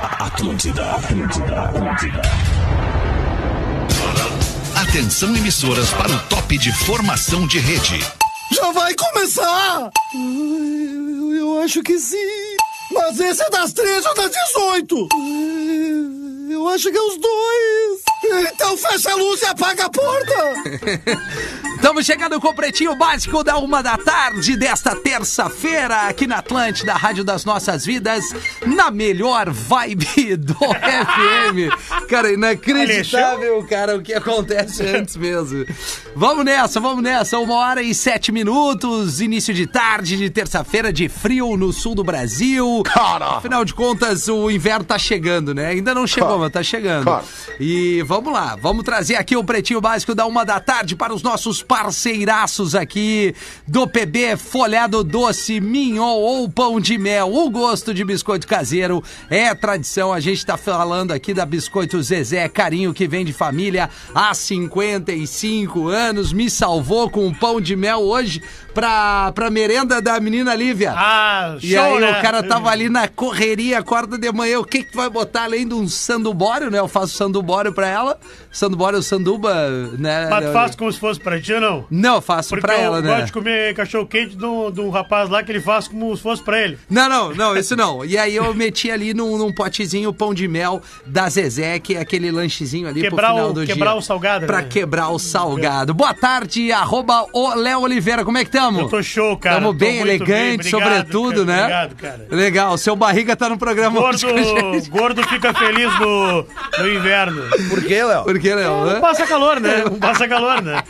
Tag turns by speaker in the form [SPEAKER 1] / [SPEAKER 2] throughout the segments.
[SPEAKER 1] Atlântida, Atlântida, Atlântida.
[SPEAKER 2] Atenção emissoras para o top de formação de rede.
[SPEAKER 3] Já vai começar? Eu, eu acho que sim. Mas esse é das 13 ou das 18? Eu acho que é os dois. Então fecha a luz e apaga a porta.
[SPEAKER 4] Estamos chegando com o Pretinho Básico da uma da tarde desta terça-feira aqui na Atlântida, Rádio das Nossas Vidas, na melhor vibe do FM. Cara, inacreditável, cara, o que acontece antes mesmo. Vamos nessa, vamos nessa. Uma hora e sete minutos, início de tarde de terça-feira de frio no sul do Brasil.
[SPEAKER 3] Cara!
[SPEAKER 4] Afinal de contas, o inverno tá chegando, né? Ainda não chegou, mas tá chegando.
[SPEAKER 3] Cara.
[SPEAKER 4] E vamos lá, vamos trazer aqui o Pretinho Básico da uma da tarde para os nossos parceiraços aqui do PB Folhado Doce, Mignon ou Pão de Mel. O gosto de biscoito caseiro é tradição. A gente tá falando aqui da Biscoito Zezé, carinho que vem de família há 55 anos. Me salvou com um pão de mel hoje pra, pra merenda da menina Lívia.
[SPEAKER 5] Ah,
[SPEAKER 4] E
[SPEAKER 5] show,
[SPEAKER 4] aí
[SPEAKER 5] né?
[SPEAKER 4] o cara tá tava ali na correria, acorda de manhã, o que que tu vai botar além de um sandubório, né? Eu faço sandubório pra ela. Sandubório, sanduba, né?
[SPEAKER 5] Mas tu faz como se fosse pra ti ou não?
[SPEAKER 4] Não, eu faço
[SPEAKER 5] Porque
[SPEAKER 4] pra
[SPEAKER 5] eu
[SPEAKER 4] ela,
[SPEAKER 5] gosto
[SPEAKER 4] né?
[SPEAKER 5] de comer cachorro quente de um, de um rapaz lá que ele faz como se fosse pra ele.
[SPEAKER 4] Não, não, não, isso não. E aí eu meti ali num, num potezinho o pão de mel da Zezé, que é aquele lanchezinho ali pro
[SPEAKER 5] Quebrar
[SPEAKER 4] final
[SPEAKER 5] o-
[SPEAKER 4] do dia.
[SPEAKER 5] quebrar o salgado,
[SPEAKER 4] Pra
[SPEAKER 5] né?
[SPEAKER 4] quebrar o salgado. Boa tarde, arroba o Léo Oliveira, como é que tamo?
[SPEAKER 5] Eu tô show, cara.
[SPEAKER 4] Tamo
[SPEAKER 5] Tô
[SPEAKER 4] bem,
[SPEAKER 5] muito
[SPEAKER 4] elegante,
[SPEAKER 5] bem. Obrigado,
[SPEAKER 4] sobretudo,
[SPEAKER 5] cara.
[SPEAKER 4] né?
[SPEAKER 5] Obrigado, cara.
[SPEAKER 4] Legal, seu barriga tá no programa hoje com a
[SPEAKER 5] Gordo,
[SPEAKER 4] gente.
[SPEAKER 5] gordo fica feliz no, no inverno.
[SPEAKER 3] Por quê, Léo?
[SPEAKER 4] Por que, Léo?
[SPEAKER 5] Não
[SPEAKER 4] Hã?
[SPEAKER 5] passa calor, né? Não passa calor, né?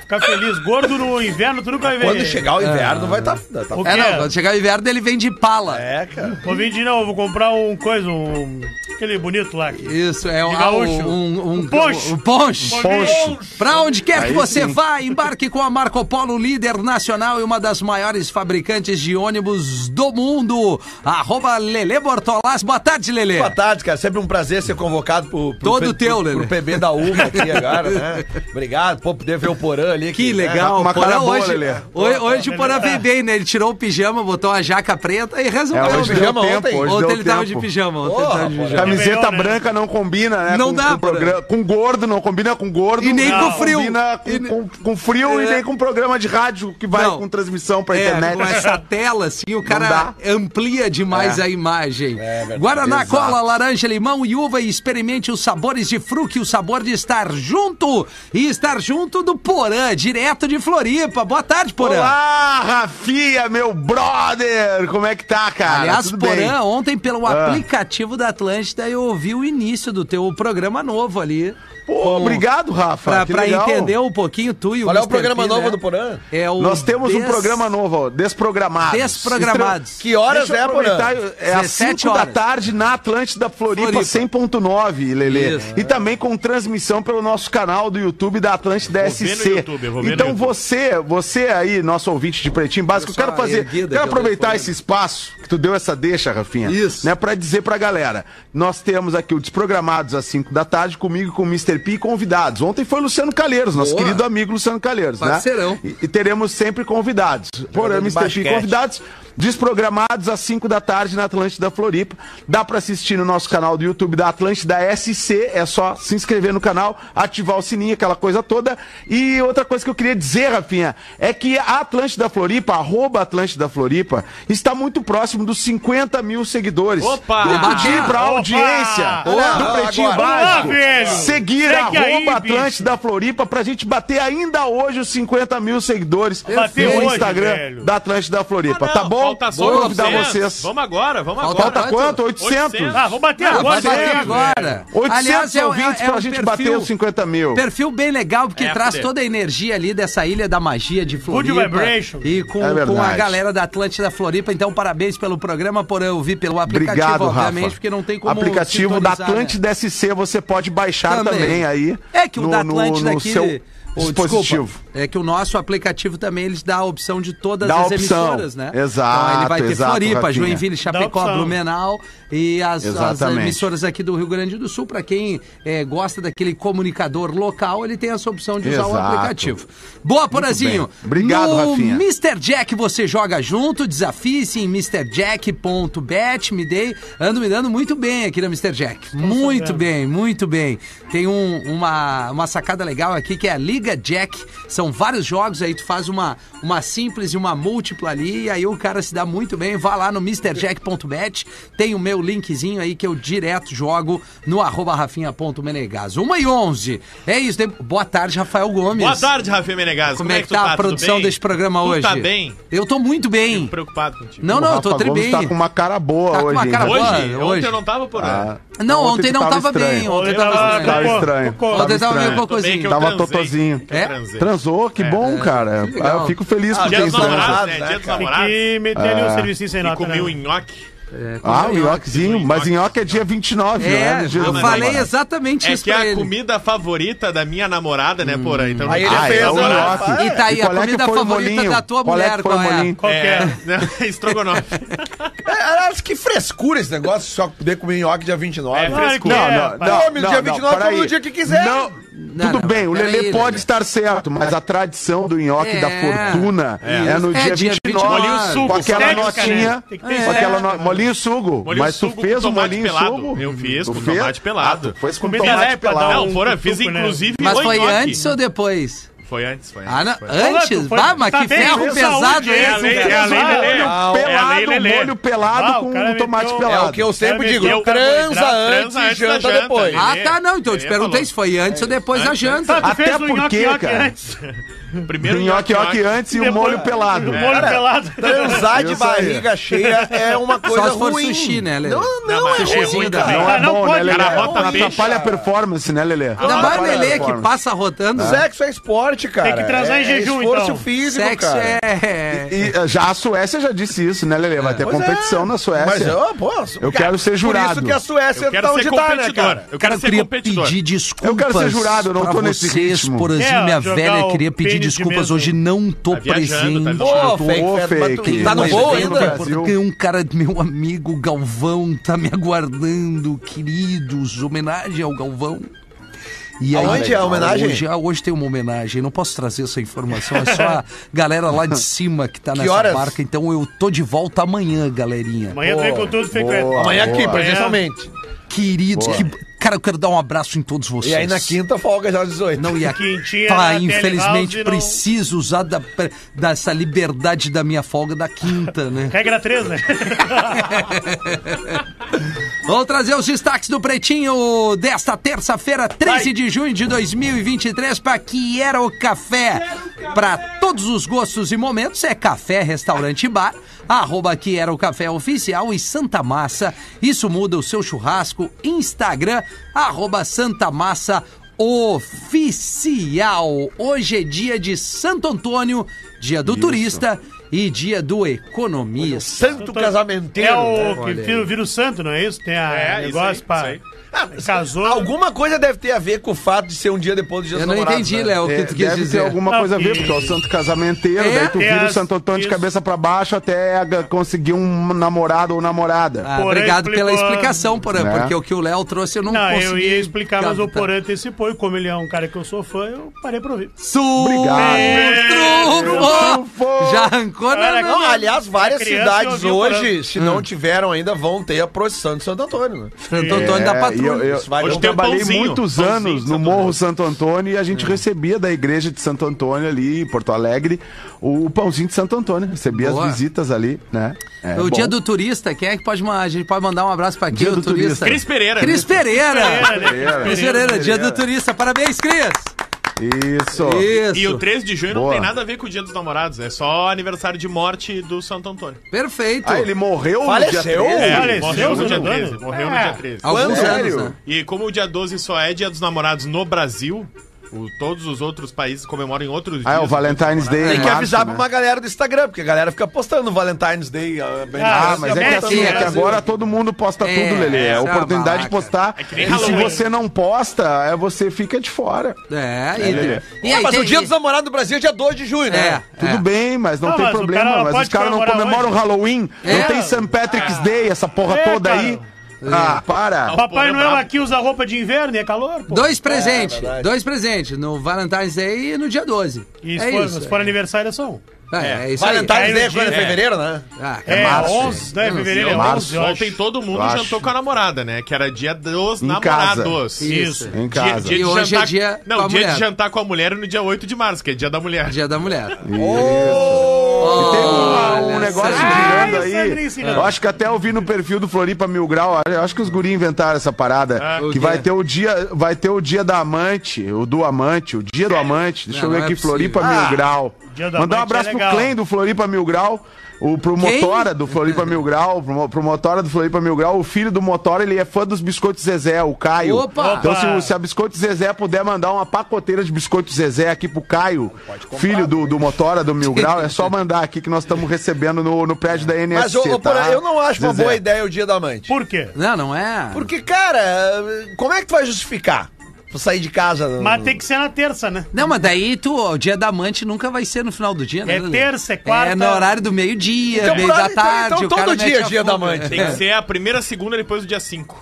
[SPEAKER 5] Ficar feliz. Gordo no inverno, tu nunca vai ver.
[SPEAKER 3] Quando chegar o inverno, vai tá- estar.
[SPEAKER 5] O quê?
[SPEAKER 4] É, não, quando chegar o inverno ele vem de pala.
[SPEAKER 3] É, cara.
[SPEAKER 5] Vou vir de não, vou comprar um coisa, um. Aquele bonito lá. aqui.
[SPEAKER 4] Isso, é um,
[SPEAKER 5] De gaúcho.
[SPEAKER 4] um, um, um
[SPEAKER 5] Um poncho.
[SPEAKER 4] Um poncho.
[SPEAKER 3] Poncho.
[SPEAKER 4] Pra onde quer que você vá, embarque com a Marco Polo, líder nacional e uma das maiores fabricantes de ônibus do mundo. Arroba Lele Bortolás. Boa tarde, Lele.
[SPEAKER 3] Boa tarde, cara. Sempre um prazer ser convocado pro, pro,
[SPEAKER 4] Todo
[SPEAKER 3] pro-
[SPEAKER 4] teu,
[SPEAKER 3] pro-
[SPEAKER 4] Lelê.
[SPEAKER 3] pro PB da UMA aqui agora, né? Obrigado, pô, poder ver o Porã ali.
[SPEAKER 4] Que
[SPEAKER 3] aqui, né?
[SPEAKER 4] legal.
[SPEAKER 6] Uma
[SPEAKER 4] o Porã
[SPEAKER 6] cara boa,
[SPEAKER 4] hoje,
[SPEAKER 6] Lelê.
[SPEAKER 4] hoje, hoje o Porã
[SPEAKER 5] Lelê.
[SPEAKER 4] veio bem, né? Ele tirou o pijama, botou uma jaca preta e
[SPEAKER 6] É,
[SPEAKER 4] resolveu.
[SPEAKER 6] hoje
[SPEAKER 4] né?
[SPEAKER 6] deu
[SPEAKER 3] pijama
[SPEAKER 6] tempo,
[SPEAKER 3] ontem.
[SPEAKER 6] hoje
[SPEAKER 4] Ontem
[SPEAKER 6] deu
[SPEAKER 4] ele tava de
[SPEAKER 6] tempo.
[SPEAKER 4] pijama. Ontem ele
[SPEAKER 3] Porra,
[SPEAKER 4] tava de
[SPEAKER 3] Porã.
[SPEAKER 4] pijama.
[SPEAKER 6] Camiseta
[SPEAKER 5] Melhor, né?
[SPEAKER 6] branca não combina, né?
[SPEAKER 4] Não
[SPEAKER 6] com,
[SPEAKER 4] dá,
[SPEAKER 6] com,
[SPEAKER 4] Porã.
[SPEAKER 6] programa- com gordo, não combina com gordo.
[SPEAKER 4] E nem
[SPEAKER 6] não
[SPEAKER 4] com frio.
[SPEAKER 6] Combina com,
[SPEAKER 4] E ne-
[SPEAKER 6] com- com frio
[SPEAKER 4] É.
[SPEAKER 6] e nem com programa de rádio que vai
[SPEAKER 4] Não.
[SPEAKER 6] com transmissão pra
[SPEAKER 4] É,
[SPEAKER 6] internet.
[SPEAKER 4] com essa tela, assim, o cara
[SPEAKER 6] dá.
[SPEAKER 4] amplia demais
[SPEAKER 6] É.
[SPEAKER 4] a imagem.
[SPEAKER 3] verdade.
[SPEAKER 4] Guaraná,
[SPEAKER 6] Exato.
[SPEAKER 4] cola, laranja, limão e uva e experimente os sabores de fruque, o sabor de estar junto e estar junto do Porã, direto de Floripa. Boa tarde, Porã.
[SPEAKER 6] Olá, Rafinha, meu brother! Como é que tá, cara?
[SPEAKER 4] Aliás,
[SPEAKER 6] Tudo
[SPEAKER 4] Porã,
[SPEAKER 6] bem?
[SPEAKER 4] ontem pelo
[SPEAKER 6] Ah.
[SPEAKER 4] aplicativo da Atlântida eu ouvi o início do teu programa novo ali.
[SPEAKER 6] Pô,
[SPEAKER 4] Com-
[SPEAKER 6] obrigado, Rafa.
[SPEAKER 4] Pra,
[SPEAKER 6] que
[SPEAKER 4] pra
[SPEAKER 6] legal.
[SPEAKER 4] entender um pouquinho tu e o
[SPEAKER 3] Qual é o
[SPEAKER 4] Mr.
[SPEAKER 3] programa
[SPEAKER 4] P,
[SPEAKER 3] novo
[SPEAKER 4] né?
[SPEAKER 3] do Porã?
[SPEAKER 4] É o
[SPEAKER 6] Nós temos um
[SPEAKER 4] Des-
[SPEAKER 6] programa novo, ó, Desprogramados.
[SPEAKER 4] Desprogramados.
[SPEAKER 3] Que horas
[SPEAKER 6] Deixa eu
[SPEAKER 3] é, Porã?
[SPEAKER 6] aproveitar, É às
[SPEAKER 4] 17
[SPEAKER 6] 5 da
[SPEAKER 4] horas.
[SPEAKER 6] tarde na Atlântida Floripa,
[SPEAKER 4] Floripa.
[SPEAKER 6] 100.9, Lelê.
[SPEAKER 4] Isso.
[SPEAKER 6] E também com transmissão pelo nosso canal do YouTube da Atlântida
[SPEAKER 5] ver no
[SPEAKER 6] SC.
[SPEAKER 5] YouTube, eu vou ver no
[SPEAKER 6] então
[SPEAKER 5] YouTube.
[SPEAKER 6] você, você aí, nosso ouvinte de Pretinho Básico, eu
[SPEAKER 4] Pessoal,
[SPEAKER 6] quero fazer,
[SPEAKER 4] erguida que eu
[SPEAKER 6] quero aproveitar
[SPEAKER 4] tô
[SPEAKER 6] esse espaço que tu deu essa deixa, Rafinha.
[SPEAKER 4] Isso.
[SPEAKER 6] Né, pra dizer pra galera, nós temos aqui o Desprogramados às 5 da tarde comigo e com o Mr. P e convidados. Ontem foi o Luciano Calheiros, nosso
[SPEAKER 4] Boa.
[SPEAKER 6] querido amigo Luciano Calheiros, né?
[SPEAKER 4] Parceirão.
[SPEAKER 6] E, e teremos sempre convidados. Porém,
[SPEAKER 3] de
[SPEAKER 6] Mr. P
[SPEAKER 3] basquete.
[SPEAKER 6] convidados convidados desprogramados às 5 da tarde na Atlântida Floripa. Dá pra assistir no nosso canal do YouTube da Atlântida SC, é só se inscrever no canal, ativar o sininho, aquela coisa toda. E outra coisa que eu queria dizer, Rafinha, é que a Atlântida Floripa, arroba Atlântida Floripa, está muito próximo dos 50 mil seguidores.
[SPEAKER 5] Opa!
[SPEAKER 6] Eu pedi pra
[SPEAKER 5] Opa!
[SPEAKER 6] audiência
[SPEAKER 3] Olha,
[SPEAKER 6] do Pretinho
[SPEAKER 3] agora.
[SPEAKER 6] Básico
[SPEAKER 5] Olá, velho!
[SPEAKER 6] seguir
[SPEAKER 5] Segue
[SPEAKER 6] arroba
[SPEAKER 5] aí, bicho.
[SPEAKER 6] Atlântida Floripa pra gente bater ainda hoje os 50 mil seguidores
[SPEAKER 5] Bater
[SPEAKER 6] no
[SPEAKER 5] hoje,
[SPEAKER 6] Instagram
[SPEAKER 5] velho.
[SPEAKER 6] da Atlântida Floripa, tá bom?
[SPEAKER 7] Falta só
[SPEAKER 6] Vou convidar
[SPEAKER 7] 900.
[SPEAKER 6] vocês.
[SPEAKER 7] Vamos agora, vamos
[SPEAKER 4] Falta
[SPEAKER 7] agora.
[SPEAKER 6] Falta quanto? 800?
[SPEAKER 7] 800.
[SPEAKER 5] Ah, vou bater
[SPEAKER 4] Ah,
[SPEAKER 5] agora.
[SPEAKER 4] vai bater
[SPEAKER 5] né?
[SPEAKER 4] agora.
[SPEAKER 6] 800
[SPEAKER 4] Aliás, é, um-
[SPEAKER 6] ouvintes
[SPEAKER 4] é, é
[SPEAKER 6] pra
[SPEAKER 4] um
[SPEAKER 6] gente
[SPEAKER 4] perfil,
[SPEAKER 6] bater os 50 mil.
[SPEAKER 4] Perfil bem legal, porque
[SPEAKER 7] É,
[SPEAKER 4] traz
[SPEAKER 7] fuder.
[SPEAKER 4] toda a energia ali dessa ilha da magia de Floripa.
[SPEAKER 5] vibration.
[SPEAKER 4] E com,
[SPEAKER 6] É verdade.
[SPEAKER 4] com a galera da Atlântida Floripa. Então, parabéns pelo programa, por eu ouvir pelo aplicativo,
[SPEAKER 6] Obrigado,
[SPEAKER 4] obviamente,
[SPEAKER 6] Rafa.
[SPEAKER 4] porque não tem como
[SPEAKER 6] Aplicativo da
[SPEAKER 4] sintonizar, né?
[SPEAKER 6] Atlântida SC, você pode baixar também, aí.
[SPEAKER 4] É que o
[SPEAKER 6] no,
[SPEAKER 4] da
[SPEAKER 6] no-
[SPEAKER 4] Atlântida
[SPEAKER 6] no
[SPEAKER 4] aqui,
[SPEAKER 6] seu-
[SPEAKER 4] Ou,
[SPEAKER 6] dispositivo.
[SPEAKER 4] desculpa, é que o nosso aplicativo também eles dá a opção de todas
[SPEAKER 6] Dá a
[SPEAKER 4] as
[SPEAKER 6] opção.
[SPEAKER 4] emissoras, né?
[SPEAKER 6] Exato,
[SPEAKER 4] Então ele vai ter
[SPEAKER 6] exato,
[SPEAKER 4] Floripa,
[SPEAKER 6] Rafinha.
[SPEAKER 4] Joinville, Chapecó,
[SPEAKER 5] Dá opção.
[SPEAKER 4] Blumenau e as, as
[SPEAKER 6] Exatamente.
[SPEAKER 4] emissoras aqui do Rio Grande do Sul. Para quem eh, gosta daquele comunicador local, ele tem essa opção de usar o
[SPEAKER 6] Exato.
[SPEAKER 4] aplicativo. Boa, Porazinho.
[SPEAKER 6] bem. Obrigado,
[SPEAKER 4] no
[SPEAKER 6] Rafinha.
[SPEAKER 4] Mr. Jack você joga junto, desafie-se em mrjack.bet, me dei, ando me dando muito bem aqui na Mr. Jack, muito
[SPEAKER 5] sabendo.
[SPEAKER 4] bem, muito bem, tem um- uma, uma sacada legal aqui que é a Liga Jack, são vários jogos, aí tu faz uma, uma simples e uma múltipla ali, e aí o cara se dá muito bem, vá lá no mrjack.bet, tem o meu linkzinho aí que eu direto jogo no arroba rafinha.menegas, 1 e 11, é isso, tem- boa tarde Rafael Gomes.
[SPEAKER 7] Boa tarde, Rafinha Menegas.
[SPEAKER 4] Como, é que, tá, a
[SPEAKER 7] Tudo
[SPEAKER 4] produção
[SPEAKER 7] bem?
[SPEAKER 4] deste programa
[SPEAKER 7] Tu
[SPEAKER 4] hoje?
[SPEAKER 7] tá bem?
[SPEAKER 4] Eu tô muito bem.
[SPEAKER 7] Preocupado contigo.
[SPEAKER 4] Não,
[SPEAKER 6] O
[SPEAKER 4] não, eu
[SPEAKER 6] Rafa
[SPEAKER 4] tô tri
[SPEAKER 6] Gomes
[SPEAKER 4] bem.
[SPEAKER 6] tá com uma cara boa
[SPEAKER 4] Tá com
[SPEAKER 6] hoje.
[SPEAKER 4] uma
[SPEAKER 6] hein,
[SPEAKER 4] cara
[SPEAKER 6] Rafa?
[SPEAKER 7] Hoje?
[SPEAKER 4] boa.
[SPEAKER 7] Ontem
[SPEAKER 4] hoje.
[SPEAKER 7] eu não tava por
[SPEAKER 6] Ah,
[SPEAKER 7] lá.
[SPEAKER 4] Não, ontem,
[SPEAKER 6] tu
[SPEAKER 4] não tava, bem.
[SPEAKER 6] estranho.
[SPEAKER 4] Ontem
[SPEAKER 5] Ontem
[SPEAKER 4] tava,
[SPEAKER 5] tava-
[SPEAKER 4] estranho.
[SPEAKER 6] Tava
[SPEAKER 5] Cocô,
[SPEAKER 6] estranho.
[SPEAKER 5] cocô.
[SPEAKER 4] Ontem tava meio
[SPEAKER 6] estranho.
[SPEAKER 4] cocô.
[SPEAKER 7] Tô bem que eu
[SPEAKER 6] Tava
[SPEAKER 7] transei.
[SPEAKER 6] totozinho.
[SPEAKER 7] Que eu
[SPEAKER 4] É?
[SPEAKER 7] transei.
[SPEAKER 6] Transou, que bom, cara.
[SPEAKER 4] que legal.
[SPEAKER 6] Ah, eu fico feliz por
[SPEAKER 7] Dia
[SPEAKER 6] ter
[SPEAKER 7] dos namorados,
[SPEAKER 6] transado.
[SPEAKER 7] né? Dia dos
[SPEAKER 5] Tem
[SPEAKER 7] namorados.
[SPEAKER 5] que meter ali um
[SPEAKER 6] É.
[SPEAKER 5] serviço sem
[SPEAKER 7] E
[SPEAKER 5] nota.
[SPEAKER 7] comi o
[SPEAKER 5] né?
[SPEAKER 7] nhoque.
[SPEAKER 4] É, com
[SPEAKER 6] Ah, o
[SPEAKER 4] minhoque.
[SPEAKER 6] nhoquezinho. Mas nhoque é dia 29, né?
[SPEAKER 4] É,
[SPEAKER 6] No dia
[SPEAKER 4] eu
[SPEAKER 6] dos
[SPEAKER 4] falei
[SPEAKER 6] namorados.
[SPEAKER 4] exatamente
[SPEAKER 7] É
[SPEAKER 4] isso
[SPEAKER 7] que é
[SPEAKER 4] pra
[SPEAKER 7] a
[SPEAKER 4] ele.
[SPEAKER 7] comida favorita da minha namorada, né, Porã? Então
[SPEAKER 5] Aí ele
[SPEAKER 6] Ah,
[SPEAKER 5] fez
[SPEAKER 6] é o
[SPEAKER 5] a hora.
[SPEAKER 6] nhoque.
[SPEAKER 4] E tá aí,
[SPEAKER 6] E
[SPEAKER 4] a
[SPEAKER 6] qual é que
[SPEAKER 4] comida
[SPEAKER 6] foi o
[SPEAKER 4] favorita
[SPEAKER 6] molinho?
[SPEAKER 4] da tua
[SPEAKER 6] Qual é que
[SPEAKER 4] mulher,
[SPEAKER 6] foi o
[SPEAKER 4] qual é?
[SPEAKER 6] molinho?
[SPEAKER 5] Qual que é?
[SPEAKER 7] né, estrogonofe.
[SPEAKER 3] É,
[SPEAKER 8] Aliás, que frescura esse negócio, só poder comer nhoque dia 29.
[SPEAKER 7] É frescura.
[SPEAKER 6] Não,
[SPEAKER 5] É,
[SPEAKER 6] não,
[SPEAKER 8] vai.
[SPEAKER 6] não,
[SPEAKER 8] Come no dia 29,
[SPEAKER 6] peraí.
[SPEAKER 8] come no dia que quiser.
[SPEAKER 6] Não,
[SPEAKER 4] Não,
[SPEAKER 6] tudo
[SPEAKER 4] não,
[SPEAKER 6] bem, o
[SPEAKER 4] peraí,
[SPEAKER 6] Lelê
[SPEAKER 4] Lelê.
[SPEAKER 6] pode estar certo, mas a tradição do nhoque
[SPEAKER 4] É.
[SPEAKER 6] da fortuna é, no
[SPEAKER 4] É,
[SPEAKER 6] dia
[SPEAKER 4] dia
[SPEAKER 6] 29.
[SPEAKER 4] 29.
[SPEAKER 7] Molhinho sugo.
[SPEAKER 6] Com aquela
[SPEAKER 5] Estética,
[SPEAKER 6] notinha,
[SPEAKER 5] né? Tem que
[SPEAKER 6] com
[SPEAKER 5] ter
[SPEAKER 6] aquela
[SPEAKER 5] estética.
[SPEAKER 6] no... molinho sugo.
[SPEAKER 7] Molhinho
[SPEAKER 6] mas tu
[SPEAKER 7] sugo com
[SPEAKER 6] fez o
[SPEAKER 7] tomate
[SPEAKER 6] molinho
[SPEAKER 7] pelado.
[SPEAKER 6] sugo?
[SPEAKER 7] Eu fiz
[SPEAKER 6] Tu
[SPEAKER 7] com
[SPEAKER 6] fez?
[SPEAKER 7] tomate pelado.
[SPEAKER 6] Ah, tu fez com
[SPEAKER 5] Comi
[SPEAKER 6] tomate
[SPEAKER 5] filé pra dar
[SPEAKER 6] pelado.
[SPEAKER 7] Não, Porã, fiz
[SPEAKER 5] suco, né?
[SPEAKER 7] inclusive
[SPEAKER 4] Mas
[SPEAKER 7] o
[SPEAKER 4] foi
[SPEAKER 7] nhoque.
[SPEAKER 4] antes ou depois?
[SPEAKER 7] Foi antes, foi antes.
[SPEAKER 4] Ah, não,
[SPEAKER 7] foi antes.
[SPEAKER 4] antes?
[SPEAKER 5] foi-
[SPEAKER 4] Bah, mas
[SPEAKER 5] tá
[SPEAKER 4] que
[SPEAKER 5] bem,
[SPEAKER 4] ferro
[SPEAKER 5] foi
[SPEAKER 4] pesado
[SPEAKER 5] saúde, é a
[SPEAKER 4] esse,
[SPEAKER 5] lei, é
[SPEAKER 4] velho.
[SPEAKER 5] a lei, Lelê. É a lei,
[SPEAKER 6] Pelado,
[SPEAKER 5] Lelê.
[SPEAKER 6] molho pelado
[SPEAKER 5] Ah, o cara
[SPEAKER 6] com
[SPEAKER 5] meteu-
[SPEAKER 6] tomate pelado.
[SPEAKER 8] É o que eu sempre
[SPEAKER 5] Cara,
[SPEAKER 8] digo,
[SPEAKER 5] meteu
[SPEAKER 8] transa
[SPEAKER 5] carboidrato,
[SPEAKER 8] antes
[SPEAKER 5] transa
[SPEAKER 8] e
[SPEAKER 7] antes da
[SPEAKER 8] janta
[SPEAKER 7] janta,
[SPEAKER 8] depois.
[SPEAKER 7] né?
[SPEAKER 4] Ah, tá, não. Então eu te
[SPEAKER 7] Ele
[SPEAKER 4] perguntei
[SPEAKER 7] falou.
[SPEAKER 4] se foi antes ou depois da
[SPEAKER 5] Tá,
[SPEAKER 4] janta.
[SPEAKER 5] tu fez
[SPEAKER 6] Até
[SPEAKER 5] o nhoque,
[SPEAKER 6] porque,
[SPEAKER 5] nhoque
[SPEAKER 6] cara,
[SPEAKER 5] antes.
[SPEAKER 7] Primeiro
[SPEAKER 6] Do nhoque, nhoque antes e o
[SPEAKER 5] Depois-
[SPEAKER 6] molho pelado. É.
[SPEAKER 5] O molho pelado.
[SPEAKER 8] Transar de
[SPEAKER 6] Isso aí.
[SPEAKER 8] barriga cheia é uma coisa
[SPEAKER 4] Só se for
[SPEAKER 8] ruim.
[SPEAKER 4] sushi, né, Lelê?
[SPEAKER 8] Não, não, é
[SPEAKER 4] Sushizinho
[SPEAKER 8] ruim,
[SPEAKER 4] da-
[SPEAKER 8] cara.
[SPEAKER 6] Não é
[SPEAKER 5] Ah, não
[SPEAKER 6] bom, né,
[SPEAKER 5] pode,
[SPEAKER 6] Lelê?
[SPEAKER 5] cara,
[SPEAKER 7] rota peixe.
[SPEAKER 6] Atrapalha a performance, né, Lelê?
[SPEAKER 4] Ainda mais o
[SPEAKER 6] Atrapalha a
[SPEAKER 4] Lelê que
[SPEAKER 6] performance.
[SPEAKER 4] passa rotando.
[SPEAKER 8] Sexo é esporte, cara.
[SPEAKER 5] que transar
[SPEAKER 8] é,
[SPEAKER 5] em jejum,
[SPEAKER 8] é esforço
[SPEAKER 5] então.
[SPEAKER 8] físico,
[SPEAKER 4] Sexo
[SPEAKER 8] cara.
[SPEAKER 4] é...
[SPEAKER 6] E eh, já a Suécia já disse isso, né, Lelê? Vai ter
[SPEAKER 8] Pois é.
[SPEAKER 6] competição na Suécia.
[SPEAKER 8] Mas eu, posso.
[SPEAKER 6] Eu quero ser jurado.
[SPEAKER 8] Por isso que a Suécia
[SPEAKER 7] Eu
[SPEAKER 8] tá
[SPEAKER 6] Então,
[SPEAKER 7] quero ser
[SPEAKER 8] onde tá, né,
[SPEAKER 7] competidor.
[SPEAKER 8] cara?
[SPEAKER 4] Cara,
[SPEAKER 7] Eu quero
[SPEAKER 4] eu
[SPEAKER 7] ser
[SPEAKER 4] queria
[SPEAKER 7] competidor.
[SPEAKER 4] pedir desculpas.
[SPEAKER 6] Eu quero ser jurado, eu não
[SPEAKER 4] pra
[SPEAKER 6] tô nesse
[SPEAKER 4] vocês,
[SPEAKER 6] ritmo.
[SPEAKER 4] Porazinho,
[SPEAKER 5] É,
[SPEAKER 4] minha
[SPEAKER 5] jogar
[SPEAKER 4] velha,
[SPEAKER 5] o
[SPEAKER 4] queria pedir
[SPEAKER 5] pênis de
[SPEAKER 4] desculpas.
[SPEAKER 5] mesa.
[SPEAKER 4] Hoje não tô
[SPEAKER 7] Tá
[SPEAKER 4] presente.
[SPEAKER 7] viajando, tá
[SPEAKER 8] Ô,
[SPEAKER 7] viajando.
[SPEAKER 8] fake,
[SPEAKER 6] Ô,
[SPEAKER 8] fede,
[SPEAKER 6] fake.
[SPEAKER 8] batu-
[SPEAKER 4] Tem
[SPEAKER 8] Tá no
[SPEAKER 4] um
[SPEAKER 8] voo
[SPEAKER 4] evento
[SPEAKER 8] ainda?
[SPEAKER 4] no Portugal, Um cara, meu amigo Galvão, tá me aguardando, queridos. Homenagem ao Galvão. E aí,
[SPEAKER 8] Aonde é a homenagem?
[SPEAKER 4] Hoje, ah, hoje tem uma homenagem, não posso trazer essa informação, é só a galera lá de cima que tá nessa
[SPEAKER 8] horas?
[SPEAKER 4] barca, então eu tô de volta amanhã, galerinha.
[SPEAKER 5] Amanhã vem com tudo frequente.
[SPEAKER 6] boa.
[SPEAKER 8] Amanhã aqui,
[SPEAKER 6] Boa.
[SPEAKER 8] presencialmente.
[SPEAKER 4] Queridos, que... cara, eu quero dar um abraço em todos vocês.
[SPEAKER 8] E aí na quinta folga já às 18.
[SPEAKER 4] Não, e a
[SPEAKER 5] Quintinha na
[SPEAKER 4] tá,
[SPEAKER 5] Tele
[SPEAKER 4] infelizmente,
[SPEAKER 5] House não-
[SPEAKER 4] preciso usar da, dessa liberdade da minha folga da quinta, né?
[SPEAKER 5] Regra 3, né?
[SPEAKER 4] Vamos trazer os destaques do Pretinho desta terça-feira, 13 de junho de 2023, para Quiero Café. Para todos os gostos e momentos, é café, restaurante e bar, arroba Quiero Café Oficial e Santa Massa. Isso muda o seu churrasco. Instagram, arroba Santa Massa Oficial. Hoje é dia de Santo Antônio, dia do turista e dia do economista.
[SPEAKER 8] Santo casamenteiro.
[SPEAKER 5] É
[SPEAKER 8] né?
[SPEAKER 5] o que
[SPEAKER 4] Olha
[SPEAKER 5] vira, vira o santo, não é isso? Tem a
[SPEAKER 7] É, isso
[SPEAKER 5] negócio
[SPEAKER 7] aí,
[SPEAKER 5] pra...
[SPEAKER 7] isso
[SPEAKER 8] Ah, mas
[SPEAKER 5] Casou.
[SPEAKER 8] Alguma coisa deve ter a ver com o fato de ser um dia depois do dia
[SPEAKER 4] Eu
[SPEAKER 8] dos
[SPEAKER 4] não
[SPEAKER 8] namorados,
[SPEAKER 4] entendi,
[SPEAKER 8] né?
[SPEAKER 4] Léo, o que
[SPEAKER 6] É,
[SPEAKER 4] tu quis
[SPEAKER 6] deve ter
[SPEAKER 4] dizer.
[SPEAKER 6] alguma coisa a ver,
[SPEAKER 5] Ok.
[SPEAKER 6] porque é o santo casamenteiro,
[SPEAKER 4] É?
[SPEAKER 6] daí tu
[SPEAKER 5] É,
[SPEAKER 6] vira o santo Antônio de
[SPEAKER 5] isso.
[SPEAKER 6] cabeça pra baixo até a- conseguir um namorado ou namorada.
[SPEAKER 4] Ah,
[SPEAKER 5] Porã
[SPEAKER 4] obrigado
[SPEAKER 5] explicou-
[SPEAKER 4] pela explicação, Porã,
[SPEAKER 6] Né?
[SPEAKER 4] porque o que o Léo trouxe eu não,
[SPEAKER 5] Não,
[SPEAKER 4] consegui.
[SPEAKER 5] eu ia explicar, mas o
[SPEAKER 4] captar.
[SPEAKER 5] Porã antecipou. E como ele é um cara que eu sou fã, eu parei pra ouvir.
[SPEAKER 4] Super
[SPEAKER 6] Obrigado.
[SPEAKER 4] trufo! Já arrancou na...
[SPEAKER 5] Olha,
[SPEAKER 4] na-
[SPEAKER 8] Não, Ah, aliás, várias
[SPEAKER 5] A É, criança
[SPEAKER 8] cidades
[SPEAKER 5] ouviu
[SPEAKER 8] hoje, se não tiveram ainda, vão ter a procissão de Santo Antônio. Né?
[SPEAKER 4] Santo Antônio da
[SPEAKER 6] É, e eu,
[SPEAKER 4] Patrulha.
[SPEAKER 6] eu,
[SPEAKER 8] Isso vai
[SPEAKER 6] eu
[SPEAKER 8] dar um
[SPEAKER 6] trabalhei
[SPEAKER 7] pãozinho,
[SPEAKER 6] muitos
[SPEAKER 7] pãozinho
[SPEAKER 6] anos
[SPEAKER 7] de
[SPEAKER 6] no
[SPEAKER 7] Santo
[SPEAKER 6] Morro
[SPEAKER 7] Antônio. Hum.
[SPEAKER 6] Santo Antônio e a gente recebia da igreja de Santo Antônio ali em Porto Alegre o pãozinho de Santo Antônio. Recebia
[SPEAKER 4] Boa.
[SPEAKER 6] as visitas ali, né? É
[SPEAKER 4] o
[SPEAKER 6] bom.
[SPEAKER 4] dia do turista, quem é que pode mandar? A gente pode mandar um abraço pra quem?
[SPEAKER 6] Dia
[SPEAKER 4] O
[SPEAKER 6] do
[SPEAKER 4] turista.
[SPEAKER 6] turista.
[SPEAKER 7] Cris Pereira. né?
[SPEAKER 4] Cris
[SPEAKER 5] Pereira,
[SPEAKER 4] Pereira.
[SPEAKER 5] né?
[SPEAKER 4] Cris Pereira, dia do turista. Parabéns, Cris.
[SPEAKER 6] Isso.
[SPEAKER 4] Isso.
[SPEAKER 7] E o 13 de junho não
[SPEAKER 6] Boa.
[SPEAKER 7] tem nada a ver com o Dia dos Namorados, é só aniversário de morte do Santo Antônio.
[SPEAKER 4] Perfeito.
[SPEAKER 6] Ah, ele morreu
[SPEAKER 8] Faleceu?
[SPEAKER 6] no dia 13?
[SPEAKER 5] É.
[SPEAKER 7] Ele morreu no
[SPEAKER 5] Santo
[SPEAKER 7] dia
[SPEAKER 5] Antônio?
[SPEAKER 7] 13. Morreu no
[SPEAKER 5] É.
[SPEAKER 7] dia 13.
[SPEAKER 4] Alguns
[SPEAKER 6] Sério?
[SPEAKER 4] anos, né?
[SPEAKER 7] E como o dia 12 só é Dia dos Namorados no Brasil, O- todos os outros países comemoram em outros né?
[SPEAKER 6] Ah, é o Valentine's Day.
[SPEAKER 8] Tem
[SPEAKER 6] em
[SPEAKER 8] que
[SPEAKER 6] março,
[SPEAKER 8] avisar pra
[SPEAKER 6] né?
[SPEAKER 8] uma galera do Instagram, porque a galera fica postando Valentine's Day. ah, bem-
[SPEAKER 5] Ah,
[SPEAKER 6] Ah, mas é que
[SPEAKER 5] Mete
[SPEAKER 6] assim, é que
[SPEAKER 5] Brasil.
[SPEAKER 6] agora todo mundo posta
[SPEAKER 4] É,
[SPEAKER 6] tudo, Lelê. É
[SPEAKER 4] essa é uma
[SPEAKER 6] oportunidade
[SPEAKER 4] babaca.
[SPEAKER 6] de postar.
[SPEAKER 7] É que nem
[SPEAKER 6] e se
[SPEAKER 7] Halloween.
[SPEAKER 6] você não posta, é você fica de fora.
[SPEAKER 4] É,
[SPEAKER 6] Lelê.
[SPEAKER 4] e, e
[SPEAKER 8] Ah,
[SPEAKER 4] aí,
[SPEAKER 8] mas
[SPEAKER 4] tem-
[SPEAKER 8] o dia dos namorados do Brasil é dia 2 de junho,
[SPEAKER 4] É,
[SPEAKER 8] né?
[SPEAKER 6] Tudo
[SPEAKER 4] é.
[SPEAKER 6] bem, mas não,
[SPEAKER 5] Não,
[SPEAKER 6] tem
[SPEAKER 5] mas o
[SPEAKER 6] problema.
[SPEAKER 5] cara
[SPEAKER 6] mas
[SPEAKER 5] pode
[SPEAKER 6] os caras não
[SPEAKER 5] comemorar
[SPEAKER 6] comemoram
[SPEAKER 5] hoje.
[SPEAKER 6] Halloween,
[SPEAKER 4] É.
[SPEAKER 6] não tem St. Patrick's Day, essa porra
[SPEAKER 5] É,
[SPEAKER 6] toda
[SPEAKER 5] cara.
[SPEAKER 6] aí. Ah, para.
[SPEAKER 5] Papai
[SPEAKER 7] Porra,
[SPEAKER 5] Noel
[SPEAKER 7] é brabo.
[SPEAKER 5] aqui usa roupa de inverno e é calor, pô.
[SPEAKER 4] Dois presentes, dois presentes, no Valentine's Day e no dia 12.
[SPEAKER 5] E se,
[SPEAKER 4] é
[SPEAKER 5] for,
[SPEAKER 4] isso.
[SPEAKER 5] se for aniversário, é só um.
[SPEAKER 4] é, é isso aí.
[SPEAKER 8] Valentine's
[SPEAKER 5] Aí no
[SPEAKER 8] Day é quando?
[SPEAKER 5] dia-
[SPEAKER 8] É fevereiro, né?
[SPEAKER 4] Ah,
[SPEAKER 5] É,
[SPEAKER 6] março,
[SPEAKER 5] 11, né? Fevereiro é
[SPEAKER 6] março,
[SPEAKER 5] 11, eu acho.
[SPEAKER 7] Então, Ontem todo mundo
[SPEAKER 6] Eu
[SPEAKER 7] jantou
[SPEAKER 6] acho.
[SPEAKER 7] com a namorada, né? Que era dia dos
[SPEAKER 6] Em casa.
[SPEAKER 7] namorados.
[SPEAKER 5] Isso.
[SPEAKER 6] Em casa.
[SPEAKER 4] E hoje
[SPEAKER 7] jantar,
[SPEAKER 4] é dia
[SPEAKER 7] Não,
[SPEAKER 4] com a
[SPEAKER 7] dia
[SPEAKER 4] mulher.
[SPEAKER 7] de jantar com a mulher é no dia 8 de março, que é dia da mulher.
[SPEAKER 4] Dia da Mulher.
[SPEAKER 6] E tem uma-
[SPEAKER 4] Olha
[SPEAKER 6] um negócio
[SPEAKER 4] só.
[SPEAKER 6] girando
[SPEAKER 5] Ai,
[SPEAKER 6] aí.
[SPEAKER 5] Sandrinho,
[SPEAKER 6] Eu acho que até eu vi no perfil do Floripa Mil Grau, eu acho que os guri inventaram essa parada.
[SPEAKER 5] Ah,
[SPEAKER 4] o
[SPEAKER 6] que
[SPEAKER 4] quê?
[SPEAKER 6] vai ter o dia, vai ter o dia da amante, o do amante, o dia do amante. Deixa
[SPEAKER 4] Não,
[SPEAKER 6] eu ver
[SPEAKER 4] não é
[SPEAKER 6] aqui,
[SPEAKER 4] possível.
[SPEAKER 6] Floripa Mil Grau.
[SPEAKER 5] Dia do
[SPEAKER 6] Mandar um
[SPEAKER 5] Amante é
[SPEAKER 6] abraço pro
[SPEAKER 5] legal.
[SPEAKER 6] Clem do Floripa Mil Grau. O, pro
[SPEAKER 4] Quem?
[SPEAKER 6] Motora do Floripa Mil Grau, pro, mo- pro Motora do Floripa Mil Grau, o filho do Motora, ele é fã dos biscoitos Zezé, o Caio.
[SPEAKER 4] Opa!
[SPEAKER 6] Então, se,
[SPEAKER 5] Opa!
[SPEAKER 8] Ah.
[SPEAKER 6] o- se a Biscoito Zezé puder mandar uma pacoteira de Biscoito Zezé aqui pro Caio, filho do, do Motora do Mil Grau, é só mandar aqui que nós estamos recebendo no, no prédio da NSC,
[SPEAKER 8] Mas ô, ô,
[SPEAKER 6] tá?
[SPEAKER 8] porra, eu não acho uma
[SPEAKER 6] Zezé.
[SPEAKER 8] boa ideia o dia da amante.
[SPEAKER 5] Por quê?
[SPEAKER 4] Não, não é.
[SPEAKER 8] Porque, cara, como é que tu vai justificar? Tu sair de casa. no-
[SPEAKER 5] Mas tem que ser na terça, né?
[SPEAKER 4] Não, mas daí tu, ó, o dia da amante nunca vai ser no final do dia, né?
[SPEAKER 5] É
[SPEAKER 4] Lelê?
[SPEAKER 5] terça, é quarta.
[SPEAKER 4] É no horário do meio-dia,
[SPEAKER 8] Então,
[SPEAKER 4] meio
[SPEAKER 8] pra-
[SPEAKER 4] da
[SPEAKER 8] então-
[SPEAKER 4] tarde.
[SPEAKER 8] então
[SPEAKER 4] o cara
[SPEAKER 8] todo
[SPEAKER 4] mete
[SPEAKER 8] dia é
[SPEAKER 4] a
[SPEAKER 8] dia
[SPEAKER 4] fuga.
[SPEAKER 8] da amante.
[SPEAKER 7] Tem que ser a primeira segunda depois do dia 5.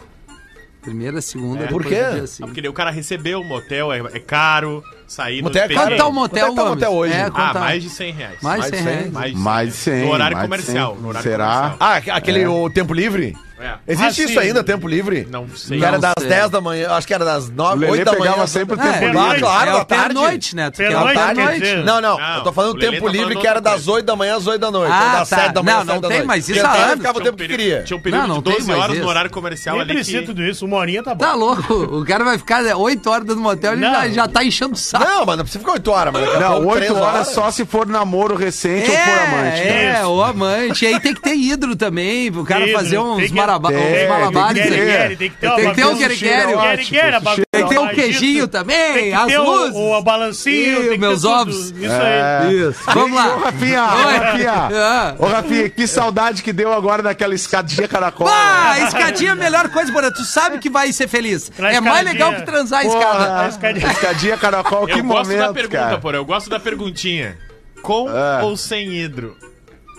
[SPEAKER 4] Primeira, segunda,
[SPEAKER 8] É. Por
[SPEAKER 4] depois do
[SPEAKER 8] quê?
[SPEAKER 4] dia cinco.
[SPEAKER 7] Porque daí o cara recebeu o motel, é, é caro, sair
[SPEAKER 8] Motel é
[SPEAKER 7] no
[SPEAKER 8] caro?
[SPEAKER 4] Quanto tá o
[SPEAKER 8] Quanto é
[SPEAKER 4] motel,
[SPEAKER 8] que tá o
[SPEAKER 4] Gomes?
[SPEAKER 8] motel hoje?
[SPEAKER 4] É,
[SPEAKER 8] Ah,
[SPEAKER 4] quanto
[SPEAKER 7] Ah,
[SPEAKER 4] tá?
[SPEAKER 7] mais de 100 reais.
[SPEAKER 4] Mais
[SPEAKER 8] Mais
[SPEAKER 4] de
[SPEAKER 8] de
[SPEAKER 4] 100
[SPEAKER 8] 100.
[SPEAKER 4] reais.
[SPEAKER 7] Mais de
[SPEAKER 6] Mais de 100,
[SPEAKER 7] No horário
[SPEAKER 6] mais de
[SPEAKER 7] comercial.
[SPEAKER 6] 100.
[SPEAKER 7] no horário
[SPEAKER 6] Será?
[SPEAKER 7] comercial.
[SPEAKER 8] Ah, aquele o tempo livre?
[SPEAKER 7] É.
[SPEAKER 8] Existe
[SPEAKER 5] Ah,
[SPEAKER 8] isso
[SPEAKER 5] sim.
[SPEAKER 8] ainda, tempo livre?
[SPEAKER 7] Não sei.
[SPEAKER 8] Que era
[SPEAKER 4] Não
[SPEAKER 8] das
[SPEAKER 4] sei.
[SPEAKER 8] 10 da manhã, acho que era das
[SPEAKER 6] O
[SPEAKER 8] 9,
[SPEAKER 6] Lelê
[SPEAKER 8] 8 da manhã.
[SPEAKER 6] pegava sempre o
[SPEAKER 4] É,
[SPEAKER 6] tempo
[SPEAKER 5] é
[SPEAKER 6] livre.
[SPEAKER 8] Ah, claro,
[SPEAKER 4] é
[SPEAKER 8] à
[SPEAKER 4] o
[SPEAKER 8] tarde.
[SPEAKER 4] pernoite, né? Tu quer
[SPEAKER 5] Pernoite,
[SPEAKER 4] o
[SPEAKER 5] quer
[SPEAKER 4] pernoite.
[SPEAKER 5] dizer.
[SPEAKER 8] Não, não,
[SPEAKER 7] Não,
[SPEAKER 8] eu tô falando
[SPEAKER 7] o
[SPEAKER 8] do
[SPEAKER 7] Lelê
[SPEAKER 8] tempo
[SPEAKER 7] tá
[SPEAKER 8] livre
[SPEAKER 7] falando
[SPEAKER 8] que era
[SPEAKER 7] outra
[SPEAKER 8] das
[SPEAKER 7] coisa.
[SPEAKER 8] 8 da manhã às 8 da noite.
[SPEAKER 4] Ah,
[SPEAKER 8] ou das
[SPEAKER 4] tá.
[SPEAKER 8] 7 da manhã
[SPEAKER 4] Não,
[SPEAKER 8] às 7
[SPEAKER 4] não
[SPEAKER 8] da
[SPEAKER 4] tem
[SPEAKER 8] noite.
[SPEAKER 4] mais isso
[SPEAKER 8] Tentava
[SPEAKER 4] há anos.
[SPEAKER 8] ficar o
[SPEAKER 7] Tinha um
[SPEAKER 8] tempo que
[SPEAKER 7] período-
[SPEAKER 8] queria.
[SPEAKER 7] Tinha um período
[SPEAKER 4] Não, não
[SPEAKER 7] de
[SPEAKER 4] tem
[SPEAKER 7] 12
[SPEAKER 4] mais
[SPEAKER 7] horas
[SPEAKER 4] isso.
[SPEAKER 7] no horário comercial
[SPEAKER 5] Nem
[SPEAKER 7] ali
[SPEAKER 5] precisa
[SPEAKER 7] que...
[SPEAKER 5] tudo isso, uma horinha tá bom.
[SPEAKER 4] Tá louco? O cara vai ficar é, oito horas no motel e
[SPEAKER 5] Não.
[SPEAKER 4] já, já tá enchendo o saco.
[SPEAKER 8] Não, mas não precisa ficar 8 horas, mano.
[SPEAKER 6] Não, 8 horas só se for namoro recente ou for amante.
[SPEAKER 4] É,
[SPEAKER 5] né?
[SPEAKER 4] o amante. E aí tem que ter hidro também, pro cara
[SPEAKER 5] Hidro,
[SPEAKER 4] fazer uns,
[SPEAKER 5] tem que-
[SPEAKER 4] maraba-
[SPEAKER 6] tem,
[SPEAKER 4] uns
[SPEAKER 6] tem que
[SPEAKER 4] malabares.
[SPEAKER 6] ter.
[SPEAKER 4] aí.
[SPEAKER 5] Guerigueri, Tem que ter uma
[SPEAKER 4] Tem que ter um
[SPEAKER 5] bagunça.
[SPEAKER 4] guerigueri,
[SPEAKER 5] Guerigueri, a bagunça.
[SPEAKER 4] Tem que ter um
[SPEAKER 5] Mas
[SPEAKER 4] queijinho
[SPEAKER 5] isso-
[SPEAKER 4] também,
[SPEAKER 5] Tem que
[SPEAKER 4] as
[SPEAKER 5] ter
[SPEAKER 4] luzes.
[SPEAKER 5] o, o balancinho,
[SPEAKER 4] Ih,
[SPEAKER 5] tem que
[SPEAKER 4] meus
[SPEAKER 5] ter tudo.
[SPEAKER 4] ovos.
[SPEAKER 5] Isso aí.
[SPEAKER 4] Isso. Vamos
[SPEAKER 6] É. Ô,
[SPEAKER 4] lá.
[SPEAKER 6] Rafinha,
[SPEAKER 4] Oi.
[SPEAKER 6] ô, Rafinha.
[SPEAKER 4] Ah.
[SPEAKER 6] Ô, Rafinha, que saudade que deu agora daquela escadinha caracol. né?
[SPEAKER 4] Pá, escadinha é a melhor coisa, Bora. Tu sabe que vai ser feliz.
[SPEAKER 5] Traz
[SPEAKER 4] é mais
[SPEAKER 5] escadinha.
[SPEAKER 4] legal que transar a
[SPEAKER 6] Porra,
[SPEAKER 4] escada.
[SPEAKER 5] escadinha.
[SPEAKER 6] escadinha caracol,
[SPEAKER 7] Eu
[SPEAKER 6] que
[SPEAKER 7] gosto da
[SPEAKER 6] momento,
[SPEAKER 7] pergunta,
[SPEAKER 6] cara.
[SPEAKER 7] porra. Eu gosto da perguntinha. Com
[SPEAKER 6] É.
[SPEAKER 7] ou sem hidro?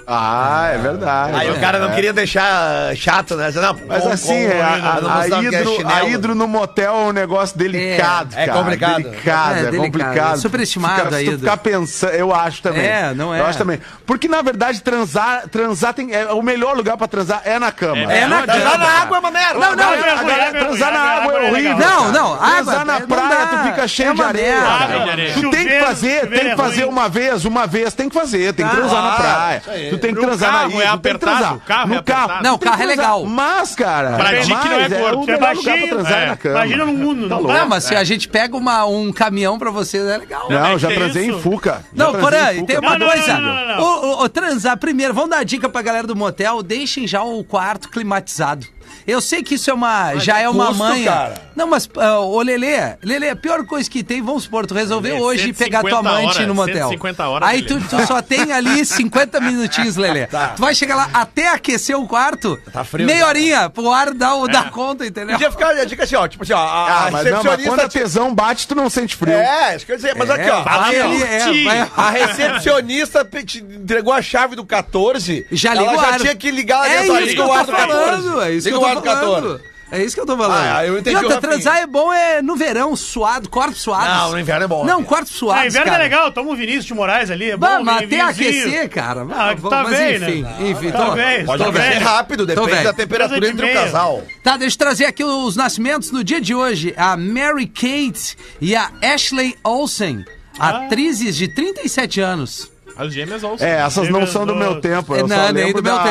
[SPEAKER 6] Ah, é verdade.
[SPEAKER 8] Aí o cara não queria deixar chato, né? Não,
[SPEAKER 6] Mas assim, é, a, a-
[SPEAKER 8] não
[SPEAKER 6] a
[SPEAKER 8] mostrava que é
[SPEAKER 6] hidro,
[SPEAKER 8] chinelo.
[SPEAKER 6] a hidro no motel é um negócio delicado,
[SPEAKER 8] É, é
[SPEAKER 6] cara.
[SPEAKER 8] complicado.
[SPEAKER 6] Delicado,
[SPEAKER 4] É,
[SPEAKER 6] é,
[SPEAKER 4] delicado,
[SPEAKER 6] complicado.
[SPEAKER 4] é superestimado
[SPEAKER 6] Cara, se
[SPEAKER 4] a
[SPEAKER 6] tu
[SPEAKER 4] hidro.
[SPEAKER 6] ficar pensando, eu acho também.
[SPEAKER 4] É, não é.
[SPEAKER 6] Eu acho também. Porque, na verdade, transar, transar tem, é, o melhor lugar pra transar é na cama.
[SPEAKER 4] É na
[SPEAKER 8] Transar na
[SPEAKER 4] cama.
[SPEAKER 8] água é uma merda.
[SPEAKER 4] Não, não,
[SPEAKER 6] A galera- a galera-
[SPEAKER 5] é mesmo,
[SPEAKER 6] transar na
[SPEAKER 5] é,
[SPEAKER 6] água
[SPEAKER 5] água
[SPEAKER 6] é
[SPEAKER 5] é
[SPEAKER 6] horrível.
[SPEAKER 5] legal.
[SPEAKER 4] Não, não,
[SPEAKER 6] Transar
[SPEAKER 4] água, é,
[SPEAKER 6] na
[SPEAKER 4] não
[SPEAKER 6] praia,
[SPEAKER 4] dá.
[SPEAKER 6] tu fica cheio
[SPEAKER 4] É
[SPEAKER 6] de
[SPEAKER 4] uma
[SPEAKER 6] areia.
[SPEAKER 4] merda.
[SPEAKER 6] cara.
[SPEAKER 7] Água de areia.
[SPEAKER 6] Tu tem que
[SPEAKER 5] Chuveiro-
[SPEAKER 6] fazer,
[SPEAKER 5] chuveiro
[SPEAKER 6] tem
[SPEAKER 5] é
[SPEAKER 6] que fazer
[SPEAKER 5] ruim.
[SPEAKER 6] uma vez, uma vez, tem que fazer, tem que transar na praia. Tu tem que
[SPEAKER 7] No
[SPEAKER 6] transar
[SPEAKER 7] carro
[SPEAKER 6] na ilha,
[SPEAKER 7] é
[SPEAKER 6] tu tem que
[SPEAKER 7] apertado,
[SPEAKER 6] transar.
[SPEAKER 7] o carro
[SPEAKER 6] no
[SPEAKER 7] é
[SPEAKER 6] carro.
[SPEAKER 7] apertado.
[SPEAKER 4] Não,
[SPEAKER 6] tu tem que
[SPEAKER 4] carro é
[SPEAKER 6] transar.
[SPEAKER 4] legal.
[SPEAKER 6] Mas, cara,
[SPEAKER 7] Pra
[SPEAKER 6] mas,
[SPEAKER 7] gente que não é gordo.
[SPEAKER 5] Tu é
[SPEAKER 6] o melhor lugar pra
[SPEAKER 5] baixinho,
[SPEAKER 6] transar é
[SPEAKER 7] é.
[SPEAKER 6] na cama.
[SPEAKER 5] Imagina um no mundo,
[SPEAKER 6] Tá
[SPEAKER 5] não
[SPEAKER 6] louco.
[SPEAKER 5] dá?
[SPEAKER 4] Não, Ah, mas se a gente pega uma, um caminhão pra vocês, é legal.
[SPEAKER 6] Não,
[SPEAKER 7] é que
[SPEAKER 6] já
[SPEAKER 7] é
[SPEAKER 6] transei
[SPEAKER 7] isso?
[SPEAKER 6] em Fuca. Já
[SPEAKER 4] Ah, Não,
[SPEAKER 6] transei em
[SPEAKER 4] Porã,
[SPEAKER 6] Fuca.
[SPEAKER 4] tem uma
[SPEAKER 5] Não, não,
[SPEAKER 4] coisa.
[SPEAKER 5] não, não, não, não.
[SPEAKER 4] Ô, ô, ô, transar, primeiro, vamos dar uma dica pra galera do motel: deixem já o quarto climatizado. Eu sei que isso é uma. já é uma
[SPEAKER 8] custo,
[SPEAKER 4] manha.
[SPEAKER 8] cara.
[SPEAKER 4] Não, mas, ah, ô Lelê, Lelê, a pior coisa que tem, vamos supor, tu resolveu
[SPEAKER 7] Lelê,
[SPEAKER 4] hoje pegar tua
[SPEAKER 7] 150
[SPEAKER 4] amante
[SPEAKER 7] horas,
[SPEAKER 4] no motel.
[SPEAKER 7] 150 horas,
[SPEAKER 4] Aí tu,
[SPEAKER 7] Lelê.
[SPEAKER 4] tu só tem ali 50 minutinhos, Lelê. Tu vai chegar lá até aquecer o quarto,
[SPEAKER 8] Tá frio,
[SPEAKER 4] meia
[SPEAKER 8] né?
[SPEAKER 4] horinha pro ar dar, o- dar conta, entendeu?
[SPEAKER 8] Podia ficar a dica assim, ó. Tipo assim, ó. A,
[SPEAKER 6] Ah,
[SPEAKER 8] a
[SPEAKER 6] mas, não, mas quando a
[SPEAKER 8] recepcionista.
[SPEAKER 6] tesão bate, tu não sente frio.
[SPEAKER 8] É, isso que eu ia dizer. Mas aqui, ó.
[SPEAKER 4] vai
[SPEAKER 8] a-
[SPEAKER 4] ali, é, vai-
[SPEAKER 8] A recepcionista pe- te entregou a chave do 14.
[SPEAKER 4] Já liga
[SPEAKER 8] ela
[SPEAKER 4] o
[SPEAKER 8] já
[SPEAKER 4] ar.
[SPEAKER 8] tinha que ligar lá
[SPEAKER 4] é
[SPEAKER 8] dentro. ó,
[SPEAKER 4] isso que eu
[SPEAKER 8] o ar
[SPEAKER 4] tô
[SPEAKER 8] do 14.
[SPEAKER 4] falando, é isso que
[SPEAKER 8] Liga o
[SPEAKER 4] eu
[SPEAKER 8] ar
[SPEAKER 4] tô
[SPEAKER 8] do
[SPEAKER 4] falando.
[SPEAKER 8] 14.
[SPEAKER 4] É isso que eu tô falando.
[SPEAKER 8] Ah, eu entendi
[SPEAKER 4] E
[SPEAKER 8] o
[SPEAKER 4] outra,
[SPEAKER 8] Rafinha.
[SPEAKER 4] transar é bom é no verão, suado, corpos suados.
[SPEAKER 8] Não, no inverno é bom.
[SPEAKER 4] Não,
[SPEAKER 8] né?
[SPEAKER 4] corpos suados,
[SPEAKER 5] Ah, inverno
[SPEAKER 4] cara.
[SPEAKER 5] é legal, toma um Vinícius de Moraes ali, é
[SPEAKER 4] Bah,
[SPEAKER 5] bom,
[SPEAKER 4] mas
[SPEAKER 5] um
[SPEAKER 4] até
[SPEAKER 5] vinhozinho.
[SPEAKER 4] aquecer, cara.
[SPEAKER 5] Ah,
[SPEAKER 4] Mas,
[SPEAKER 5] tá
[SPEAKER 4] mas
[SPEAKER 5] bem,
[SPEAKER 4] enfim,
[SPEAKER 5] né?
[SPEAKER 4] enfim.
[SPEAKER 5] tá
[SPEAKER 4] tô-
[SPEAKER 5] bem,
[SPEAKER 4] tô
[SPEAKER 8] Pode
[SPEAKER 5] Tô
[SPEAKER 8] acontecer
[SPEAKER 5] velho.
[SPEAKER 8] rápido, depende
[SPEAKER 4] velho.
[SPEAKER 8] da
[SPEAKER 5] Coisa
[SPEAKER 8] temperatura
[SPEAKER 5] é de
[SPEAKER 8] entre o
[SPEAKER 5] meia.
[SPEAKER 8] casal.
[SPEAKER 4] Tá, deixa eu trazer aqui os nascimentos no dia de hoje. A Mary Kate e a Ashley Olsen,
[SPEAKER 5] Ah.
[SPEAKER 4] atrizes de 37 anos.
[SPEAKER 7] As gêmeas ou
[SPEAKER 6] É, essas não são do meu tempo. Eu
[SPEAKER 4] Não,
[SPEAKER 6] só
[SPEAKER 4] nem
[SPEAKER 6] lembro
[SPEAKER 4] do meu
[SPEAKER 6] da-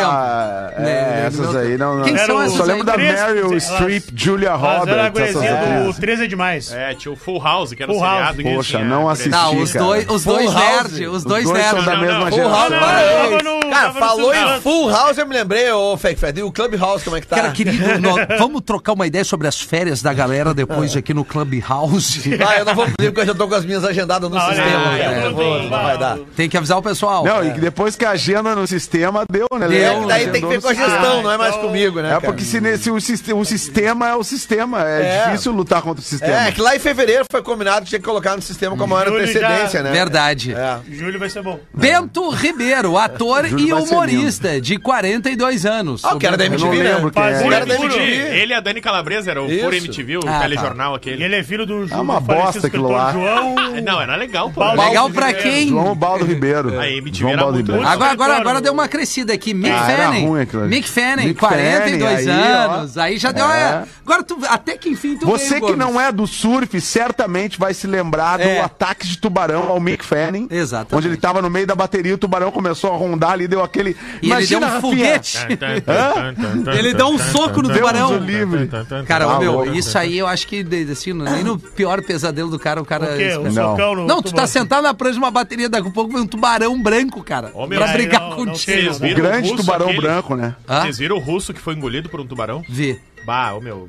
[SPEAKER 4] tempo.
[SPEAKER 6] É,
[SPEAKER 4] Nem- nem do
[SPEAKER 6] essas
[SPEAKER 4] meu
[SPEAKER 6] aí
[SPEAKER 4] tempo.
[SPEAKER 6] não. não.
[SPEAKER 4] Quem
[SPEAKER 5] são
[SPEAKER 6] eu só
[SPEAKER 5] essas
[SPEAKER 6] lembro
[SPEAKER 5] aí?
[SPEAKER 6] da
[SPEAKER 5] Três,
[SPEAKER 6] Meryl
[SPEAKER 5] elas-
[SPEAKER 6] Streep, Julia
[SPEAKER 5] Mas era a
[SPEAKER 6] Roberts. essas
[SPEAKER 5] gurezinha
[SPEAKER 6] aí.
[SPEAKER 5] do 13 é demais.
[SPEAKER 7] É, tinha o Full House, que era
[SPEAKER 5] Full
[SPEAKER 7] o
[SPEAKER 5] House.
[SPEAKER 7] seriado. que
[SPEAKER 6] Poxa,
[SPEAKER 7] tinha
[SPEAKER 6] não
[SPEAKER 7] a
[SPEAKER 6] assisti.
[SPEAKER 7] gurezinha.
[SPEAKER 4] Não, Tá, os
[SPEAKER 6] cara.
[SPEAKER 4] dois, os
[SPEAKER 8] Full
[SPEAKER 4] dois
[SPEAKER 8] House.
[SPEAKER 4] nerd, os
[SPEAKER 6] Os
[SPEAKER 4] dois
[SPEAKER 6] dois são
[SPEAKER 4] nerd.
[SPEAKER 6] da
[SPEAKER 7] Não, não,
[SPEAKER 6] mesma
[SPEAKER 7] não.
[SPEAKER 8] Full
[SPEAKER 6] geração.
[SPEAKER 8] House,
[SPEAKER 5] Não, eu tava no
[SPEAKER 8] Cara,
[SPEAKER 5] tava no
[SPEAKER 8] falou
[SPEAKER 5] Silvio
[SPEAKER 8] em
[SPEAKER 5] Santos.
[SPEAKER 8] Full House, eu me lembrei, ô Fake Fed. E o Clubhouse, como é que tá?
[SPEAKER 4] Cara, querido, nós vamos trocar uma ideia sobre as férias da galera depois aqui no Clubhouse.
[SPEAKER 8] Ah, eu não vou poder porque eu já tô com as minhas agendadas no
[SPEAKER 5] Ah, olha,
[SPEAKER 8] sistema.
[SPEAKER 5] ah,
[SPEAKER 8] cara.
[SPEAKER 5] eu
[SPEAKER 8] Eu vou- não
[SPEAKER 5] também,
[SPEAKER 8] vai dar.
[SPEAKER 5] Mauro.
[SPEAKER 4] Tem que avisar o pessoal.
[SPEAKER 6] Não, e depois que a agenda no sistema, deu, né?
[SPEAKER 4] É.
[SPEAKER 8] É
[SPEAKER 4] Deu,
[SPEAKER 6] Léo?
[SPEAKER 8] que daí tem que
[SPEAKER 6] Agendou
[SPEAKER 8] ver com a
[SPEAKER 6] no sistema.
[SPEAKER 8] gestão, não é mais
[SPEAKER 5] então-
[SPEAKER 8] comigo, né?
[SPEAKER 4] um
[SPEAKER 6] É
[SPEAKER 8] cara?
[SPEAKER 6] porque se, ne- se o, siste- o sistema é o sistema, é,
[SPEAKER 8] É.
[SPEAKER 6] difícil lutar contra o sistema.
[SPEAKER 8] É, que lá em fevereiro foi combinado que tinha que colocar no sistema com a maior
[SPEAKER 5] Júlio já-
[SPEAKER 8] antecedência, né?
[SPEAKER 4] Verdade.
[SPEAKER 8] É.
[SPEAKER 5] Júlio vai ser bom.
[SPEAKER 4] Bento Ribeiro, ator
[SPEAKER 6] Júlio
[SPEAKER 4] e
[SPEAKER 6] vai ser
[SPEAKER 4] humorista de 42 anos.
[SPEAKER 8] Ah, o cara da
[SPEAKER 6] Eu não
[SPEAKER 8] MTV, né?
[SPEAKER 6] lembro quem
[SPEAKER 5] Faz
[SPEAKER 6] é.
[SPEAKER 5] um
[SPEAKER 8] cara da
[SPEAKER 5] Furo.
[SPEAKER 8] MTV.
[SPEAKER 7] Ele e a Dani Calabresa, era o
[SPEAKER 8] Isso.
[SPEAKER 7] Furo MTV, o
[SPEAKER 4] Ah,
[SPEAKER 7] telejornal
[SPEAKER 5] E
[SPEAKER 7] aquele. Ah,
[SPEAKER 5] ele é filho do Júlio,
[SPEAKER 6] uma
[SPEAKER 5] falecido
[SPEAKER 6] bosta aquilo
[SPEAKER 5] escritor
[SPEAKER 6] lá.
[SPEAKER 5] João.
[SPEAKER 6] um
[SPEAKER 7] Não, era legal, pô.
[SPEAKER 5] Paulo-
[SPEAKER 4] Legal
[SPEAKER 5] Baldo
[SPEAKER 4] pra
[SPEAKER 5] Ribeiro.
[SPEAKER 4] quem?
[SPEAKER 6] João Baldo Ribeiro.
[SPEAKER 7] A MTV
[SPEAKER 6] João
[SPEAKER 7] era
[SPEAKER 6] Baldo
[SPEAKER 7] muito
[SPEAKER 6] Ribeiro.
[SPEAKER 7] boa.
[SPEAKER 4] Agora, agora,
[SPEAKER 5] retorno.
[SPEAKER 4] agora deu uma crescida aqui. Mick
[SPEAKER 6] Ah, era
[SPEAKER 4] Fanning.
[SPEAKER 6] ruim aquilo ali.
[SPEAKER 4] Mick Fanning,
[SPEAKER 6] Mick
[SPEAKER 4] 42
[SPEAKER 6] Fanning, aí, ó.
[SPEAKER 4] anos. Aí já deu.
[SPEAKER 6] É.
[SPEAKER 4] Agora, tu, até que enfim, tu
[SPEAKER 6] Você
[SPEAKER 4] veio,
[SPEAKER 6] que
[SPEAKER 4] Gomes.
[SPEAKER 6] não é do surf, certamente vai se lembrar
[SPEAKER 4] É.
[SPEAKER 6] do ataque de tubarão ao Mick Fanning.
[SPEAKER 4] Exatamente.
[SPEAKER 6] Onde ele tava no meio da bateria, o tubarão começou a rondar ali, deu aquele.
[SPEAKER 4] E ele deu um
[SPEAKER 6] Rafinha, É.
[SPEAKER 4] foguete. Ele dá um soco no tubarão.
[SPEAKER 6] o livre.
[SPEAKER 4] Cara,
[SPEAKER 6] Tá
[SPEAKER 4] meu,
[SPEAKER 6] louco.
[SPEAKER 4] isso aí eu acho que assim, no- nem no pior pesadelo do cara, o cara.
[SPEAKER 5] O quê?
[SPEAKER 4] espera.
[SPEAKER 5] Um
[SPEAKER 6] Não.
[SPEAKER 5] socão no
[SPEAKER 4] É Não, tu tá
[SPEAKER 5] tubarão.
[SPEAKER 4] sentado na prancha de uma bateria, daqui a pouco vem um tubarão branco, cara.
[SPEAKER 7] Ô, meu,
[SPEAKER 4] pra
[SPEAKER 7] aí
[SPEAKER 4] brigar
[SPEAKER 5] não- não
[SPEAKER 4] contigo.
[SPEAKER 5] fez,
[SPEAKER 6] O
[SPEAKER 5] viu?
[SPEAKER 6] um grande
[SPEAKER 7] Russo,
[SPEAKER 6] tubarão
[SPEAKER 7] aquele.
[SPEAKER 6] branco, né?
[SPEAKER 4] Hã?
[SPEAKER 7] Vocês viram o russo que foi engolido por um tubarão?
[SPEAKER 4] Vê.
[SPEAKER 7] Bah, ô meu.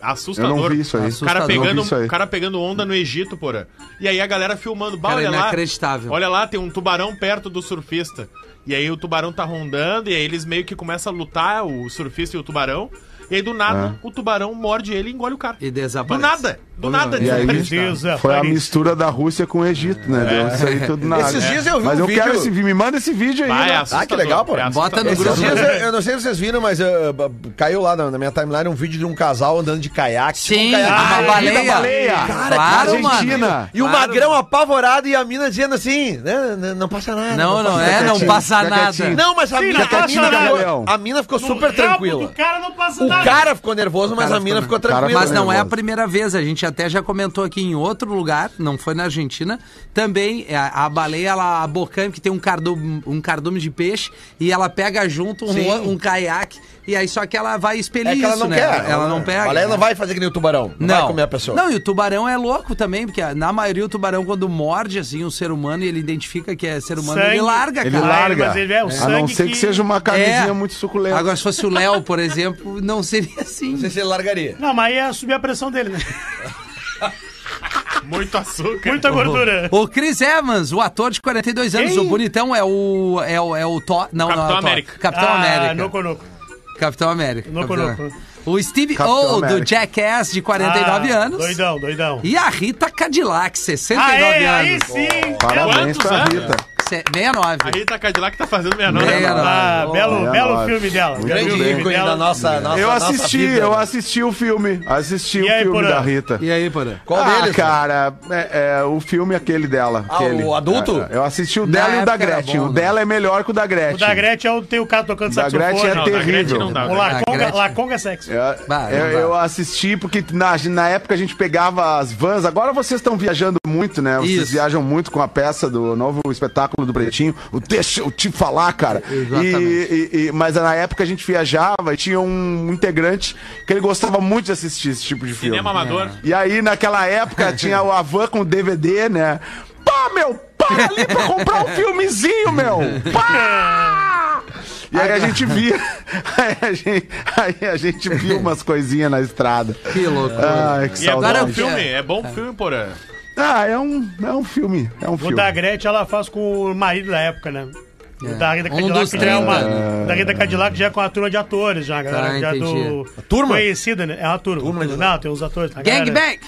[SPEAKER 7] Assustador.
[SPEAKER 6] Eu não vi isso aí.
[SPEAKER 7] O cara
[SPEAKER 4] Assustador.
[SPEAKER 7] pegando,
[SPEAKER 6] Eu vi isso aí.
[SPEAKER 7] o cara pegando onda no Egito, porra. E aí a galera filmando. Bah,
[SPEAKER 4] Cara,
[SPEAKER 7] olha lá.
[SPEAKER 4] inacreditável.
[SPEAKER 7] Olha lá, tem um tubarão perto do surfista. E aí o tubarão tá rondando, e aí eles meio que começam a lutar, o surfista e o tubarão. E aí do nada,
[SPEAKER 6] É.
[SPEAKER 7] o tubarão morde ele e engole o cara.
[SPEAKER 4] E
[SPEAKER 7] do
[SPEAKER 4] desaparece.
[SPEAKER 7] nada, do
[SPEAKER 4] Ô, meu,
[SPEAKER 7] nada.
[SPEAKER 6] E aí,
[SPEAKER 5] Precisa,
[SPEAKER 6] foi a
[SPEAKER 5] Farid.
[SPEAKER 6] mistura da Rússia com o Egito, né?
[SPEAKER 5] É.
[SPEAKER 6] Deu isso aí tudo na
[SPEAKER 8] Esses dias eu vi
[SPEAKER 6] Mas
[SPEAKER 8] um
[SPEAKER 6] eu
[SPEAKER 8] vídeo-
[SPEAKER 6] quero esse vídeo. Me manda esse vídeo aí.
[SPEAKER 7] Bah, é
[SPEAKER 6] né?
[SPEAKER 7] assustador.
[SPEAKER 8] Ah, que legal, pô.
[SPEAKER 7] É
[SPEAKER 4] Bota no
[SPEAKER 7] assustador.
[SPEAKER 8] Esses
[SPEAKER 4] grupo.
[SPEAKER 8] dias, eu, eu não sei se vocês viram, mas ah, b- caiu lá na, na minha timeline um vídeo de um casal andando de caiaque. tipo
[SPEAKER 4] Sim,
[SPEAKER 8] um caiaque.
[SPEAKER 4] uma
[SPEAKER 8] Ah,
[SPEAKER 4] baleia.
[SPEAKER 8] da Cara,
[SPEAKER 4] Claro,
[SPEAKER 8] que maravilha.
[SPEAKER 6] mano.
[SPEAKER 8] E o
[SPEAKER 4] Claro.
[SPEAKER 8] magrão apavorado e a mina dizendo assim, né, n- não passa nada.
[SPEAKER 4] Não, não
[SPEAKER 8] passa
[SPEAKER 4] é, não
[SPEAKER 6] quietinho,
[SPEAKER 4] passa
[SPEAKER 6] fica
[SPEAKER 4] nada.
[SPEAKER 6] quietinho.
[SPEAKER 8] Não, mas a
[SPEAKER 5] Sim,
[SPEAKER 8] mina,
[SPEAKER 5] não
[SPEAKER 8] a,
[SPEAKER 5] passa
[SPEAKER 8] mina
[SPEAKER 5] nada.
[SPEAKER 8] ficou, a mina ficou
[SPEAKER 5] No
[SPEAKER 8] super
[SPEAKER 5] rabo
[SPEAKER 8] tranquila.
[SPEAKER 5] do cara não passa
[SPEAKER 8] O
[SPEAKER 5] nada.
[SPEAKER 8] cara ficou nervoso, mas a mina ficou
[SPEAKER 6] nervoso.
[SPEAKER 8] tranquila.
[SPEAKER 4] Mas não é a
[SPEAKER 6] nervoso.
[SPEAKER 4] primeira vez, a gente até já comentou aqui em outro lugar, não foi na Argentina, também é, a, a baleia, ela, a bocan, que tem um cardume, um cardume de peixe, e ela pega junto
[SPEAKER 8] Sim.
[SPEAKER 4] um, um caiaque, e aí só que ela vai expelir
[SPEAKER 8] É que ela
[SPEAKER 4] isso,
[SPEAKER 8] não
[SPEAKER 4] né?
[SPEAKER 8] quer.
[SPEAKER 4] Ela não pega. né?
[SPEAKER 8] A baleia não vai fazer que nem o tubarão. Não, vai comer a pessoa.
[SPEAKER 4] Não, e o tubarão é louco também, porque na maioria o tubarão, quando morde assim um ser humano e ele identifica que é ser humano, ele
[SPEAKER 5] Sangue.
[SPEAKER 4] larga,
[SPEAKER 6] Ele
[SPEAKER 4] cara.
[SPEAKER 6] larga.
[SPEAKER 5] mas ele é o
[SPEAKER 6] a não
[SPEAKER 5] sangue
[SPEAKER 6] ser que,
[SPEAKER 5] que-
[SPEAKER 6] seja uma carnezinha muito suculenta.
[SPEAKER 4] É. Agora, se fosse o Léo, por exemplo, não seria assim.
[SPEAKER 8] Não sei se ele largaria.
[SPEAKER 5] Não, mas ia subir a pressão dele, né?
[SPEAKER 7] Muito açúcar.
[SPEAKER 5] Muita gordura.
[SPEAKER 4] O Chris Evans, o ator de 42 anos,
[SPEAKER 5] Quem?
[SPEAKER 4] o bonitão é o. É o, é o Thor. Não, não, é o
[SPEAKER 7] Capitão
[SPEAKER 4] Thor.
[SPEAKER 7] América.
[SPEAKER 4] Capitão
[SPEAKER 5] Ah,
[SPEAKER 4] América.
[SPEAKER 5] no conoco.
[SPEAKER 4] Capitão América.
[SPEAKER 5] No
[SPEAKER 4] Capitão
[SPEAKER 5] Conoco.
[SPEAKER 4] América. O Steve oh,
[SPEAKER 6] Capitão
[SPEAKER 4] O, do
[SPEAKER 6] América.
[SPEAKER 4] Jackass, de 49 anos.
[SPEAKER 5] Ah, Doidão, doidão.
[SPEAKER 4] E a Rita Cadillac, 69
[SPEAKER 5] Aê, aí
[SPEAKER 4] anos.
[SPEAKER 5] sim.
[SPEAKER 6] Parabéns
[SPEAKER 7] Quantos
[SPEAKER 6] pra
[SPEAKER 7] anos?
[SPEAKER 6] Rita.
[SPEAKER 4] Se- 69.
[SPEAKER 7] A Rita Cadillac tá fazendo minha nota.
[SPEAKER 4] Meia nota.
[SPEAKER 5] Ah,
[SPEAKER 4] Boa.
[SPEAKER 5] belo,
[SPEAKER 6] É,
[SPEAKER 5] belo
[SPEAKER 6] ó,
[SPEAKER 5] filme dela.
[SPEAKER 6] muito
[SPEAKER 5] Belo
[SPEAKER 8] Grande
[SPEAKER 6] Tudo bem.
[SPEAKER 5] filme
[SPEAKER 8] ícone da
[SPEAKER 5] dela.
[SPEAKER 8] nossa, nossa
[SPEAKER 6] Eu
[SPEAKER 8] nossa
[SPEAKER 6] assisti,
[SPEAKER 8] vida. né?
[SPEAKER 6] eu assisti o filme. Assisti
[SPEAKER 5] E
[SPEAKER 6] o
[SPEAKER 5] aí,
[SPEAKER 6] filme
[SPEAKER 5] Porã?
[SPEAKER 6] da Rita.
[SPEAKER 4] E aí, Porã?
[SPEAKER 8] Qual
[SPEAKER 6] ah,
[SPEAKER 8] deles?
[SPEAKER 6] cara, é, é o filme aquele dela.
[SPEAKER 8] Ah,
[SPEAKER 6] aquele.
[SPEAKER 8] o adulto?
[SPEAKER 6] É, eu assisti o
[SPEAKER 4] Na
[SPEAKER 6] dela e o da
[SPEAKER 4] época era
[SPEAKER 6] Gretchen.
[SPEAKER 4] bom,
[SPEAKER 6] o
[SPEAKER 4] né?
[SPEAKER 6] dela é melhor que o da Gretchen.
[SPEAKER 5] O da Gretchen é o tem o cara tocando
[SPEAKER 6] Da
[SPEAKER 5] saxofone.
[SPEAKER 6] Gretchen é
[SPEAKER 7] Não, da
[SPEAKER 6] terrível.
[SPEAKER 7] Gretchen não dá.
[SPEAKER 5] O
[SPEAKER 4] Da
[SPEAKER 5] Laconga,
[SPEAKER 4] Gretchen.
[SPEAKER 5] Laconga é sexo.
[SPEAKER 6] É,
[SPEAKER 4] Bah, não
[SPEAKER 6] é,
[SPEAKER 4] dá.
[SPEAKER 6] eu assisti porque na, na época a gente pegava as vans. Agora vocês estão viajando muito, né? Vocês
[SPEAKER 4] Isso.
[SPEAKER 6] viajam muito com a peça do novo espetáculo do Pretinho. O Deixa eu te falar, cara.
[SPEAKER 4] Exatamente.
[SPEAKER 6] E- e- e- mas na época a gente viajava e tinha um integrante que ele gostava muito de assistir esse tipo de filme.
[SPEAKER 7] Cinema amador.
[SPEAKER 6] E aí, naquela época, tinha o Avan com DVD, né? Pá, meu, para ali pra comprar um filmezinho, meu! Pá! E aí a gente via, aí a gente, aí a gente viu umas coisinhas na estrada.
[SPEAKER 4] Que loucura.
[SPEAKER 6] Ai, que
[SPEAKER 7] E é bom
[SPEAKER 4] Agora-
[SPEAKER 6] saudade.
[SPEAKER 7] filme, é bom filme, porra.
[SPEAKER 6] Ah, é um, é um filme, é um
[SPEAKER 5] O
[SPEAKER 6] filme.
[SPEAKER 5] da Gretchen ela faz com o marido da época, né?
[SPEAKER 4] É.
[SPEAKER 5] O da Rita
[SPEAKER 4] Um
[SPEAKER 5] Cadillac
[SPEAKER 4] dos
[SPEAKER 5] já é uma.
[SPEAKER 4] 30,
[SPEAKER 5] Da Rita Cadillac já é com a turma de atores, já, a galera.
[SPEAKER 4] Tá,
[SPEAKER 5] já do.
[SPEAKER 4] entendi.
[SPEAKER 8] turma?
[SPEAKER 5] Conhecida, né? É uma turma.
[SPEAKER 8] Turma, né?
[SPEAKER 5] não, tem os atores. a galera-
[SPEAKER 4] Gangbang!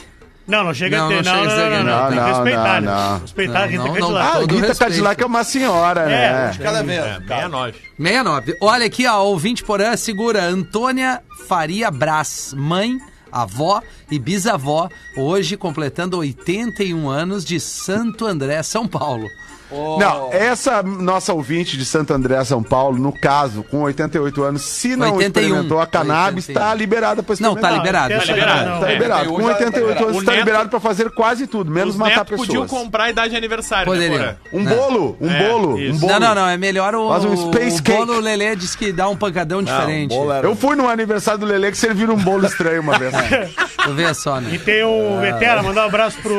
[SPEAKER 5] Não, não chega
[SPEAKER 4] Não,
[SPEAKER 5] a
[SPEAKER 4] não
[SPEAKER 5] ter. Não,
[SPEAKER 4] chega a ser
[SPEAKER 5] não, não,
[SPEAKER 6] gangbang.
[SPEAKER 5] não. Tem que
[SPEAKER 6] Não, não,
[SPEAKER 5] respeitar,
[SPEAKER 6] não,
[SPEAKER 5] né?
[SPEAKER 6] não.
[SPEAKER 5] Respeitar a Rita
[SPEAKER 4] Não, não, não.
[SPEAKER 5] Cadillac.
[SPEAKER 6] Ah,
[SPEAKER 4] Todo
[SPEAKER 6] Rita
[SPEAKER 4] respeito.
[SPEAKER 6] Cadillac é uma senhora, né?
[SPEAKER 5] É.
[SPEAKER 8] Cada vez.
[SPEAKER 7] É,
[SPEAKER 8] cara.
[SPEAKER 7] 69.
[SPEAKER 4] 69. Olha aqui, ó, ouvinte porã segura Antônia Faria Brás, mãe, avó e bisavó, hoje completando 81 anos de Santo André, São Paulo.
[SPEAKER 6] Não, essa nossa ouvinte de Santo André, São Paulo, no caso, com 88 anos, se não
[SPEAKER 4] 81,
[SPEAKER 6] experimentou a cannabis,
[SPEAKER 4] 81.
[SPEAKER 6] está liberada para
[SPEAKER 4] Não, tá
[SPEAKER 6] experimentar.
[SPEAKER 4] liberado. tá
[SPEAKER 5] Não, é liberado.
[SPEAKER 4] liberado.
[SPEAKER 5] Não,
[SPEAKER 6] Tá
[SPEAKER 5] é,
[SPEAKER 6] liberado. Com
[SPEAKER 8] hoje tá
[SPEAKER 6] 88
[SPEAKER 8] liberado.
[SPEAKER 6] anos,
[SPEAKER 7] O
[SPEAKER 6] tá
[SPEAKER 7] Neto-
[SPEAKER 6] liberado pra fazer quase tudo, menos
[SPEAKER 7] Os
[SPEAKER 6] matar
[SPEAKER 7] netos podiam
[SPEAKER 6] pessoas.
[SPEAKER 7] comprar e dar de aniversário,
[SPEAKER 4] Poderiam.
[SPEAKER 7] né, porra?
[SPEAKER 6] Um bolo, um
[SPEAKER 7] É,
[SPEAKER 6] bolo, um
[SPEAKER 7] isso.
[SPEAKER 6] bolo.
[SPEAKER 4] Não, não, não, é melhor o,
[SPEAKER 6] Faz um space
[SPEAKER 4] o bolo
[SPEAKER 6] cake.
[SPEAKER 4] Lelê diz que dá um pancadão
[SPEAKER 8] Não,
[SPEAKER 4] diferente.
[SPEAKER 8] bola era-
[SPEAKER 6] Eu fui no aniversário do Lele que serviram um bolo estranho uma vez.
[SPEAKER 4] Tu vê só, né?
[SPEAKER 5] E tem o Vetera, mandar um abraço pro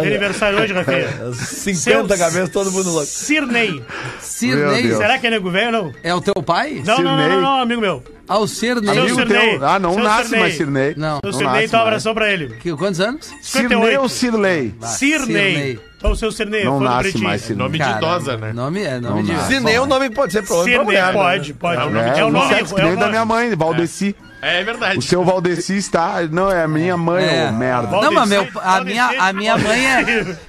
[SPEAKER 5] de aniversário hoje, Rafinha.
[SPEAKER 8] 50 cabeças, todo mundo louco.
[SPEAKER 5] Cirnei.
[SPEAKER 4] Cirnei.
[SPEAKER 6] Deus.
[SPEAKER 5] Será que é nego velho ou não?
[SPEAKER 4] É o teu pai?
[SPEAKER 5] Não, não, não,
[SPEAKER 6] Cirnei.
[SPEAKER 5] não, não, amigo meu. Então,
[SPEAKER 4] Ao Cirnei.
[SPEAKER 5] Seu
[SPEAKER 6] Amigo
[SPEAKER 5] Cirnei.
[SPEAKER 6] teu- Ah, não
[SPEAKER 5] Seu
[SPEAKER 6] nasce
[SPEAKER 5] Cirnei.
[SPEAKER 6] mais Cirnei.
[SPEAKER 4] Não.
[SPEAKER 5] Seu
[SPEAKER 6] Não
[SPEAKER 5] Cirnei,
[SPEAKER 6] nasce
[SPEAKER 5] então um
[SPEAKER 6] mais.
[SPEAKER 5] abração pra ele.
[SPEAKER 4] Que- Quantos anos?
[SPEAKER 6] Cirnei
[SPEAKER 5] 58.
[SPEAKER 6] ou Cirlei?
[SPEAKER 5] Cirnei.
[SPEAKER 4] Cirnei.
[SPEAKER 5] Então, seu Cirnei,
[SPEAKER 6] Não
[SPEAKER 5] foi do
[SPEAKER 6] nasce
[SPEAKER 5] Pretinho.
[SPEAKER 6] mais Cirnei.
[SPEAKER 7] Nome de idosa, né?
[SPEAKER 4] Nome é, nome
[SPEAKER 6] Não
[SPEAKER 4] de.
[SPEAKER 6] nasce.
[SPEAKER 8] Cirnei é um nome que pode ser pra homem e pra
[SPEAKER 5] Cirnei,
[SPEAKER 8] mulher. né?
[SPEAKER 5] pode, pode.
[SPEAKER 7] É o
[SPEAKER 6] É,
[SPEAKER 5] É o
[SPEAKER 6] não
[SPEAKER 5] nome,
[SPEAKER 6] sei,
[SPEAKER 5] é
[SPEAKER 6] que nem
[SPEAKER 5] o
[SPEAKER 6] da minha
[SPEAKER 5] nome.
[SPEAKER 6] mãe, Valdeci.
[SPEAKER 7] É verdade.
[SPEAKER 6] O seu Valdeci está. Não, é a minha mãe,
[SPEAKER 4] É.
[SPEAKER 6] ô merda.
[SPEAKER 4] Não, mas meu,
[SPEAKER 5] Valdeci,
[SPEAKER 4] a, minha, a
[SPEAKER 5] Valdeci.
[SPEAKER 4] minha mãe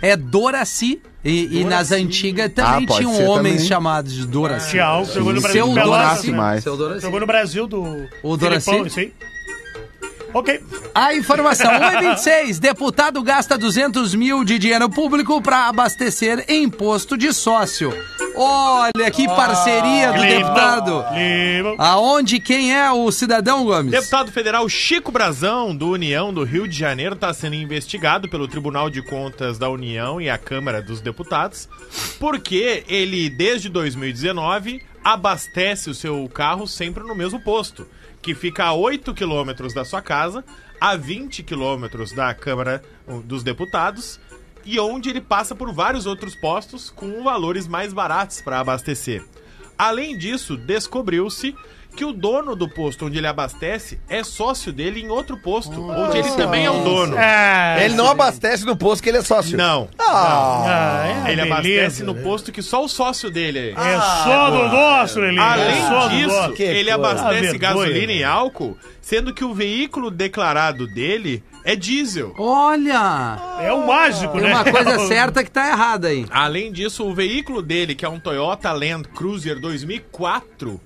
[SPEAKER 4] é, é Doraci. E, e nas antigas também
[SPEAKER 6] Ah, pode
[SPEAKER 4] tinham
[SPEAKER 6] ser
[SPEAKER 4] homens
[SPEAKER 6] também. É.
[SPEAKER 4] chamados de Doraci.
[SPEAKER 5] Tinha algo, jogou no
[SPEAKER 4] E
[SPEAKER 5] Brasil.
[SPEAKER 4] seu
[SPEAKER 5] de Pelotas,
[SPEAKER 4] Doraci.
[SPEAKER 6] Nasce mais.
[SPEAKER 4] Seu Doraci.
[SPEAKER 5] Jogou no Brasil do.
[SPEAKER 4] O Doraci?
[SPEAKER 5] Filipão, Isso aí. Ok.
[SPEAKER 4] A informação 126. Deputado gasta 200 mil de dinheiro público para abastecer em posto de sócio. Olha que
[SPEAKER 6] Ah,
[SPEAKER 4] parceria do
[SPEAKER 5] Limão,
[SPEAKER 4] é deputado.
[SPEAKER 5] Limão.
[SPEAKER 4] Aonde quem é o cidadão Gomes?
[SPEAKER 7] Deputado federal Chico Brazão, do União do Rio de Janeiro, está sendo investigado pelo Tribunal de Contas da União e a Câmara dos Deputados, porque ele, desde 2019, abastece o seu carro sempre no mesmo posto, que fica a 8 quilômetros da sua casa, a 20 quilômetros da Câmara uh, dos Deputados, e onde ele passa por vários outros postos com valores mais baratos para abastecer. Além disso, descobriu-se que o dono do posto onde ele abastece é sócio dele em outro posto, onde ele também é o dono.
[SPEAKER 5] É.
[SPEAKER 8] Ele não abastece no posto que ele é sócio.
[SPEAKER 7] Não.
[SPEAKER 8] Ah,
[SPEAKER 5] Ah, é
[SPEAKER 7] Ele
[SPEAKER 5] beleza,
[SPEAKER 7] abastece no
[SPEAKER 5] né?
[SPEAKER 7] posto que só o sócio dele é.
[SPEAKER 5] É só do nosso, Lelê. é só do
[SPEAKER 7] Além disso,
[SPEAKER 5] nosso.
[SPEAKER 8] Que coisa.
[SPEAKER 7] ele
[SPEAKER 5] Ah,
[SPEAKER 7] abastece
[SPEAKER 5] vergonha.
[SPEAKER 7] gasolina e álcool, sendo que o veículo declarado dele é diesel.
[SPEAKER 4] Olha,
[SPEAKER 5] É o mágico,
[SPEAKER 4] tem
[SPEAKER 5] né?
[SPEAKER 4] uma coisa certa que tá errada aí.
[SPEAKER 7] Além disso, o veículo dele, que é um Toyota Land Cruiser 2004,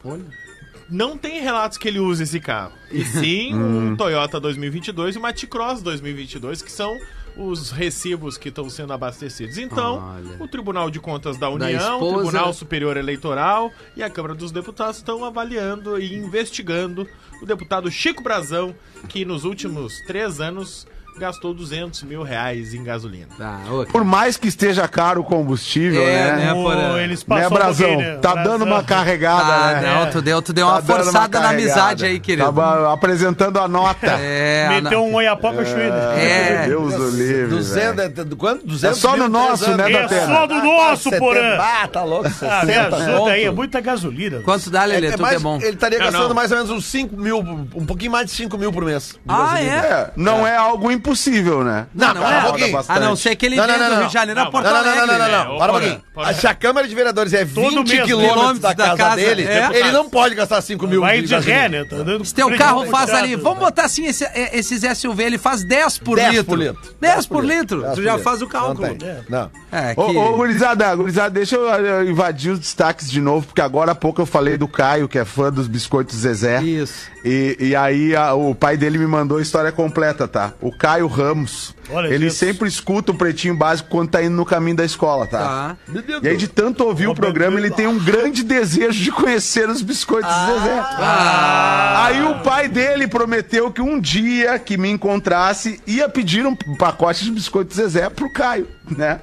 [SPEAKER 7] não tem relatos que ele usa esse carro. E sim
[SPEAKER 4] Hum.
[SPEAKER 7] um Toyota 2022 e uma T-Cross 2022, que são os recibos que estão sendo abastecidos. Então,
[SPEAKER 4] Olha.
[SPEAKER 7] o Tribunal de Contas da
[SPEAKER 4] Da
[SPEAKER 7] União,
[SPEAKER 4] esposa.
[SPEAKER 7] o Tribunal Superior Eleitoral e a Câmara dos Deputados estão avaliando e investigando o deputado Chico Brazão, que nos últimos três anos gastou 200 mil reais em gasolina.
[SPEAKER 4] Tá, ok.
[SPEAKER 6] Por mais que esteja caro o combustível,
[SPEAKER 4] É, né?
[SPEAKER 6] né?
[SPEAKER 5] Pô,
[SPEAKER 4] Porã.
[SPEAKER 5] eles
[SPEAKER 6] Né,
[SPEAKER 5] passam
[SPEAKER 6] Brazão?
[SPEAKER 5] um pouquinho, né?
[SPEAKER 6] Tá dando uma
[SPEAKER 5] Brazão.
[SPEAKER 6] carregada,
[SPEAKER 4] Ah,
[SPEAKER 6] né?
[SPEAKER 4] não, tu deu, tu deu uma
[SPEAKER 6] Tá dando
[SPEAKER 4] forçada na
[SPEAKER 6] carregada. Tá
[SPEAKER 4] amizade aí, querido.
[SPEAKER 6] Tava apresentando a nota.
[SPEAKER 4] É,
[SPEAKER 5] Meteu
[SPEAKER 4] não-
[SPEAKER 5] um oiapoca chuída.
[SPEAKER 4] É.
[SPEAKER 6] Meu Deus do livre.
[SPEAKER 8] 200,
[SPEAKER 6] velho.
[SPEAKER 8] é, do- quanto? 200
[SPEAKER 6] É só no
[SPEAKER 8] mil, três
[SPEAKER 6] nosso,
[SPEAKER 8] anos.
[SPEAKER 6] né,
[SPEAKER 5] É
[SPEAKER 6] Datena?
[SPEAKER 5] só do nosso, Porã.
[SPEAKER 8] Ah, tá louco.
[SPEAKER 5] Ah, me
[SPEAKER 8] 60.
[SPEAKER 5] ajuda aí, é muita gasolina.
[SPEAKER 4] Quanto dá,
[SPEAKER 8] É,
[SPEAKER 4] Lelê?
[SPEAKER 8] é
[SPEAKER 4] Tudo
[SPEAKER 8] mais-
[SPEAKER 4] é bom.
[SPEAKER 8] Ele estaria
[SPEAKER 7] Não,
[SPEAKER 8] gastando
[SPEAKER 7] não.
[SPEAKER 8] mais ou menos uns 5 mil, um pouquinho mais de 5 mil por mês. de
[SPEAKER 4] Ah,
[SPEAKER 8] gasolina.
[SPEAKER 4] é?
[SPEAKER 6] É, não é algo impossível, né?
[SPEAKER 4] Não, não,
[SPEAKER 8] para um
[SPEAKER 4] é.
[SPEAKER 8] pouquinho.
[SPEAKER 4] A não ser que ele
[SPEAKER 8] Não, não,
[SPEAKER 4] venha
[SPEAKER 8] não,
[SPEAKER 4] do
[SPEAKER 8] não.
[SPEAKER 4] Rio de Janeiro a
[SPEAKER 7] Não,
[SPEAKER 4] Porto
[SPEAKER 8] Não, não,
[SPEAKER 4] Alegre.
[SPEAKER 8] não, não, não, não.
[SPEAKER 7] né?
[SPEAKER 8] Para um
[SPEAKER 7] Ô,
[SPEAKER 8] pouquinho.
[SPEAKER 7] Porã,
[SPEAKER 8] Se a Câmara de Vereadores é 20
[SPEAKER 5] mês,
[SPEAKER 8] quilômetros da,
[SPEAKER 4] da
[SPEAKER 8] casa,
[SPEAKER 4] casa,
[SPEAKER 8] dele,
[SPEAKER 4] é.
[SPEAKER 8] ele não pode gastar 5 mil
[SPEAKER 5] Vai de
[SPEAKER 8] gasolina.
[SPEAKER 5] ré, né? Tá dando
[SPEAKER 4] assim, Se teu
[SPEAKER 5] frente
[SPEAKER 4] carro
[SPEAKER 5] ao
[SPEAKER 4] faz
[SPEAKER 5] coitado.
[SPEAKER 4] ali, vamos botar assim, esse- é, esses SUV, ele faz 10 por
[SPEAKER 8] 10
[SPEAKER 4] litro.
[SPEAKER 8] por litro.
[SPEAKER 4] 10 por litro.
[SPEAKER 8] Dez
[SPEAKER 4] Tu
[SPEAKER 8] por
[SPEAKER 4] já
[SPEAKER 8] litro.
[SPEAKER 4] faz o cálculo.
[SPEAKER 8] Não. tem. não.
[SPEAKER 4] É, que...
[SPEAKER 6] Ô, ô, gurizada, gurizada, deixa eu eh, invadir os destaques de novo, porque agora há pouco eu falei do Caio, que é fã dos biscoitos Zezé.
[SPEAKER 4] Isso.
[SPEAKER 6] E, e aí a- o pai dele me mandou a história completa, tá? O Caio Ramos.
[SPEAKER 5] Olha
[SPEAKER 6] ele
[SPEAKER 5] isso.
[SPEAKER 6] sempre escuta o pretinho básico quando tá indo no caminho da escola, tá?
[SPEAKER 4] Tá.
[SPEAKER 6] E aí, de tanto ouvir o programa, ele tem um grande desejo de conhecer os biscoitos Zezé.
[SPEAKER 8] Ah.
[SPEAKER 6] Aí o pai dele prometeu que um dia que me encontrasse, ia pedir um pacote de biscoitos Zezé pro Caio, né?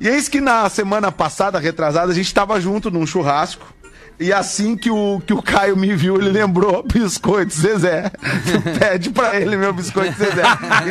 [SPEAKER 6] E eis que na semana passada, retrasada, a gente tava junto num churrasco. E assim que o, que o Caio me viu, ele lembrou biscoito Zezé. Pede pra ele meu biscoito Zezé.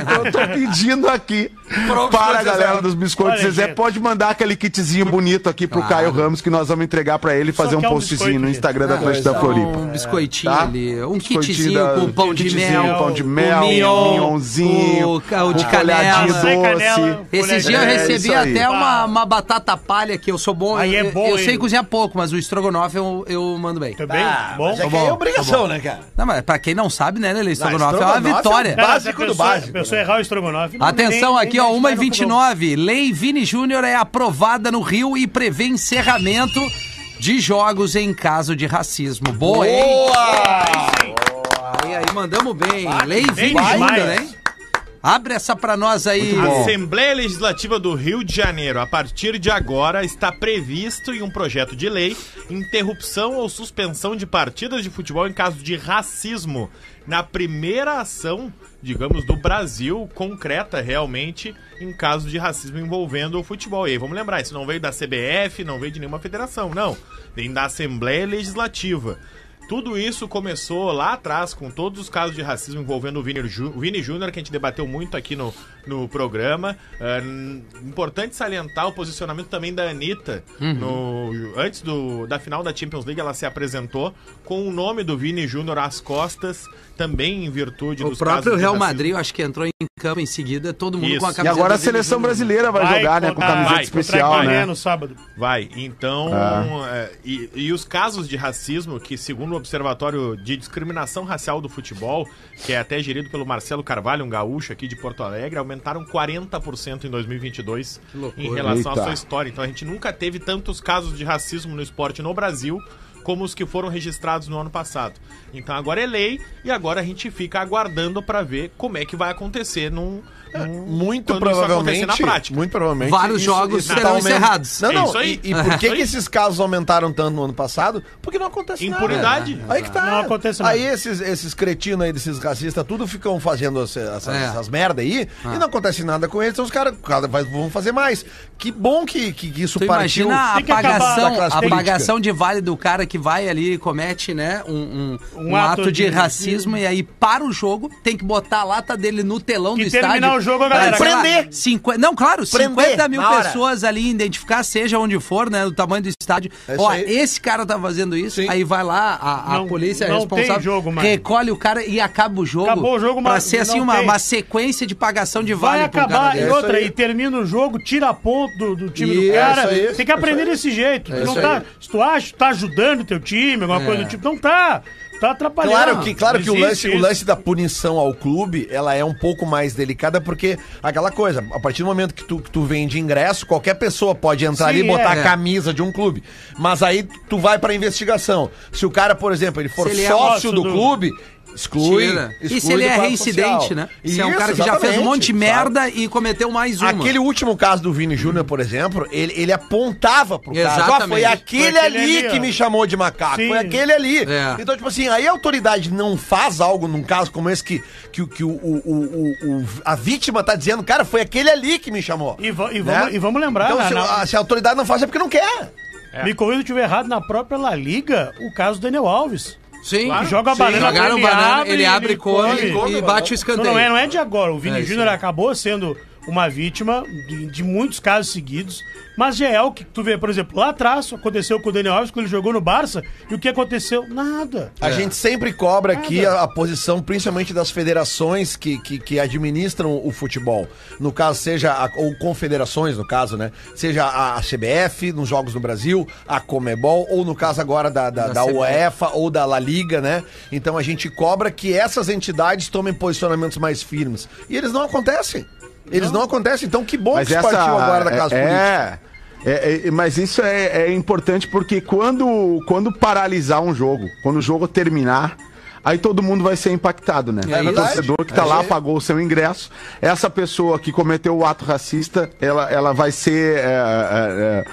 [SPEAKER 6] Então eu tô pedindo aqui
[SPEAKER 8] Pro
[SPEAKER 6] para a
[SPEAKER 8] Biscoito Zezé.
[SPEAKER 6] galera dos biscoitos
[SPEAKER 5] Olha,
[SPEAKER 6] Zezé.
[SPEAKER 5] gente.
[SPEAKER 6] Pode mandar aquele kitzinho bonito aqui pro Caio Ramos que nós vamos entregar pra ele e fazer
[SPEAKER 5] Só
[SPEAKER 6] um
[SPEAKER 5] que é um
[SPEAKER 6] postzinho
[SPEAKER 5] biscoito,
[SPEAKER 6] no
[SPEAKER 5] gente.
[SPEAKER 6] Instagram da Atlântida
[SPEAKER 4] Dá
[SPEAKER 6] Floripa.
[SPEAKER 4] Um biscoitinho
[SPEAKER 6] Tá?
[SPEAKER 4] ali, um
[SPEAKER 6] Biscoitinho
[SPEAKER 4] kitzinho
[SPEAKER 6] da-
[SPEAKER 4] com pão de
[SPEAKER 6] kitzinho,
[SPEAKER 4] mel,
[SPEAKER 6] pão de mel,
[SPEAKER 4] o mignon,
[SPEAKER 6] mignonzinho,
[SPEAKER 4] o ca- o de
[SPEAKER 6] um folhadinho
[SPEAKER 4] canela.
[SPEAKER 5] Sem canela,
[SPEAKER 6] doce.
[SPEAKER 4] Esses dias eu
[SPEAKER 6] É,
[SPEAKER 4] recebi
[SPEAKER 6] isso aí.
[SPEAKER 4] até uma,
[SPEAKER 5] Ah.
[SPEAKER 4] uma batata palha, que eu sou bom.
[SPEAKER 5] Aí é
[SPEAKER 4] eu-
[SPEAKER 5] bom,
[SPEAKER 4] eu sei
[SPEAKER 5] hein?
[SPEAKER 4] cozinhar pouco, mas o estrogonofe eu, eu mando bem.
[SPEAKER 5] Também? Tá Bom.
[SPEAKER 8] Mas é que
[SPEAKER 7] tá
[SPEAKER 4] Tá
[SPEAKER 8] aí é obrigação, né, cara?
[SPEAKER 4] Não, mas pra quem não sabe, né, Lele? Estrogonofe, é
[SPEAKER 8] estrogonofe é
[SPEAKER 4] uma
[SPEAKER 8] um
[SPEAKER 4] vitória.
[SPEAKER 8] ba-
[SPEAKER 5] Cara,
[SPEAKER 8] Básico
[SPEAKER 5] se a
[SPEAKER 8] do
[SPEAKER 5] pessoa-
[SPEAKER 8] básico. né?
[SPEAKER 5] se a pessoa errar o estrogonofe. não-
[SPEAKER 4] Atenção
[SPEAKER 5] nem-
[SPEAKER 4] aqui,
[SPEAKER 5] nem
[SPEAKER 4] ó,
[SPEAKER 5] mexe mais no fogão.
[SPEAKER 4] 1h29. Lei Vini Júnior é aprovada no Rio e prevê encerramento de jogos em caso de racismo. Boa, hein? Aí, aí, mandamos bem. Lei Vini
[SPEAKER 5] demais.
[SPEAKER 4] Júnior, hein? Abre essa pra nós aí.
[SPEAKER 7] A Assembleia Legislativa do Rio de Janeiro, a partir de agora, está previsto em um projeto de lei interrupção ou suspensão de partidas de futebol em caso de racismo. Na primeira ação, digamos, do Brasil, concreta realmente, em caso de racismo envolvendo o futebol. E aí, vamos lembrar, isso não veio da CBF, não veio de nenhuma federação, não. Vem da Assembleia Legislativa. Tudo isso começou lá atrás com todos os casos de racismo envolvendo o Vini, Ju- o Vini Júnior, que a gente debateu muito aqui no, no programa. Ah, n- importante salientar o posicionamento também da Anitta.
[SPEAKER 4] Uhum.
[SPEAKER 7] No, antes do, da final da Champions League, ela se apresentou com o nome do Vini Júnior às costas, também em virtude
[SPEAKER 4] O
[SPEAKER 7] dos
[SPEAKER 4] próprio
[SPEAKER 7] casos de
[SPEAKER 4] Real
[SPEAKER 7] racismo.
[SPEAKER 4] Madrid, eu acho que entrou em campo em seguida, todo mundo
[SPEAKER 7] Isso.
[SPEAKER 4] com a
[SPEAKER 7] E
[SPEAKER 6] E
[SPEAKER 4] camiseta.
[SPEAKER 6] agora a
[SPEAKER 4] do Vini
[SPEAKER 6] seleção
[SPEAKER 4] Júnior.
[SPEAKER 6] brasileira vai, jogar, né? Com
[SPEAKER 5] contra-
[SPEAKER 6] camiseta
[SPEAKER 5] vai, contra
[SPEAKER 6] especial,
[SPEAKER 5] Guiné
[SPEAKER 6] né?
[SPEAKER 5] no sábado.
[SPEAKER 7] Vai, então.
[SPEAKER 8] Tá.
[SPEAKER 7] é, e, e os casos de racismo, que segundo o Observatório de Discriminação Racial do Futebol, que é até gerido pelo Marcelo Carvalho, um gaúcho aqui de Porto Alegre, aumentaram 40% em 2022
[SPEAKER 4] loucura.
[SPEAKER 7] em relação
[SPEAKER 6] Eita.
[SPEAKER 7] à sua história. Então a gente nunca teve tantos casos de racismo no esporte no Brasil como os que foram registrados no ano passado. Então agora é lei e agora a gente fica aguardando para ver como é que vai acontecer num. num-
[SPEAKER 8] É, Muito
[SPEAKER 7] quando isso
[SPEAKER 8] provavelmente,
[SPEAKER 7] acontecer na prática.
[SPEAKER 8] muito provavelmente.
[SPEAKER 4] Vários jogos serão
[SPEAKER 8] aumentando.
[SPEAKER 4] encerrados.
[SPEAKER 8] Não,
[SPEAKER 7] É
[SPEAKER 8] não.
[SPEAKER 7] isso aí.
[SPEAKER 8] E, e por que,
[SPEAKER 7] É isso
[SPEAKER 8] que
[SPEAKER 7] aí.
[SPEAKER 8] esses casos aumentaram tanto no ano passado? Porque não acontece nada.
[SPEAKER 7] Impunidade.
[SPEAKER 8] Aí que tá.
[SPEAKER 5] Não acontece nada.
[SPEAKER 8] aí esses, esses cretinos aí, desses racistas, tudo ficam fazendo esse- essas,
[SPEAKER 4] É. Ah.
[SPEAKER 8] essas merda aí e não acontece nada com eles, então os caras cada vez vão fazer mais. Que bom que, que que isso
[SPEAKER 4] Tu
[SPEAKER 8] partiu.
[SPEAKER 4] imagina a
[SPEAKER 5] Tem que acabar
[SPEAKER 4] apagação,
[SPEAKER 8] da classe
[SPEAKER 4] a
[SPEAKER 8] política.
[SPEAKER 4] apagação de vale do cara que vai ali e comete né, um, um,
[SPEAKER 5] Um
[SPEAKER 4] um ato,
[SPEAKER 5] ato
[SPEAKER 4] de,
[SPEAKER 5] de-
[SPEAKER 4] racismo e aí para o jogo, tem que botar a lata dele no telão
[SPEAKER 5] Que
[SPEAKER 4] do estádio.
[SPEAKER 5] terminar o jogo, a
[SPEAKER 4] pra,
[SPEAKER 5] galera,
[SPEAKER 4] sei lá,
[SPEAKER 8] prender.
[SPEAKER 4] 50, não, claro,
[SPEAKER 8] Prender
[SPEAKER 4] 50 mil
[SPEAKER 8] na hora.
[SPEAKER 4] pessoas ali identificar, seja onde for, né, do tamanho do estádio.
[SPEAKER 8] É isso
[SPEAKER 4] Ó,
[SPEAKER 8] aí.
[SPEAKER 4] esse cara tá fazendo isso,
[SPEAKER 8] Sim.
[SPEAKER 4] aí vai lá, a, a
[SPEAKER 5] Não-
[SPEAKER 4] polícia é
[SPEAKER 5] não tem
[SPEAKER 4] responsável,
[SPEAKER 5] jogo mais.
[SPEAKER 4] recolhe o cara e acaba o jogo.
[SPEAKER 5] Acabou o jogo,
[SPEAKER 4] Pra
[SPEAKER 5] mas
[SPEAKER 4] ser assim
[SPEAKER 5] não
[SPEAKER 4] uma,
[SPEAKER 5] tem.
[SPEAKER 4] uma sequência de pagação de
[SPEAKER 5] Vai
[SPEAKER 4] vale pro cara
[SPEAKER 5] acabar
[SPEAKER 4] desse.
[SPEAKER 5] e
[SPEAKER 8] isso
[SPEAKER 5] outra,
[SPEAKER 8] aí.
[SPEAKER 5] e termina o jogo, tira a ponto do, do time
[SPEAKER 8] Isso
[SPEAKER 5] do cara.
[SPEAKER 8] aí,
[SPEAKER 5] Tem que aprender desse jeito. Tu não
[SPEAKER 8] isso
[SPEAKER 5] tá,
[SPEAKER 8] aí.
[SPEAKER 5] se tu acha, tá ajudando teu time, alguma
[SPEAKER 4] É.
[SPEAKER 5] coisa do tipo, não tá. Tá atrapalhando.
[SPEAKER 8] Claro que, claro que o,
[SPEAKER 5] Existe
[SPEAKER 8] lance, o
[SPEAKER 5] isso.
[SPEAKER 8] lance da punição ao clube, ela é um pouco mais delicada, porque aquela coisa, a partir do momento que tu, que tu vende ingresso, qualquer pessoa pode entrar ali e
[SPEAKER 5] Sim,
[SPEAKER 8] botar
[SPEAKER 4] é.
[SPEAKER 8] a camisa de um clube. Mas aí tu vai pra investigação. Se o cara, por exemplo, ele for
[SPEAKER 4] Se ele é
[SPEAKER 8] sócio
[SPEAKER 5] sócio
[SPEAKER 8] do,
[SPEAKER 5] do-
[SPEAKER 8] clube, exclui,
[SPEAKER 4] Tira.
[SPEAKER 8] exclui
[SPEAKER 4] E se ele
[SPEAKER 8] do
[SPEAKER 4] é
[SPEAKER 8] quadro
[SPEAKER 4] reincidente,
[SPEAKER 8] social.
[SPEAKER 4] né? Se é um
[SPEAKER 8] Isso,
[SPEAKER 4] cara que já fez um monte de
[SPEAKER 8] exatamente,
[SPEAKER 4] merda e cometeu mais uma.
[SPEAKER 8] Aquele último caso do Vini Júnior, por exemplo, ele, ele apontava pro caso.
[SPEAKER 4] Exatamente.
[SPEAKER 8] Ah, foi aquele,
[SPEAKER 5] Foi aquele
[SPEAKER 8] ali
[SPEAKER 5] ali,
[SPEAKER 8] que
[SPEAKER 5] ó.
[SPEAKER 8] me chamou de macaco.
[SPEAKER 5] Sim.
[SPEAKER 8] Foi aquele ali.
[SPEAKER 4] É.
[SPEAKER 8] Então, tipo assim, aí a autoridade não faz algo num caso como esse que, que, o- que o, o- o- o- o- a vítima tá dizendo, cara, foi aquele ali que me chamou.
[SPEAKER 5] E, va- e
[SPEAKER 8] Né?
[SPEAKER 5] vamos, e vamos lembrar,
[SPEAKER 8] Então,
[SPEAKER 5] na-
[SPEAKER 8] se,
[SPEAKER 5] na-
[SPEAKER 8] a, se a autoridade não faz, é porque não quer.
[SPEAKER 4] É.
[SPEAKER 5] me corrija se eu estiver errado, na própria La Liga, o caso do Daniel Alves.
[SPEAKER 4] Sim.
[SPEAKER 5] Que joga a
[SPEAKER 4] Ah, Sim.
[SPEAKER 5] banana,
[SPEAKER 4] Jogaram
[SPEAKER 5] ele
[SPEAKER 4] banana,
[SPEAKER 5] abre,
[SPEAKER 4] ele abre
[SPEAKER 5] ele
[SPEAKER 4] come,
[SPEAKER 5] come.
[SPEAKER 4] e bate o
[SPEAKER 5] Não,
[SPEAKER 4] escanteio.
[SPEAKER 5] não é, não é de agora. O Vini
[SPEAKER 4] É, isso
[SPEAKER 5] Júnior
[SPEAKER 4] aí.
[SPEAKER 5] acabou sendo uma vítima de, de muitos casos seguidos, mas já é o que tu vê, por exemplo, lá atrás aconteceu com o Daniel Alves quando ele jogou no Barça, e o que aconteceu? Nada.
[SPEAKER 8] A gente sempre cobra aqui a, a posição, principalmente das federações que, que, que administram o futebol. No caso, seja. a- ou confederações, no caso, né? Seja a, a CBF, nos Jogos no Brasil, a Comebol, ou no caso agora da, da,
[SPEAKER 4] Da
[SPEAKER 8] da
[SPEAKER 4] CBF.
[SPEAKER 8] UEFA ou da La Liga, né? Então a gente cobra que essas entidades tomem posicionamentos mais firmes. E eles não acontecem. Eles não, acontecem. Então que bom
[SPEAKER 6] Mas
[SPEAKER 8] que isso
[SPEAKER 6] essa
[SPEAKER 8] partiu agora da
[SPEAKER 6] é-
[SPEAKER 8] casa política.
[SPEAKER 6] é, é, é, mas isso é, é importante porque quando, quando paralisar um jogo, quando o jogo terminar, aí todo mundo vai ser impactado,
[SPEAKER 4] É
[SPEAKER 6] né? o
[SPEAKER 8] verdade.
[SPEAKER 6] torcedor que tá lá pagou o seu ingresso, essa pessoa que cometeu o ato racista, ela, ela vai ser é, é, é,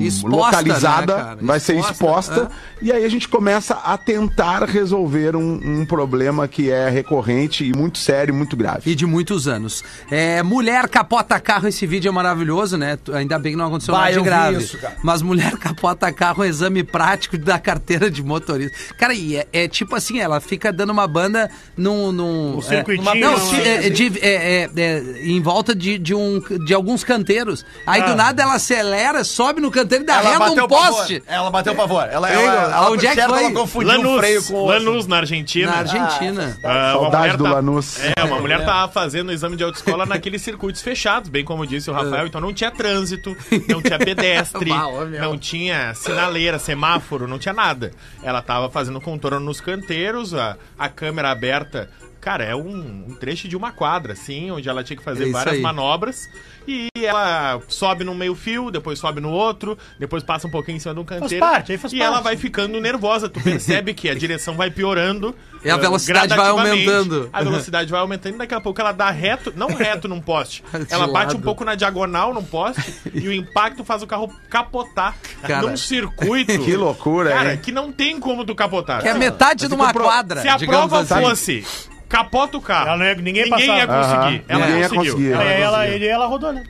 [SPEAKER 6] é,
[SPEAKER 4] Exposta,
[SPEAKER 6] localizada,
[SPEAKER 4] né, cara?
[SPEAKER 6] vai ser
[SPEAKER 4] Exposta,
[SPEAKER 6] exposta, e aí a gente começa a tentar resolver um, um problema que é recorrente e muito sério e muito grave.
[SPEAKER 4] E de muitos anos. É, mulher capota carro, esse vídeo é maravilhoso, né? Tu- Ainda bem que não aconteceu
[SPEAKER 8] Bah,
[SPEAKER 4] nada
[SPEAKER 8] eu
[SPEAKER 4] de
[SPEAKER 8] vi
[SPEAKER 4] grave.
[SPEAKER 8] isso, cara.
[SPEAKER 4] Mas mulher capota carro, é exame prático da carteira de motorista. Cara, e é, é tipo assim, ela fica dando uma banda num. num
[SPEAKER 5] O
[SPEAKER 4] é,
[SPEAKER 5] circuitinho,
[SPEAKER 4] não,
[SPEAKER 5] né?
[SPEAKER 4] ci- é, é, de- é, é, é, em volta de, de, um, de alguns canteiros. Aí
[SPEAKER 5] Ah.
[SPEAKER 4] do nada ela acelera, sobe no canteiro e dá
[SPEAKER 8] Ela
[SPEAKER 4] renda
[SPEAKER 8] bateu
[SPEAKER 4] um
[SPEAKER 8] o pavor.
[SPEAKER 4] poste.
[SPEAKER 8] Ela bateu o pavor. Ela,
[SPEAKER 4] Ei,
[SPEAKER 8] ela, ela,
[SPEAKER 4] aonde é que
[SPEAKER 8] certo,
[SPEAKER 4] foi?
[SPEAKER 8] ela confundiu o freio
[SPEAKER 7] Lanús,
[SPEAKER 8] com o
[SPEAKER 7] Lanús na Argentina.
[SPEAKER 4] Na Argentina.
[SPEAKER 7] Ah, uma
[SPEAKER 6] Saudade
[SPEAKER 7] mulher
[SPEAKER 6] do
[SPEAKER 7] tá-
[SPEAKER 6] Lanús.
[SPEAKER 7] É, uma mulher tava fazendo o exame de autoescola naqueles circuitos fechados, bem como disse o
[SPEAKER 4] É.
[SPEAKER 7] Rafael. Então não tinha trânsito, não tinha pedestre,
[SPEAKER 4] Bah, ó, meu.
[SPEAKER 7] não tinha sinaleira, semáforo, não tinha nada. Ela tava fazendo contorno nos canteiros, a, a câmera aberta. Cara, é um, um trecho de uma quadra, assim, onde ela tinha que
[SPEAKER 4] É
[SPEAKER 7] fazer
[SPEAKER 4] isso
[SPEAKER 7] várias
[SPEAKER 4] aí.
[SPEAKER 7] manobras. E ela sobe num meio fio, depois sobe no outro, depois passa um pouquinho em cima de um canteiro.
[SPEAKER 5] parte, aí faz
[SPEAKER 7] e
[SPEAKER 5] parte.
[SPEAKER 7] ela vai ficando nervosa. Tu percebe que a direção vai piorando.
[SPEAKER 4] E É a
[SPEAKER 7] eh,
[SPEAKER 4] velocidade vai
[SPEAKER 7] gradativamente.
[SPEAKER 4] aumentando.
[SPEAKER 7] A velocidade vai aumentando e daqui a pouco ela dá reto, não reto num poste.
[SPEAKER 4] Tá De
[SPEAKER 7] ela bate
[SPEAKER 4] lado.
[SPEAKER 7] um pouco na diagonal num poste e o impacto faz o carro capotar
[SPEAKER 4] Cara.
[SPEAKER 7] num circuito.
[SPEAKER 6] Que loucura,
[SPEAKER 7] Cara,
[SPEAKER 6] hein?
[SPEAKER 7] que não tem como tu capotar.
[SPEAKER 4] Que é metade de uma
[SPEAKER 6] compro-
[SPEAKER 4] quadra.
[SPEAKER 7] Se a
[SPEAKER 4] digamos
[SPEAKER 7] prova
[SPEAKER 4] assim.
[SPEAKER 7] fosse capota o carro,
[SPEAKER 5] Ela não ia- ninguém
[SPEAKER 7] ninguém ia
[SPEAKER 5] passava.
[SPEAKER 7] conseguir.
[SPEAKER 6] Aham.
[SPEAKER 7] Ela
[SPEAKER 6] Ninguém ia
[SPEAKER 7] conseguiu.
[SPEAKER 4] é,
[SPEAKER 5] É,
[SPEAKER 6] conseguir,
[SPEAKER 5] Ela,
[SPEAKER 6] Ela
[SPEAKER 5] ela,
[SPEAKER 7] conseguiu.
[SPEAKER 5] ele- ela rodou, né?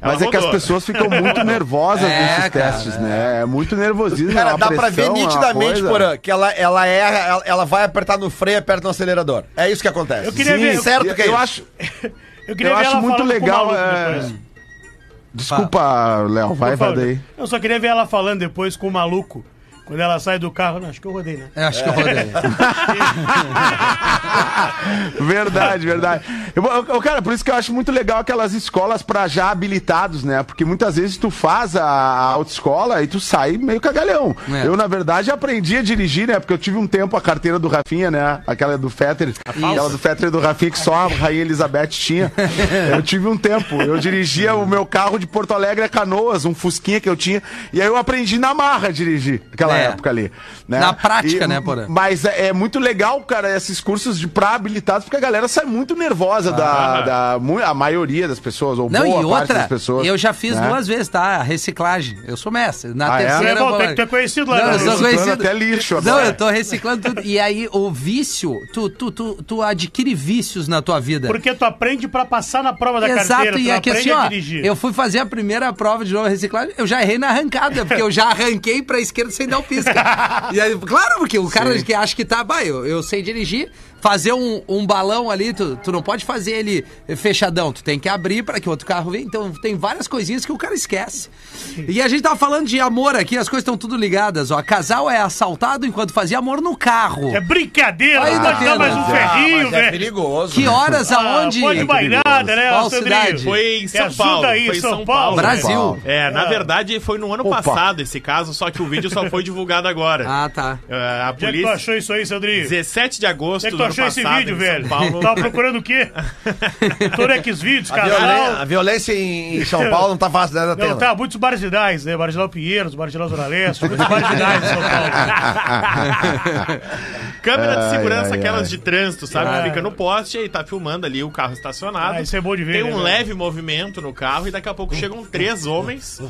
[SPEAKER 6] Mas é
[SPEAKER 7] Ela
[SPEAKER 6] que as
[SPEAKER 7] rodou.
[SPEAKER 6] pessoas ficam muito nervosas
[SPEAKER 4] É,
[SPEAKER 6] nesses
[SPEAKER 4] cara,
[SPEAKER 6] testes, né? É muito nervosismo. é
[SPEAKER 8] Cara,
[SPEAKER 6] uma
[SPEAKER 8] dá pra ver
[SPEAKER 6] pressão, é uma
[SPEAKER 8] nitidamente,
[SPEAKER 6] coisa.
[SPEAKER 8] Porã, que ela, ela erra, ela, ela vai apertar no freio e aperta no acelerador. É isso que acontece.
[SPEAKER 5] Eu queria
[SPEAKER 6] Sim,
[SPEAKER 5] ver-
[SPEAKER 8] certo
[SPEAKER 6] eu,
[SPEAKER 8] que é
[SPEAKER 6] eu
[SPEAKER 8] isso.
[SPEAKER 6] acho,
[SPEAKER 5] Eu queria
[SPEAKER 6] eu
[SPEAKER 5] ver
[SPEAKER 6] acho
[SPEAKER 5] ela falando
[SPEAKER 6] muito
[SPEAKER 5] com o
[SPEAKER 6] legal.
[SPEAKER 5] maluco
[SPEAKER 6] é,
[SPEAKER 5] depois.
[SPEAKER 6] Desculpa, Léo, vai,
[SPEAKER 5] Por
[SPEAKER 6] vai
[SPEAKER 5] favor.
[SPEAKER 6] daí.
[SPEAKER 5] Eu só queria ver ela falando depois com o maluco. Quando ela sai do carro, não, acho que eu rodei, né?
[SPEAKER 4] Eu É, acho que eu rodei.
[SPEAKER 6] Verdade, verdade. Eu, eu- eu- cara, por isso que eu acho muito legal aquelas escolas pra já habilitados, né? Porque muitas vezes tu faz a, a autoescola e tu sai meio cagalhão.
[SPEAKER 4] É.
[SPEAKER 6] Eu, na verdade, aprendi a dirigir, né? Porque eu tive um tempo a carteira do Rafinha, né? Aquela do Fetter. Aquela do Fetter e do Rafinha que só a Rainha Elizabeth tinha. Eu tive um tempo. Eu dirigia o meu carro de Porto Alegre a Canoas, um Fusquinha que eu tinha. E aí eu aprendi na marra a dirigir, aquela
[SPEAKER 4] É.
[SPEAKER 6] época ali. né?
[SPEAKER 4] Na prática,
[SPEAKER 6] E-
[SPEAKER 4] né, Porã?
[SPEAKER 6] mas é, é muito legal, cara, esses cursos de pra habilitados, porque a galera sai muito nervosa
[SPEAKER 5] Ah.
[SPEAKER 6] da, da mu- a maioria das pessoas, ou
[SPEAKER 4] Não,
[SPEAKER 6] boa
[SPEAKER 4] e
[SPEAKER 6] parte
[SPEAKER 4] outra,
[SPEAKER 6] das pessoas.
[SPEAKER 4] eu já fiz
[SPEAKER 6] né?
[SPEAKER 4] duas vezes, tá? Reciclagem. Eu sou mestre. Na
[SPEAKER 6] Ah, é?
[SPEAKER 4] terceira.
[SPEAKER 5] É bom,
[SPEAKER 4] eu vou-
[SPEAKER 5] tem que ter conhecido lá,
[SPEAKER 4] Não,
[SPEAKER 5] né?
[SPEAKER 4] eu sou
[SPEAKER 5] Reciclando
[SPEAKER 4] conhecido.
[SPEAKER 6] Tá até lixo
[SPEAKER 4] Não,
[SPEAKER 6] agora.
[SPEAKER 4] eu tô reciclando tudo. E aí, o vício, tu, tu, tu, tu adquire vícios na tua vida.
[SPEAKER 5] Porque tu aprende pra passar na prova da carteira,
[SPEAKER 4] Exato,
[SPEAKER 5] tu
[SPEAKER 4] e
[SPEAKER 5] não
[SPEAKER 4] aqui assim,
[SPEAKER 5] aprende
[SPEAKER 4] ó,
[SPEAKER 5] a dirigir.
[SPEAKER 4] eu fui fazer a primeira prova de novo reciclagem, eu já errei na arrancada, porque eu já arranquei pra esquerda sem dar o pisca. E aí, claro, porque o cara que acha que tá, bah, eu, eu sei dirigir, fazer um, um balão ali, tu, tu não pode fazer ele fechadão, tu tem que abrir pra que o outro carro venha, então tem várias coisinhas que o cara esquece. E a gente tava falando de amor aqui, as coisas estão tudo ligadas, ó, casal é assaltado enquanto fazia amor no carro.
[SPEAKER 5] É brincadeira,
[SPEAKER 4] Aí
[SPEAKER 5] não
[SPEAKER 4] dá
[SPEAKER 5] pode dar
[SPEAKER 4] pena.
[SPEAKER 5] mais um
[SPEAKER 4] Ah,
[SPEAKER 5] ferrinho,
[SPEAKER 8] é
[SPEAKER 5] velho.
[SPEAKER 8] perigoso.
[SPEAKER 4] Que horas, aonde?
[SPEAKER 5] Ah, pode bailada, né,
[SPEAKER 4] Qual
[SPEAKER 5] Alcandrinho?
[SPEAKER 4] cidade?
[SPEAKER 7] Foi em
[SPEAKER 5] Me
[SPEAKER 7] São
[SPEAKER 5] ajuda
[SPEAKER 7] Paulo.
[SPEAKER 5] aí,
[SPEAKER 7] foi em
[SPEAKER 5] São
[SPEAKER 7] São,
[SPEAKER 5] Paulo. Ah.
[SPEAKER 7] Paulo.
[SPEAKER 4] Brasil.
[SPEAKER 7] É, na verdade foi no ano
[SPEAKER 6] Opa.
[SPEAKER 7] passado esse caso, só que o vídeo só foi divulgado agora.
[SPEAKER 4] Ah, tá.
[SPEAKER 7] É,
[SPEAKER 5] Onde
[SPEAKER 7] a
[SPEAKER 5] é que tu
[SPEAKER 7] polícia.
[SPEAKER 5] achou isso aí, Sandrinho? Onde
[SPEAKER 7] 17 de agosto
[SPEAKER 5] é que
[SPEAKER 7] do
[SPEAKER 5] tu
[SPEAKER 7] ano
[SPEAKER 5] achou
[SPEAKER 7] passado
[SPEAKER 5] esse vídeo,
[SPEAKER 7] em
[SPEAKER 5] velho? Tá
[SPEAKER 7] São Paulo.
[SPEAKER 5] Tava procurando o quê? Torex Vídeos,
[SPEAKER 8] A, violen- a
[SPEAKER 5] canal.
[SPEAKER 8] violência em em São Paulo não tá fácil, né, da
[SPEAKER 5] Não,
[SPEAKER 8] tela?
[SPEAKER 5] tá, muitos bares idais, né? Bargilau Pinheiros, Bargilau Zona Leste, muitos bares idais em São Paulo.
[SPEAKER 7] Câmera de
[SPEAKER 6] Ai,
[SPEAKER 7] segurança,
[SPEAKER 6] ai,
[SPEAKER 7] aquelas
[SPEAKER 6] ai.
[SPEAKER 7] de trânsito, sabe? Que fica no poste e tá filmando ali o carro estacionado.
[SPEAKER 5] Ah, isso é bom de ver,
[SPEAKER 7] Tem
[SPEAKER 5] né, velho?
[SPEAKER 7] um leve movimento no carro e daqui a pouco chegam três homens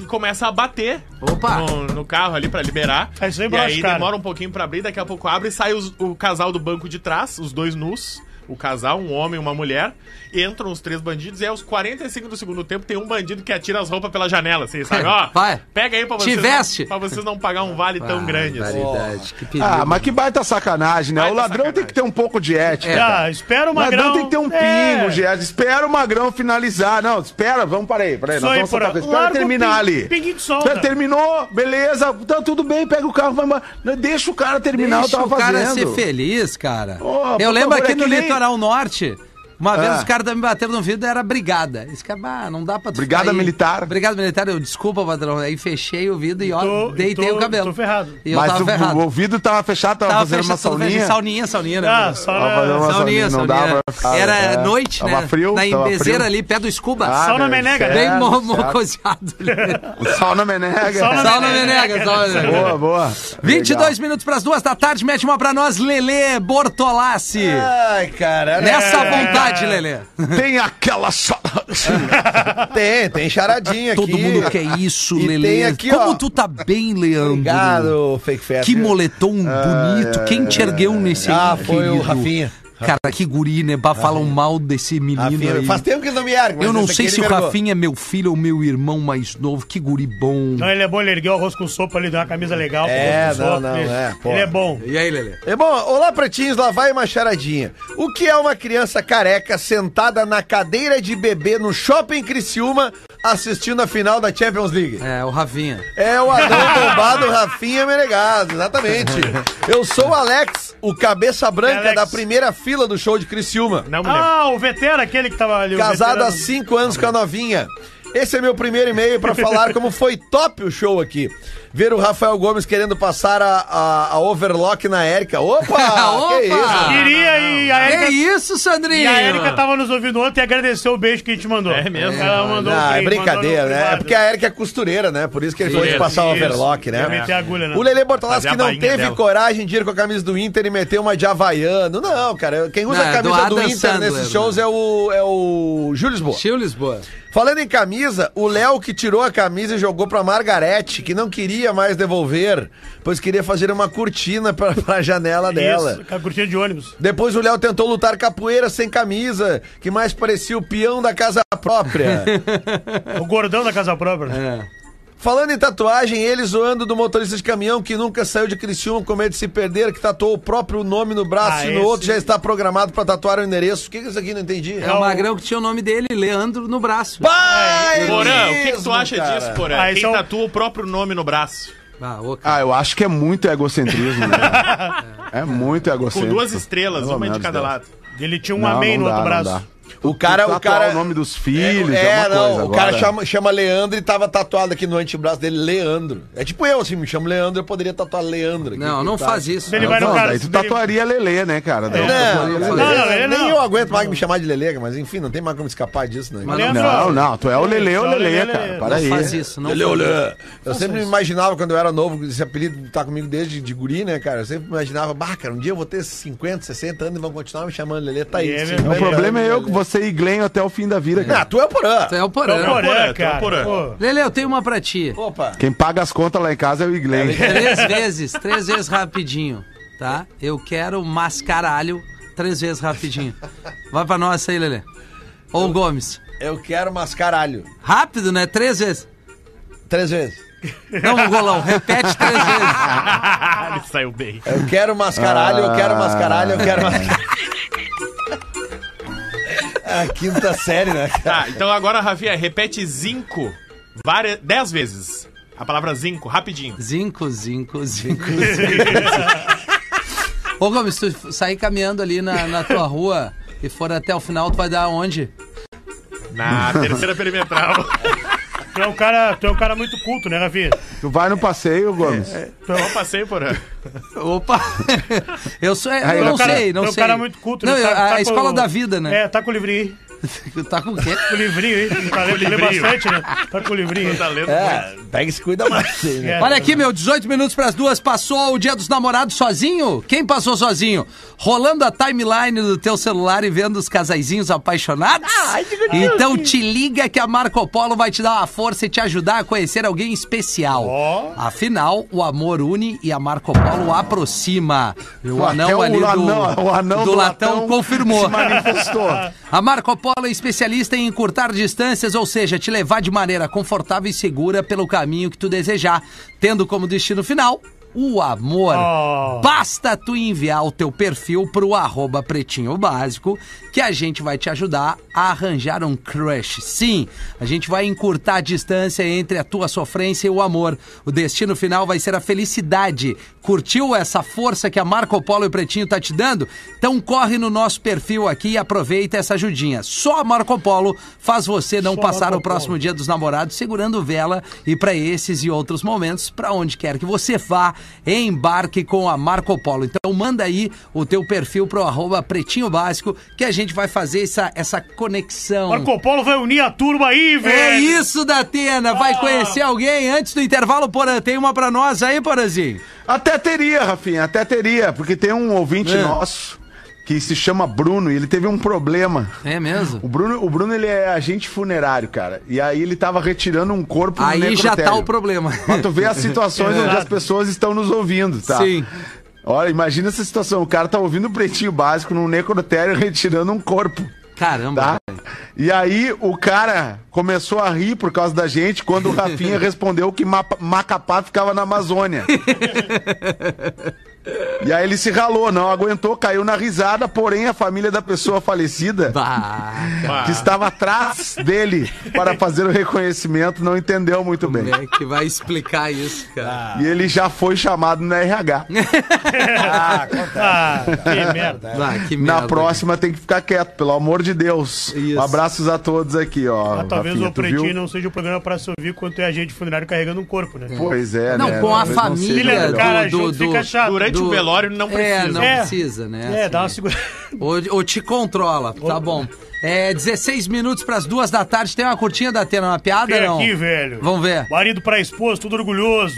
[SPEAKER 7] e começam a bater
[SPEAKER 4] Opa!
[SPEAKER 7] No, no carro ali pra liberar.
[SPEAKER 5] É isso aí,
[SPEAKER 7] e
[SPEAKER 5] bro,
[SPEAKER 7] aí
[SPEAKER 5] cara.
[SPEAKER 7] demora um pouquinho pra abrir, daqui a pouco abre e sai os- o casal do banco de trás, os dois nus. O casal, um homem e uma mulher, entram os três bandidos e aos 45 do segundo tempo tem um bandido que atira as roupas pela janela, assim, sabe? Ó,
[SPEAKER 4] Vai.
[SPEAKER 7] pega aí pra
[SPEAKER 4] Te
[SPEAKER 7] vocês,
[SPEAKER 4] veste. Ah,
[SPEAKER 7] não, pra vocês não pagar um vale tão grande. assim.
[SPEAKER 4] Barbaridade, que perigo.
[SPEAKER 6] Ah, mas que baita sacanagem, né?
[SPEAKER 7] Baita
[SPEAKER 6] o ladrão tem
[SPEAKER 7] sacanagem.
[SPEAKER 6] que ter um pouco de ética.
[SPEAKER 4] É.
[SPEAKER 5] Tá, espera o
[SPEAKER 6] O ladrão
[SPEAKER 5] Magrão.
[SPEAKER 6] tem que ter um
[SPEAKER 5] É.
[SPEAKER 6] pingo de ética. Espera o Magrão finalizar. Não, espera, vamos, peraí, peraí.
[SPEAKER 5] Isso
[SPEAKER 6] Nós
[SPEAKER 5] aí,
[SPEAKER 6] vamos soltar
[SPEAKER 5] porra.
[SPEAKER 6] a coisa. Espera
[SPEAKER 5] Larga o
[SPEAKER 6] terminar
[SPEAKER 5] pin-
[SPEAKER 6] ali.
[SPEAKER 5] pinguinho de solda.
[SPEAKER 6] Espera, Terminou, beleza. Tá tudo bem, pega o carro, vai embora. Não, Deixa o cara terminar
[SPEAKER 4] Deixa
[SPEAKER 6] o que
[SPEAKER 4] o
[SPEAKER 6] tava
[SPEAKER 4] cara ser
[SPEAKER 6] fazendo.
[SPEAKER 4] feliz, cara.
[SPEAKER 6] Pô,
[SPEAKER 4] eu
[SPEAKER 6] por
[SPEAKER 4] lembro
[SPEAKER 6] favor,
[SPEAKER 4] aqui
[SPEAKER 6] é
[SPEAKER 4] no
[SPEAKER 6] que nem-
[SPEAKER 4] litoral norte. Uma vez
[SPEAKER 6] Ah.
[SPEAKER 4] os caras também bateram no vidro, era brigada. Esse cara, ah, não dá pra tu
[SPEAKER 6] Brigada
[SPEAKER 4] ficar aí.
[SPEAKER 6] militar.
[SPEAKER 4] Brigada militar, eu desculpa, patrão. Aí fechei o vidro e ó,
[SPEAKER 5] tô-
[SPEAKER 4] deitei
[SPEAKER 5] e tô-
[SPEAKER 4] o cabelo.
[SPEAKER 5] tô ferrado.
[SPEAKER 4] E eu
[SPEAKER 6] Mas
[SPEAKER 4] tava
[SPEAKER 6] o,
[SPEAKER 4] ferrado.
[SPEAKER 6] o ouvido tava fechado, tava,
[SPEAKER 4] tava
[SPEAKER 6] fazendo
[SPEAKER 4] fechado,
[SPEAKER 6] uma
[SPEAKER 4] tudo fechado.
[SPEAKER 6] sauninha.
[SPEAKER 4] Sauninha, sauninha, né?
[SPEAKER 5] Ah,
[SPEAKER 4] mano?
[SPEAKER 6] Tava fazendo
[SPEAKER 5] só
[SPEAKER 6] uma
[SPEAKER 4] Sauninha,
[SPEAKER 6] não dá
[SPEAKER 4] sauninha.
[SPEAKER 6] pra ficar-
[SPEAKER 4] Era
[SPEAKER 6] é,
[SPEAKER 4] noite,
[SPEAKER 6] tava
[SPEAKER 4] né?
[SPEAKER 6] Frio,
[SPEAKER 4] Na
[SPEAKER 6] tava frio.
[SPEAKER 4] embezeira ali, perto do Scuba.
[SPEAKER 6] Ah,
[SPEAKER 5] Sauna
[SPEAKER 6] meu,
[SPEAKER 5] Menega, né?
[SPEAKER 4] Bem
[SPEAKER 6] certo,
[SPEAKER 4] mo-
[SPEAKER 6] certo.
[SPEAKER 4] mocoseado.
[SPEAKER 6] Sauna Menega.
[SPEAKER 5] Sauna
[SPEAKER 4] Sauna
[SPEAKER 5] Menega.
[SPEAKER 4] Menega, sauna Menega.
[SPEAKER 6] Boa, boa.
[SPEAKER 4] 22 minutos pras duas da tarde, mete uma pra nós, Lelê Bortolassi.
[SPEAKER 8] Ai, cara. né? É.
[SPEAKER 4] Nessa vontade, Lelê.
[SPEAKER 6] Legal. Tem aquela sauna.
[SPEAKER 8] Tem, tem charadinha aqui.
[SPEAKER 4] Todo mundo quer isso,
[SPEAKER 8] E
[SPEAKER 4] Lelê.
[SPEAKER 8] tem aqui,
[SPEAKER 4] Como
[SPEAKER 8] ó.
[SPEAKER 4] tu tá bem, Leandro?
[SPEAKER 8] Obrigado, fake festa.
[SPEAKER 4] Que moletom bonito. Quem te ergueu nesse
[SPEAKER 8] Ah, foi o Rafinha.
[SPEAKER 4] Cara, que guri, né? Bah, falam mal desse menino
[SPEAKER 8] Rafinha,
[SPEAKER 4] aí.
[SPEAKER 8] Faz tempo que ele não me ergue. mas
[SPEAKER 4] Eu não
[SPEAKER 8] esse
[SPEAKER 4] sei
[SPEAKER 8] aqui
[SPEAKER 4] se o
[SPEAKER 8] ele me ergou.
[SPEAKER 4] Rafinha é meu filho ou meu irmão mais novo. Que guri bom.
[SPEAKER 5] Não, ele é bom, ele ergueu o arroz com sopa ali, deu uma camisa legal.
[SPEAKER 8] É,
[SPEAKER 5] arroz com
[SPEAKER 8] não,
[SPEAKER 5] sopa,
[SPEAKER 8] não,
[SPEAKER 5] ele,
[SPEAKER 8] é, pô.
[SPEAKER 5] ele é bom.
[SPEAKER 4] E aí, Lelê?
[SPEAKER 8] É bom, olá pretinhos, lá vai uma charadinha. O que é uma criança careca sentada na cadeira de bebê no shopping Criciúma assistindo a final da Champions League?
[SPEAKER 4] É, o Rafinha.
[SPEAKER 8] É o Adão Bombado Rafinha Menegas, exatamente. Eu sou o Alex, o cabeça branca
[SPEAKER 5] Alex.
[SPEAKER 8] da primeira fila do show de Criciúma.
[SPEAKER 7] Não me lembro.
[SPEAKER 5] Ah, o Vetera, aquele que tava ali. o
[SPEAKER 8] Casado assim. há
[SPEAKER 5] veterano.
[SPEAKER 8] cinco anos com a novinha. Esse é meu primeiro e-mail pra falar como foi top o show aqui. Ver o Rafael Gomes querendo passar a, a- a overlock na Érica. Opa!
[SPEAKER 4] Opa!
[SPEAKER 8] Que isso?
[SPEAKER 5] Queria e a
[SPEAKER 4] É
[SPEAKER 5] Erika.
[SPEAKER 4] isso, Sandrinho?
[SPEAKER 5] E a Erika tava nos ouvindo ontem e agradeceu o beijo que a gente mandou.
[SPEAKER 7] É mesmo?
[SPEAKER 5] Ela mandou um
[SPEAKER 8] Não, é
[SPEAKER 5] print,
[SPEAKER 8] brincadeira,
[SPEAKER 5] mandou no
[SPEAKER 8] né? É
[SPEAKER 5] privado.
[SPEAKER 8] porque a Erika é costureira, né? Por isso que ele foi de
[SPEAKER 7] Isso,
[SPEAKER 8] passar o
[SPEAKER 5] isso.
[SPEAKER 8] overlock,
[SPEAKER 5] Ia
[SPEAKER 8] né?
[SPEAKER 5] meter a agulha, né?
[SPEAKER 8] O Lelê Bortolassi
[SPEAKER 7] Fazer
[SPEAKER 8] que
[SPEAKER 7] a
[SPEAKER 8] não
[SPEAKER 7] bainha
[SPEAKER 8] teve
[SPEAKER 7] dela.
[SPEAKER 8] coragem de ir com a camisa do Inter e meter uma de Havaiano. Não, cara. Quem usa
[SPEAKER 4] Não,
[SPEAKER 8] a
[SPEAKER 4] é
[SPEAKER 8] camisa
[SPEAKER 4] do
[SPEAKER 8] do,
[SPEAKER 4] Adam
[SPEAKER 8] Inter
[SPEAKER 4] Sandler,
[SPEAKER 8] nesses
[SPEAKER 4] né?
[SPEAKER 8] shows é o, é o Júlio Lisboa.
[SPEAKER 4] Tio Lisboa.
[SPEAKER 8] Falando em camisa, o Léo que tirou a camisa e jogou pra Margarete, que não queria mais devolver, pois queria fazer uma cortina pra, pra janela dela.
[SPEAKER 5] Isso, com a cortina de ônibus.
[SPEAKER 8] Depois o Léo tentou lutar capoeira sem camisa, que mais parecia o peão da Casa própria. É.
[SPEAKER 5] O gordão da casa própria. né?
[SPEAKER 8] Falando em tatuagem, ele zoando do motorista de caminhão que nunca saiu de Criciúma com medo de se perder, que tatuou o próprio nome no braço
[SPEAKER 5] Ah,
[SPEAKER 8] e no
[SPEAKER 5] esse-
[SPEAKER 8] outro já está programado para tatuar o endereço. O que que é isso aqui? Não entendi.
[SPEAKER 4] É o Magrão que tinha o nome dele, Leandro, no braço.
[SPEAKER 8] Pai!
[SPEAKER 7] É, Porã, o que, que
[SPEAKER 8] mesmo,
[SPEAKER 7] tu acha
[SPEAKER 8] cara.
[SPEAKER 7] disso, Porã?
[SPEAKER 5] Ah,
[SPEAKER 7] Quem
[SPEAKER 5] isso é um-
[SPEAKER 7] tatua o próprio nome no braço?
[SPEAKER 4] Ah, ô, cara.
[SPEAKER 6] Ah, eu acho que é muito egocentrismo. né? É muito
[SPEAKER 7] Com
[SPEAKER 6] egocentrismo.
[SPEAKER 7] duas estrelas,
[SPEAKER 6] Pelo
[SPEAKER 7] uma de
[SPEAKER 6] amor
[SPEAKER 7] cada
[SPEAKER 6] Deus.
[SPEAKER 7] lado.
[SPEAKER 5] Ele tinha um
[SPEAKER 6] Não,
[SPEAKER 5] amém no
[SPEAKER 6] não dá,
[SPEAKER 5] outro
[SPEAKER 6] não
[SPEAKER 5] braço.
[SPEAKER 6] dá.
[SPEAKER 8] O cara- o
[SPEAKER 6] tatuar
[SPEAKER 8] cara-
[SPEAKER 6] o nome dos filhos, é,
[SPEAKER 8] É,
[SPEAKER 6] uma
[SPEAKER 8] não,
[SPEAKER 6] coisa.
[SPEAKER 8] o cara
[SPEAKER 6] agora-
[SPEAKER 8] chama, chama Leandro e tava tatuado aqui no antebraço dele, Leandro. É tipo eu, assim, me chamo Leandro, eu poderia tatuar Leandro. aqui,
[SPEAKER 4] Não, não
[SPEAKER 8] tá?
[SPEAKER 4] faz isso.
[SPEAKER 5] Ele vai no
[SPEAKER 6] Não,
[SPEAKER 5] cara-
[SPEAKER 6] daí tu tatuaria Lelê, né, cara? Daí tu
[SPEAKER 8] É, Não,
[SPEAKER 6] tatuaria
[SPEAKER 8] não,
[SPEAKER 6] Lelê.
[SPEAKER 5] Não, não,
[SPEAKER 8] nem
[SPEAKER 5] ele não.
[SPEAKER 8] eu aguento mais me chamar de Lelega, mas enfim, não tem mais como escapar disso, né?
[SPEAKER 4] Mas
[SPEAKER 5] Leandro,
[SPEAKER 6] Não, não, tu é o Lelê, o
[SPEAKER 5] Só o
[SPEAKER 6] Lelê,
[SPEAKER 5] Lelê,
[SPEAKER 6] cara.
[SPEAKER 5] Lelê.
[SPEAKER 6] Para
[SPEAKER 4] Não
[SPEAKER 6] aí.
[SPEAKER 4] faz isso, não.
[SPEAKER 8] Lelê,
[SPEAKER 4] faz isso.
[SPEAKER 8] olê. Eu sempre me imaginava quando eu era novo, esse apelido tá comigo desde de guri, né, cara? Eu sempre me imaginava, bah, cara, um dia eu vou ter 50, 60 anos e vão continuar me chamando Lelê, tá aí.
[SPEAKER 5] É,
[SPEAKER 8] 50
[SPEAKER 6] O problema é
[SPEAKER 8] anos,
[SPEAKER 6] eu que
[SPEAKER 8] Lelê.
[SPEAKER 6] você e Glenn até o fim da vida,
[SPEAKER 8] Ah,
[SPEAKER 6] cara.
[SPEAKER 8] tu é o Porã.
[SPEAKER 4] Tu é o
[SPEAKER 5] É o
[SPEAKER 4] Porã.
[SPEAKER 5] Porã,
[SPEAKER 7] Porã, é
[SPEAKER 5] cara.
[SPEAKER 7] o Porã.
[SPEAKER 5] Pô.
[SPEAKER 4] Lele, eu tenho uma pra ti.
[SPEAKER 8] Opa.
[SPEAKER 6] Quem paga as contas lá em casa é o Iglen.
[SPEAKER 4] Três vezes, três vezes rapidinho, tá? Eu quero mascaralho três vezes rapidinho. Vai pra nós aí, Lelê. Ou o Gomes.
[SPEAKER 8] Eu quero mascaralho.
[SPEAKER 4] Rápido, né? Três vezes.
[SPEAKER 8] Três vezes.
[SPEAKER 4] Não, um golão, repete três vezes.
[SPEAKER 7] Ele saiu bem.
[SPEAKER 8] Eu quero mascaralho, eu
[SPEAKER 6] Ah.
[SPEAKER 8] quero mascaralho, eu quero mascaralho. É A quinta série, né? cara?
[SPEAKER 7] Tá, então agora, Rafinha, repete zinco várias, dez vezes. A palavra zinco, rapidinho.
[SPEAKER 4] Zinco, zinco, zinco, zinco. Ô Gomes, se tu sair caminhando ali na, na tua rua e for até o final, tu vai dar onde?
[SPEAKER 7] Na terceira perimetral.
[SPEAKER 5] Tu é um cara, tu é um cara muito culto, né, Rafi?
[SPEAKER 6] Tu vai no passeio, Gomes.
[SPEAKER 4] É.
[SPEAKER 7] Então eu passei, Porã.
[SPEAKER 4] Opa! Eu, sou, eu
[SPEAKER 6] Aí,
[SPEAKER 4] não
[SPEAKER 6] o cara-
[SPEAKER 4] sei, não
[SPEAKER 5] tu é um
[SPEAKER 4] sei.
[SPEAKER 5] cara muito culto,
[SPEAKER 4] não,
[SPEAKER 5] né?
[SPEAKER 4] eu-
[SPEAKER 5] Tá-
[SPEAKER 4] a,
[SPEAKER 5] tá
[SPEAKER 4] a
[SPEAKER 5] com-
[SPEAKER 4] escola da vida, né?
[SPEAKER 5] É, tá com o livrinho aí.
[SPEAKER 4] Tá com o quê?
[SPEAKER 5] Com o livrinho aí. Tá lendo, lê
[SPEAKER 7] livrinho.
[SPEAKER 5] bastante, né? Tá com o livrinho aí.
[SPEAKER 7] Tá lendo muito.
[SPEAKER 8] É, pega e se cuida mais. aí, né?
[SPEAKER 5] É.
[SPEAKER 4] Olha aqui, meu, 18 minutos para as duas. Passou o Dia dos Namorados sozinho? Quem passou sozinho? Rolando a timeline do teu celular e vendo os casaizinhos apaixonados? então te liga que a Marco Polo vai te dar uma força e te ajudar a conhecer alguém especial. Afinal, o amor une e a Marco Polo aproxima. E O
[SPEAKER 6] Até
[SPEAKER 4] anão ali do,
[SPEAKER 6] o anão
[SPEAKER 4] do, latão confirmou.
[SPEAKER 6] se manifestou.
[SPEAKER 4] A Marco Polo é especialista em encurtar distâncias, ou seja, te levar de maneira confortável e segura pelo caminho que tu desejar, tendo como destino final o amor.
[SPEAKER 5] Oh.
[SPEAKER 4] Basta tu enviar o teu perfil pro arroba pretinho básico, que a gente vai te ajudar a arranjar um crush. Sim, a gente vai encurtar a distância entre a tua sofrência e o amor. O destino final vai ser a felicidade. Curtiu essa força que a Marco Polo e o Pretinho tá te dando? Então corre no nosso perfil aqui e aproveita essa ajudinha. Só a Marco Polo faz você não passar o próximo dia dos namorados segurando vela e para esses e outros momentos, para onde quer que você vá, embarque com a Marco Polo. Então manda aí o teu perfil pro arroba pretinho básico que a gente vai fazer essa, essa conexão.
[SPEAKER 5] Marco Polo vai unir a turma aí, velho.
[SPEAKER 4] É isso, Datena! Vai conhecer alguém antes do intervalo, Porã. Tem uma pra nós aí, Porãzinho?
[SPEAKER 6] Até teria, Rafinha, até teria, porque tem um ouvinte
[SPEAKER 4] É.
[SPEAKER 6] nosso que se chama Bruno e ele teve um problema.
[SPEAKER 4] É
[SPEAKER 6] O
[SPEAKER 4] mesmo?
[SPEAKER 6] Bruno, o Bruno ele é agente funerário, cara. E aí ele tava retirando um corpo do
[SPEAKER 4] Aí já tá
[SPEAKER 6] necrotério.
[SPEAKER 4] o problema.
[SPEAKER 6] Mas tu vê as situações onde as pessoas estão nos ouvindo, tá?
[SPEAKER 4] É. Sim.
[SPEAKER 6] Olha, imagina essa situação. O cara tá ouvindo o pretinho básico num necrotério retirando um corpo.
[SPEAKER 4] Caramba.
[SPEAKER 6] Tá?
[SPEAKER 4] velho.
[SPEAKER 6] E aí o cara começou a rir por causa da gente quando o Rafinha respondeu que Mapa- Macapá ficava na Amazônia. E aí ele se ralou, não aguentou, caiu na risada, porém a família da pessoa falecida,
[SPEAKER 4] Bah,
[SPEAKER 6] que estava atrás dele para fazer o reconhecimento, não entendeu muito bem.
[SPEAKER 4] como é que vai explicar isso, cara?
[SPEAKER 6] E ele já foi chamado na RH.
[SPEAKER 5] Ah, que merda.
[SPEAKER 4] Bah, que
[SPEAKER 6] Na
[SPEAKER 4] merda.
[SPEAKER 6] próxima tem que ficar quieto, pelo amor de Deus.
[SPEAKER 4] Isso.
[SPEAKER 6] Abraços a todos aqui,
[SPEAKER 4] Tá,
[SPEAKER 6] ó.
[SPEAKER 5] Ah, talvez
[SPEAKER 6] Rafinha,
[SPEAKER 5] o
[SPEAKER 6] tu viu?
[SPEAKER 5] Pretinho não seja o programa pra se ouvir quanto é agente funerário carregando um corpo, né?
[SPEAKER 6] Pois é,
[SPEAKER 4] Não,
[SPEAKER 6] né?
[SPEAKER 4] com a
[SPEAKER 6] Talvez não seja
[SPEAKER 5] Filha
[SPEAKER 4] família
[SPEAKER 5] é
[SPEAKER 6] melhor.
[SPEAKER 5] do cara
[SPEAKER 4] do-
[SPEAKER 5] junto
[SPEAKER 4] do-
[SPEAKER 5] fica chato.
[SPEAKER 7] Durante o velório não precisa.
[SPEAKER 4] É, não
[SPEAKER 5] É.
[SPEAKER 4] precisa, né?
[SPEAKER 5] É, dá uma
[SPEAKER 4] Assim,
[SPEAKER 5] segura.
[SPEAKER 4] Ou, ou te controla, tá bom. É 16 minutos pras duas da tarde. Tem uma curtinha da Atena, uma piada
[SPEAKER 5] Vem
[SPEAKER 4] não?
[SPEAKER 5] aqui, velho.
[SPEAKER 4] Vamos ver.
[SPEAKER 5] Marido pra esposa, tudo orgulhoso.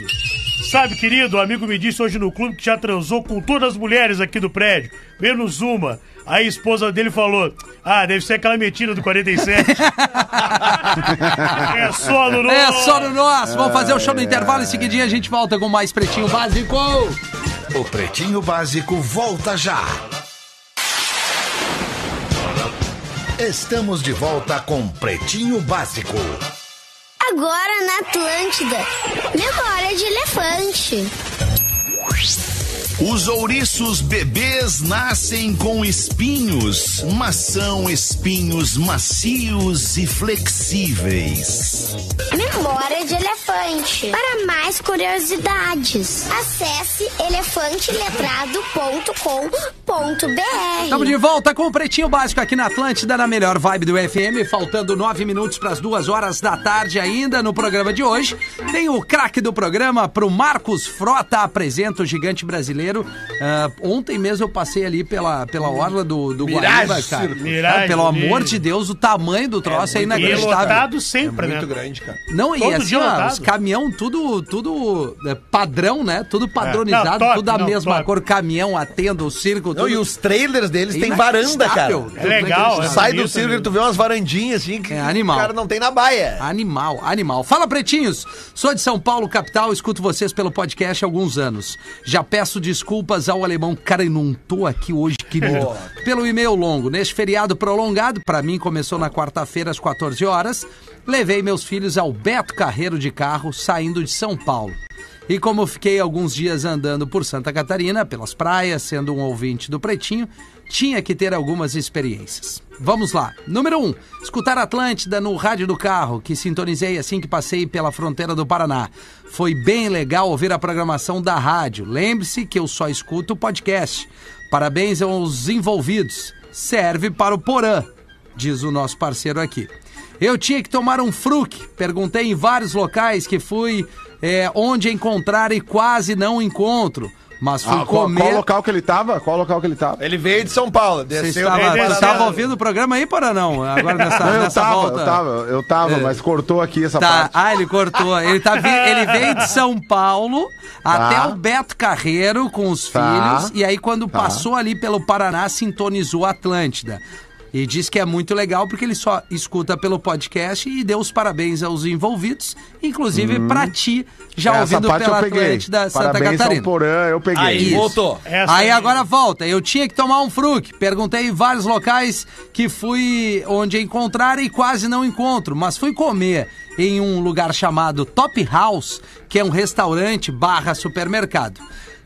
[SPEAKER 5] Sabe, querido, o amigo me disse hoje no clube que já transou com todas as mulheres aqui do prédio, menos uma. Aí a esposa dele falou: Ah, deve ser aquela metida do 47. é só no
[SPEAKER 4] É só no nosso. Vamos fazer
[SPEAKER 6] É.
[SPEAKER 4] o show no intervalo. Em seguidinha a gente volta com mais Pretinho Básico.
[SPEAKER 2] O Pretinho Básico volta já. Estamos de volta com Pretinho Básico.
[SPEAKER 9] Agora na Atlântida. Memória de elefante.
[SPEAKER 2] Os ouriços bebês nascem com espinhos, mas são espinhos macios e flexíveis.
[SPEAKER 9] Memória de elefante. Para mais curiosidades, acesse
[SPEAKER 4] Estamos
[SPEAKER 9] elefanteletrado.com.br.
[SPEAKER 4] de volta com o Pretinho Básico aqui na Atlântida, na melhor vibe do FM. Faltando nove minutos para as duas horas da tarde ainda no programa de hoje. Tem o craque do programa pro Marcos Frota, apresenta o gigante brasileiro. Ah, ontem mesmo eu passei ali pela, pela orla do, do Guaíba, cara.
[SPEAKER 5] Mirage,
[SPEAKER 4] Ah, pelo amor
[SPEAKER 5] Mirage.
[SPEAKER 4] de Deus, o tamanho do troço é,
[SPEAKER 5] E é
[SPEAKER 4] inacreditável.
[SPEAKER 5] lotado sempre, né?
[SPEAKER 8] Muito grande, cara.
[SPEAKER 4] Não, e
[SPEAKER 5] Todo
[SPEAKER 4] assim,
[SPEAKER 5] dia
[SPEAKER 4] ó,
[SPEAKER 5] lotado.
[SPEAKER 4] os caminhão, tudo, tudo é, padrão, né? Tudo padronizado,
[SPEAKER 5] É. Não, top,
[SPEAKER 4] tudo da
[SPEAKER 5] não,
[SPEAKER 4] mesma
[SPEAKER 5] top.
[SPEAKER 4] cor, caminhão, a tenda, o circo, tudo.
[SPEAKER 8] Não, e os trailers deles tem varanda, cara.
[SPEAKER 4] É Inacreditável.
[SPEAKER 5] É legal, é
[SPEAKER 8] Sai do
[SPEAKER 5] bonito,
[SPEAKER 8] circo e
[SPEAKER 5] né?
[SPEAKER 8] tu vê umas varandinhas assim que
[SPEAKER 4] É animal.
[SPEAKER 8] o cara não tem na baia.
[SPEAKER 4] Animal, animal. Fala, pretinhos! Sou de São Paulo, capital, escuto vocês pelo podcast há alguns anos. Já peço desculpas ao alemão, cara, eu não tô aqui hoje, querido. pelo e-mail longo, neste feriado prolongado, pra mim começou na quarta-feira às 14 horas, levei meus filhos ao Beto Carreiro de carro, saindo de São Paulo. E como eu fiquei alguns dias andando por Santa Catarina, pelas praias, sendo um ouvinte do Pretinho, tinha que ter algumas experiências. Vamos lá. Número 1. Um, escutar Atlântida no rádio do carro, que sintonizei assim que passei pela fronteira do Paraná. Foi bem legal ouvir a programação da rádio. Lembre-se que eu só escuto o podcast. Parabéns aos envolvidos. Serve para o Porã diz o nosso parceiro aqui. Eu tinha que tomar um fruque. Perguntei em vários locais que fui é, onde encontrar e quase não encontro. Mas fui
[SPEAKER 6] Ah, qual,
[SPEAKER 4] comer.
[SPEAKER 6] qual local que ele tava? Qual local que ele tava?
[SPEAKER 8] Ele veio de São Paulo,
[SPEAKER 4] Você
[SPEAKER 8] desceu
[SPEAKER 4] estava,
[SPEAKER 8] do
[SPEAKER 4] você
[SPEAKER 5] Ele
[SPEAKER 8] Paraná.
[SPEAKER 5] desceu.
[SPEAKER 4] estava ouvindo o programa aí, Porã, não? Agora nessa,
[SPEAKER 6] Não, eu
[SPEAKER 4] tá nessa
[SPEAKER 6] tava,
[SPEAKER 4] volta. É.
[SPEAKER 6] eu tava, eu tava, mas cortou aqui essa
[SPEAKER 4] Tá,
[SPEAKER 6] parte.
[SPEAKER 4] ah, ele cortou. Ele, tá vi- ele veio de São Paulo até o Beto Carreiro com os
[SPEAKER 6] Tá.
[SPEAKER 4] filhos. E aí, quando passou ali pelo Paraná, sintonizou a Atlântida. E diz que é muito legal porque ele só escuta pelo podcast e deu os parabéns aos envolvidos, inclusive
[SPEAKER 6] Hum.
[SPEAKER 4] pra ti, já ouvindo pela Atlântida Santa
[SPEAKER 6] Parabéns
[SPEAKER 4] Catarina. Ah,
[SPEAKER 6] São Porã, eu peguei.
[SPEAKER 4] Isso.
[SPEAKER 5] Essa
[SPEAKER 4] aí
[SPEAKER 5] aí.
[SPEAKER 4] agora volta. Eu tinha que tomar um fruque. Perguntei em vários locais que fui onde encontrar e quase não encontro, mas fui comer em um lugar chamado Top House, que é um restaurante barra supermercado.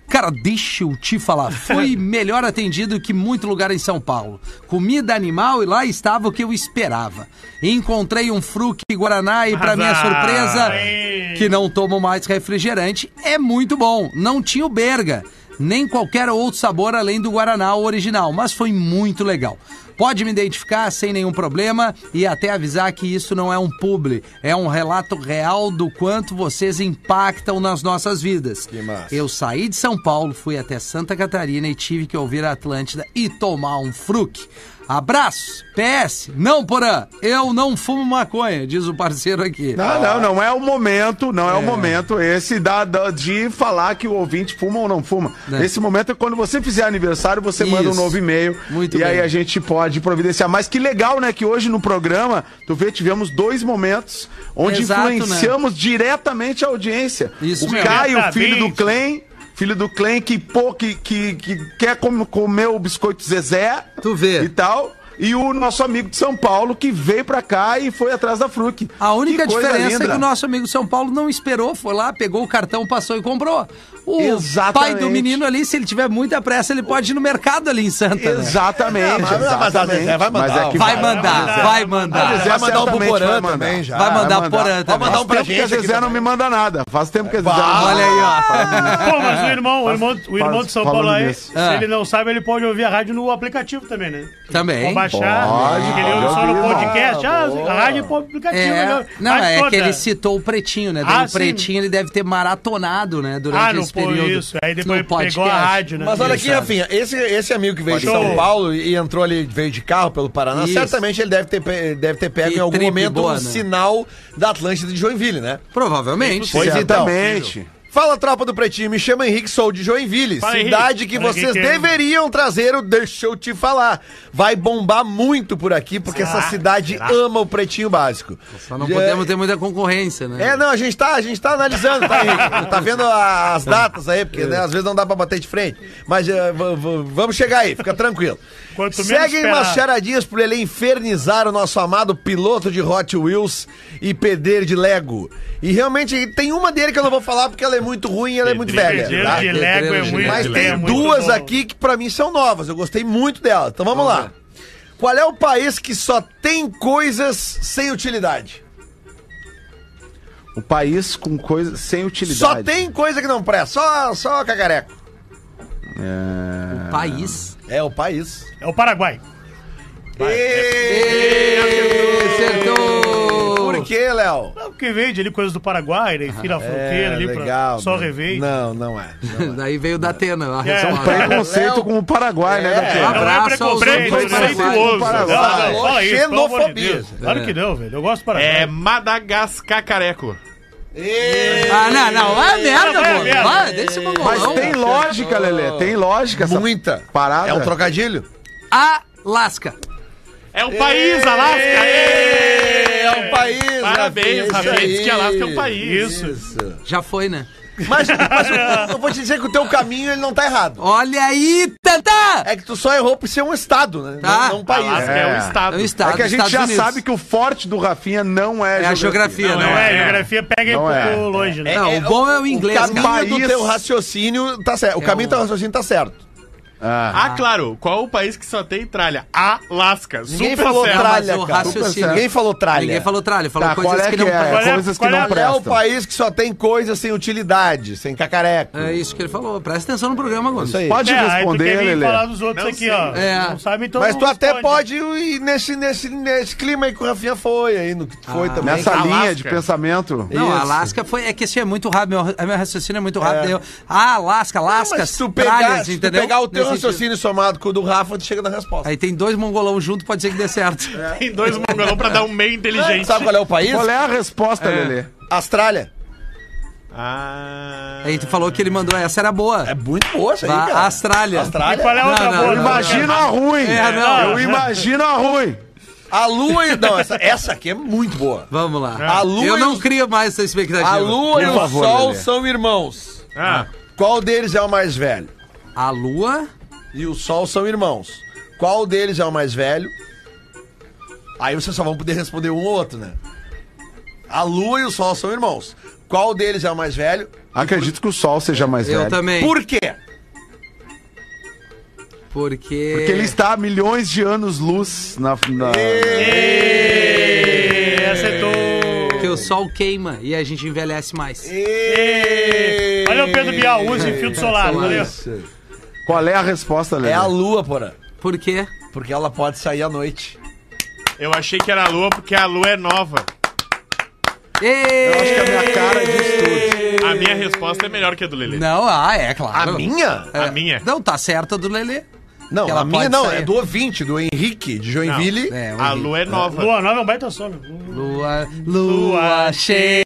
[SPEAKER 4] Cara, deixa eu te falar, fui melhor atendido que muito lugar em São Paulo. Comida animal e lá estava o que eu esperava. Encontrei um fruque Guaraná e, pra minha
[SPEAKER 5] Azar.
[SPEAKER 4] surpresa,
[SPEAKER 5] Ei.
[SPEAKER 4] que não tomo mais refrigerante, é muito bom. Não tinha o berga, nem qualquer outro sabor além do Guaraná original, mas foi muito legal. Pode me identificar sem nenhum problema e até avisar que isso não é um publi, é um relato real do quanto vocês impactam nas nossas vidas.
[SPEAKER 8] massa.
[SPEAKER 4] Eu saí de São Paulo, fui até Santa Catarina e tive que ouvir a Atlântida e tomar um fruque. Abraços, PS, não porã, eu não fumo maconha, diz o parceiro aqui.
[SPEAKER 6] Não, não, não é o momento, não é, o momento esse da, da- de falar que o ouvinte fuma ou não fuma.
[SPEAKER 4] Né.
[SPEAKER 6] Esse momento é quando você fizer aniversário, você
[SPEAKER 4] Isso.
[SPEAKER 6] manda um novo e-mail
[SPEAKER 4] Muito
[SPEAKER 6] e aí
[SPEAKER 4] bem.
[SPEAKER 6] a gente pode providenciar. Mas que legal, né, que hoje no programa, tu vê, tivemos dois momentos onde
[SPEAKER 4] Exato, né?
[SPEAKER 6] influenciamos diretamente a audiência.
[SPEAKER 4] Isso
[SPEAKER 6] o
[SPEAKER 4] mesmo.
[SPEAKER 6] Caio, filho do
[SPEAKER 5] Diretamente.
[SPEAKER 6] Clem, filho do Clem que, pô, que, que, que quer com- comer o biscoito Zezé
[SPEAKER 4] Tu vê.
[SPEAKER 6] e tal. E o nosso amigo de São Paulo que veio pra cá e foi atrás da Fruc.
[SPEAKER 4] A única
[SPEAKER 6] Que coisa
[SPEAKER 4] diferença é que
[SPEAKER 6] linda.
[SPEAKER 4] o nosso amigo São Paulo não esperou, foi lá, pegou o cartão, passou e comprou. O pai
[SPEAKER 6] Exatamente.
[SPEAKER 4] do menino ali, se ele tiver muita pressa, ele pode ir no mercado ali em Santa. né?
[SPEAKER 6] Exatamente,
[SPEAKER 8] mas- mas a
[SPEAKER 6] exatamente.
[SPEAKER 8] Zezé vai mandar,
[SPEAKER 6] Mas é que
[SPEAKER 4] Vai
[SPEAKER 5] vai
[SPEAKER 4] mandar,
[SPEAKER 5] mandar,
[SPEAKER 4] vai
[SPEAKER 6] A
[SPEAKER 4] mandar.
[SPEAKER 6] Zezé
[SPEAKER 8] Vai mandar um pro
[SPEAKER 6] certamente
[SPEAKER 8] Porã
[SPEAKER 6] vai mandar.
[SPEAKER 8] também já.
[SPEAKER 4] Vai mandar
[SPEAKER 6] vai
[SPEAKER 4] porã
[SPEAKER 6] mandar.
[SPEAKER 4] também.
[SPEAKER 8] mandar um pra
[SPEAKER 6] Tempo que a
[SPEAKER 8] gente aqui
[SPEAKER 6] Zezé não
[SPEAKER 8] também.
[SPEAKER 6] me manda nada. Faz tempo que a Zezé não me
[SPEAKER 4] Olha
[SPEAKER 6] manda
[SPEAKER 4] aí, ó.
[SPEAKER 5] Pô, mas o irmão, o irmão, o irmão de São
[SPEAKER 6] Falando
[SPEAKER 5] Paulo aí, se
[SPEAKER 6] nisso.
[SPEAKER 4] Ah.
[SPEAKER 5] ele não sabe, ele pode ouvir a rádio no aplicativo também, né? Pode
[SPEAKER 4] Também.
[SPEAKER 5] baixar,
[SPEAKER 6] Pode,
[SPEAKER 5] que ele ouve
[SPEAKER 6] pode
[SPEAKER 5] só no
[SPEAKER 6] ouvir,
[SPEAKER 5] podcast. Ah, a rádio é pro aplicativo.
[SPEAKER 4] É,
[SPEAKER 5] né?
[SPEAKER 4] não,
[SPEAKER 5] Rádio
[SPEAKER 4] é
[SPEAKER 5] toda.
[SPEAKER 4] que ele citou o pretinho, né? Daí
[SPEAKER 5] Ah,
[SPEAKER 4] o
[SPEAKER 5] sim.
[SPEAKER 4] pretinho ele deve ter maratonado, né? Durante
[SPEAKER 5] Ah, não
[SPEAKER 4] esse
[SPEAKER 5] foi
[SPEAKER 4] período.
[SPEAKER 5] isso. Aí
[SPEAKER 4] no
[SPEAKER 5] depois ele pegou
[SPEAKER 4] podcast.
[SPEAKER 5] a rádio, né?
[SPEAKER 8] Mas olha aqui,
[SPEAKER 4] Isso.
[SPEAKER 8] Rafinha, esse, esse amigo que veio de
[SPEAKER 5] Pode
[SPEAKER 8] São
[SPEAKER 5] ser.
[SPEAKER 8] Paulo e entrou ali, veio de carro pelo Paraná,
[SPEAKER 4] Isso.
[SPEAKER 8] certamente ele deve ter, pe- deve ter pego
[SPEAKER 4] Que
[SPEAKER 8] em algum
[SPEAKER 4] trip
[SPEAKER 8] momento
[SPEAKER 4] boa,
[SPEAKER 8] um
[SPEAKER 4] né?
[SPEAKER 8] sinal da Atlântida de Joinville, né?
[SPEAKER 4] Provavelmente.
[SPEAKER 8] Pois então.
[SPEAKER 6] Exatamente.
[SPEAKER 8] Fala, tropa do Pretinho. Me chama Henrique, sou de Joinville,
[SPEAKER 5] Fala,
[SPEAKER 8] cidade
[SPEAKER 5] Henrique.
[SPEAKER 8] que
[SPEAKER 5] Olha
[SPEAKER 8] vocês
[SPEAKER 5] quem que é.
[SPEAKER 8] deveriam trazer o Deixa Eu Te Falar. Vai bombar muito por aqui, porque essa cidade ama o Pretinho Básico.
[SPEAKER 4] Só não
[SPEAKER 8] É,
[SPEAKER 4] podemos ter muita concorrência, né?
[SPEAKER 8] É, não, a gente tá, a gente tá analisando, tá, Henrique? Tá vendo a- as datas aí, porque né, às vezes não dá pra bater de frente. Mas eh, v- v- vamos chegar aí, fica tranquilo.
[SPEAKER 5] Quanto menos
[SPEAKER 8] Seguem
[SPEAKER 5] esperar.
[SPEAKER 8] umas charadinhas pro Lelê infernizar o nosso amado piloto de Hot Wheels e perder de Lego. E realmente tem uma dele que eu não vou falar porque ela é muito ruim e ela é muito velha.
[SPEAKER 5] Pedreiro
[SPEAKER 8] tá?
[SPEAKER 5] de Lego é
[SPEAKER 4] Pedreiro de
[SPEAKER 5] muito
[SPEAKER 8] Mas
[SPEAKER 5] é
[SPEAKER 8] tem
[SPEAKER 5] muito
[SPEAKER 8] duas
[SPEAKER 5] bom.
[SPEAKER 8] aqui que pra mim são novas. Eu gostei muito delas. Então vamos, lá. Qual é o país que só tem coisas sem utilidade?
[SPEAKER 6] O país com coisa sem utilidade.
[SPEAKER 8] Só tem coisa que não presta. Só, só cagareco.
[SPEAKER 4] O país.
[SPEAKER 8] É o país.
[SPEAKER 5] É o Paraguai.
[SPEAKER 4] Acertou!
[SPEAKER 8] Por que, Léo?
[SPEAKER 5] Não, porque É vende ali coisas do Paraguai, né? Enfia
[SPEAKER 8] Ah,
[SPEAKER 5] a fronteira ali pra só
[SPEAKER 8] mano.
[SPEAKER 5] revende.
[SPEAKER 8] é, Não, não é.
[SPEAKER 4] Daí veio da Atena. a
[SPEAKER 5] É.
[SPEAKER 4] resposta.
[SPEAKER 6] Preconceito com o Paraguai, né,
[SPEAKER 4] Um
[SPEAKER 6] Datena?
[SPEAKER 5] Não é
[SPEAKER 4] abraço aos
[SPEAKER 5] preconceito,
[SPEAKER 4] outros
[SPEAKER 5] é
[SPEAKER 4] paraguaios.
[SPEAKER 5] preconceituoso. Não,
[SPEAKER 8] Paraguai.
[SPEAKER 5] não, fala isso, pelo amor de
[SPEAKER 8] Xenofobia.
[SPEAKER 5] Deus. Claro
[SPEAKER 4] É.
[SPEAKER 5] que não, velho. Eu gosto do Paraguai.
[SPEAKER 7] É Madagascar careco.
[SPEAKER 4] Ah, não, não. É merda,
[SPEAKER 5] Não, é
[SPEAKER 4] mano.
[SPEAKER 5] merda.
[SPEAKER 4] Vai, deixa eu
[SPEAKER 6] Mas tem lógica, Lelê. Tem lógica essa
[SPEAKER 8] Muita.
[SPEAKER 6] parada.
[SPEAKER 8] É um trocadilho?
[SPEAKER 4] Alasca.
[SPEAKER 7] É o país, Alasca!
[SPEAKER 8] É um país.
[SPEAKER 7] Parabéns,
[SPEAKER 8] Rafinha,
[SPEAKER 7] Rafinha. Diz que Alasca é um
[SPEAKER 8] aí.
[SPEAKER 7] país.
[SPEAKER 5] Isso.
[SPEAKER 4] Já foi, né?
[SPEAKER 8] Mas, mas eu- eu vou te dizer que o teu caminho ele não tá errado.
[SPEAKER 4] Olha aí, Tantá!
[SPEAKER 8] É que tu só errou por ser um estado, né?
[SPEAKER 4] Tá.
[SPEAKER 8] Não, não um país.
[SPEAKER 7] Alasca é.
[SPEAKER 6] É.
[SPEAKER 7] um estado.
[SPEAKER 4] É um estado.
[SPEAKER 6] É que a gente
[SPEAKER 4] Estados
[SPEAKER 6] já
[SPEAKER 4] Unidos.
[SPEAKER 6] sabe que o forte do Rafinha não é,
[SPEAKER 4] É a geografia,
[SPEAKER 5] Não,
[SPEAKER 4] né?
[SPEAKER 5] é, a geografia pega
[SPEAKER 6] Não
[SPEAKER 5] um
[SPEAKER 6] é.
[SPEAKER 5] pouco longe, né?
[SPEAKER 4] Não, o bom é o inglês.
[SPEAKER 8] O caminho
[SPEAKER 4] cara.
[SPEAKER 8] do
[SPEAKER 6] País.
[SPEAKER 8] teu raciocínio tá certo. O
[SPEAKER 4] É
[SPEAKER 8] caminho
[SPEAKER 4] o-
[SPEAKER 8] do teu raciocínio tá certo.
[SPEAKER 6] Ah.
[SPEAKER 7] Ah, claro. Qual o país que só tem tralha? Alasca.
[SPEAKER 8] Ninguém
[SPEAKER 7] Super
[SPEAKER 8] falou
[SPEAKER 7] certo.
[SPEAKER 8] tralha,
[SPEAKER 4] mas o
[SPEAKER 8] cara.
[SPEAKER 4] raciocínio-
[SPEAKER 8] Ninguém falou tralha.
[SPEAKER 4] É. Ninguém falou tralha, falou
[SPEAKER 6] Tá, qual
[SPEAKER 4] coisas
[SPEAKER 6] é
[SPEAKER 4] que
[SPEAKER 6] que,
[SPEAKER 4] não
[SPEAKER 6] é?
[SPEAKER 4] prestam.
[SPEAKER 6] Coisas que
[SPEAKER 5] Qual é-
[SPEAKER 6] não
[SPEAKER 5] qual
[SPEAKER 8] É o
[SPEAKER 6] prestam.
[SPEAKER 8] país que só tem coisas sem utilidade, sem cacareco.
[SPEAKER 4] É isso que ele falou. Presta atenção no programa, Gomes.
[SPEAKER 8] Isso aí.
[SPEAKER 6] Pode
[SPEAKER 5] É, aí tu
[SPEAKER 6] responder,
[SPEAKER 5] quer vir
[SPEAKER 6] Lelê.
[SPEAKER 5] falar dos outros
[SPEAKER 7] Não
[SPEAKER 5] aqui,
[SPEAKER 7] sei.
[SPEAKER 5] ó.
[SPEAKER 4] É.
[SPEAKER 5] Não sabe, então
[SPEAKER 8] Mas
[SPEAKER 5] não
[SPEAKER 8] tu até
[SPEAKER 5] responde.
[SPEAKER 8] pode ir nesse, nesse, nesse clima aí que o Rafinha foi aí, no que tu foi
[SPEAKER 4] Ah,
[SPEAKER 8] também.
[SPEAKER 6] Nessa
[SPEAKER 7] Alasca.
[SPEAKER 6] linha de pensamento.
[SPEAKER 4] Não,
[SPEAKER 8] Isso.
[SPEAKER 4] Alasca foi. É que esse é muito rápido, meu, meu raciocínio é muito rápido. Eu, ah, Alasca, Alasca,
[SPEAKER 8] Mas se tu pegar,
[SPEAKER 4] tralhas,
[SPEAKER 8] se tu
[SPEAKER 4] entendeu?
[SPEAKER 8] pegar o teu
[SPEAKER 4] Nesse sentido.
[SPEAKER 8] raciocínio somado com o do Rafa, tu chega na resposta.
[SPEAKER 4] Aí tem dois mongolão junto, pode ser que dê certo.
[SPEAKER 7] Tem dois mongolão pra dar um meio inteligente.
[SPEAKER 8] Sabe qual é o país?
[SPEAKER 6] Qual é a resposta, Lelê?
[SPEAKER 8] Austrália.
[SPEAKER 7] Ah.
[SPEAKER 4] Aí tu falou que ele mandou essa, era boa.
[SPEAKER 8] É muito boa isso aí,
[SPEAKER 4] Vá,
[SPEAKER 8] cara.
[SPEAKER 4] Ah, Austrália.
[SPEAKER 5] E
[SPEAKER 8] Austrália.
[SPEAKER 5] qual é a outra
[SPEAKER 4] Não, não,
[SPEAKER 5] boa?
[SPEAKER 4] não,
[SPEAKER 6] Imagina a ruim.
[SPEAKER 4] É, não.
[SPEAKER 6] Eu imagino a ruim.
[SPEAKER 8] A lua e... Não, essa, essa aqui é muito boa.
[SPEAKER 4] Vamos lá.
[SPEAKER 8] A lua
[SPEAKER 4] Eu
[SPEAKER 8] e
[SPEAKER 4] não
[SPEAKER 8] os-
[SPEAKER 4] crio mais essa expectativa.
[SPEAKER 8] A lua e
[SPEAKER 6] Por
[SPEAKER 8] o
[SPEAKER 6] favor,
[SPEAKER 8] sol
[SPEAKER 6] Lelê.
[SPEAKER 8] são irmãos.
[SPEAKER 7] Ah.
[SPEAKER 8] Qual deles é o mais velho?
[SPEAKER 4] A lua?
[SPEAKER 8] e o Sol são irmãos. Qual deles é o mais velho? Aí vocês só vão poder responder um ou outro, né? A Lua e o Sol são irmãos. Qual deles é o mais velho?
[SPEAKER 6] Acredito que o sol seja mais
[SPEAKER 4] Eu
[SPEAKER 6] velho.
[SPEAKER 4] também.
[SPEAKER 8] Por quê?
[SPEAKER 4] Porque.
[SPEAKER 6] Porque ele está a milhões de anos-luz na, na-
[SPEAKER 5] É, acertou.
[SPEAKER 4] Porque o sol queima e a gente envelhece mais.
[SPEAKER 5] Valeu, Pedro Bial. Use filtro solar. Valeu.
[SPEAKER 6] Qual é a resposta, Lelê?
[SPEAKER 8] É a Lua, porra.
[SPEAKER 4] Por quê?
[SPEAKER 8] Porque ela pode sair à noite.
[SPEAKER 7] Eu achei que era a lua porque a lua é nova.
[SPEAKER 4] Ê!
[SPEAKER 6] Acho que a minha cara diz tudo.
[SPEAKER 7] A minha resposta é melhor que a do Lelê.
[SPEAKER 4] Não, ah, é claro.
[SPEAKER 8] A minha?
[SPEAKER 4] É.
[SPEAKER 7] A minha.
[SPEAKER 4] Não, tá certa do Lelê.
[SPEAKER 8] Não,
[SPEAKER 4] Que ela
[SPEAKER 8] a minha
[SPEAKER 4] pode
[SPEAKER 8] não,
[SPEAKER 4] sair.
[SPEAKER 8] é do ouvinte, do Henrique, de Joinville.
[SPEAKER 4] É,
[SPEAKER 7] A lua é nova.
[SPEAKER 5] Lua nova é um baita sono.
[SPEAKER 4] Lua, lua cheia.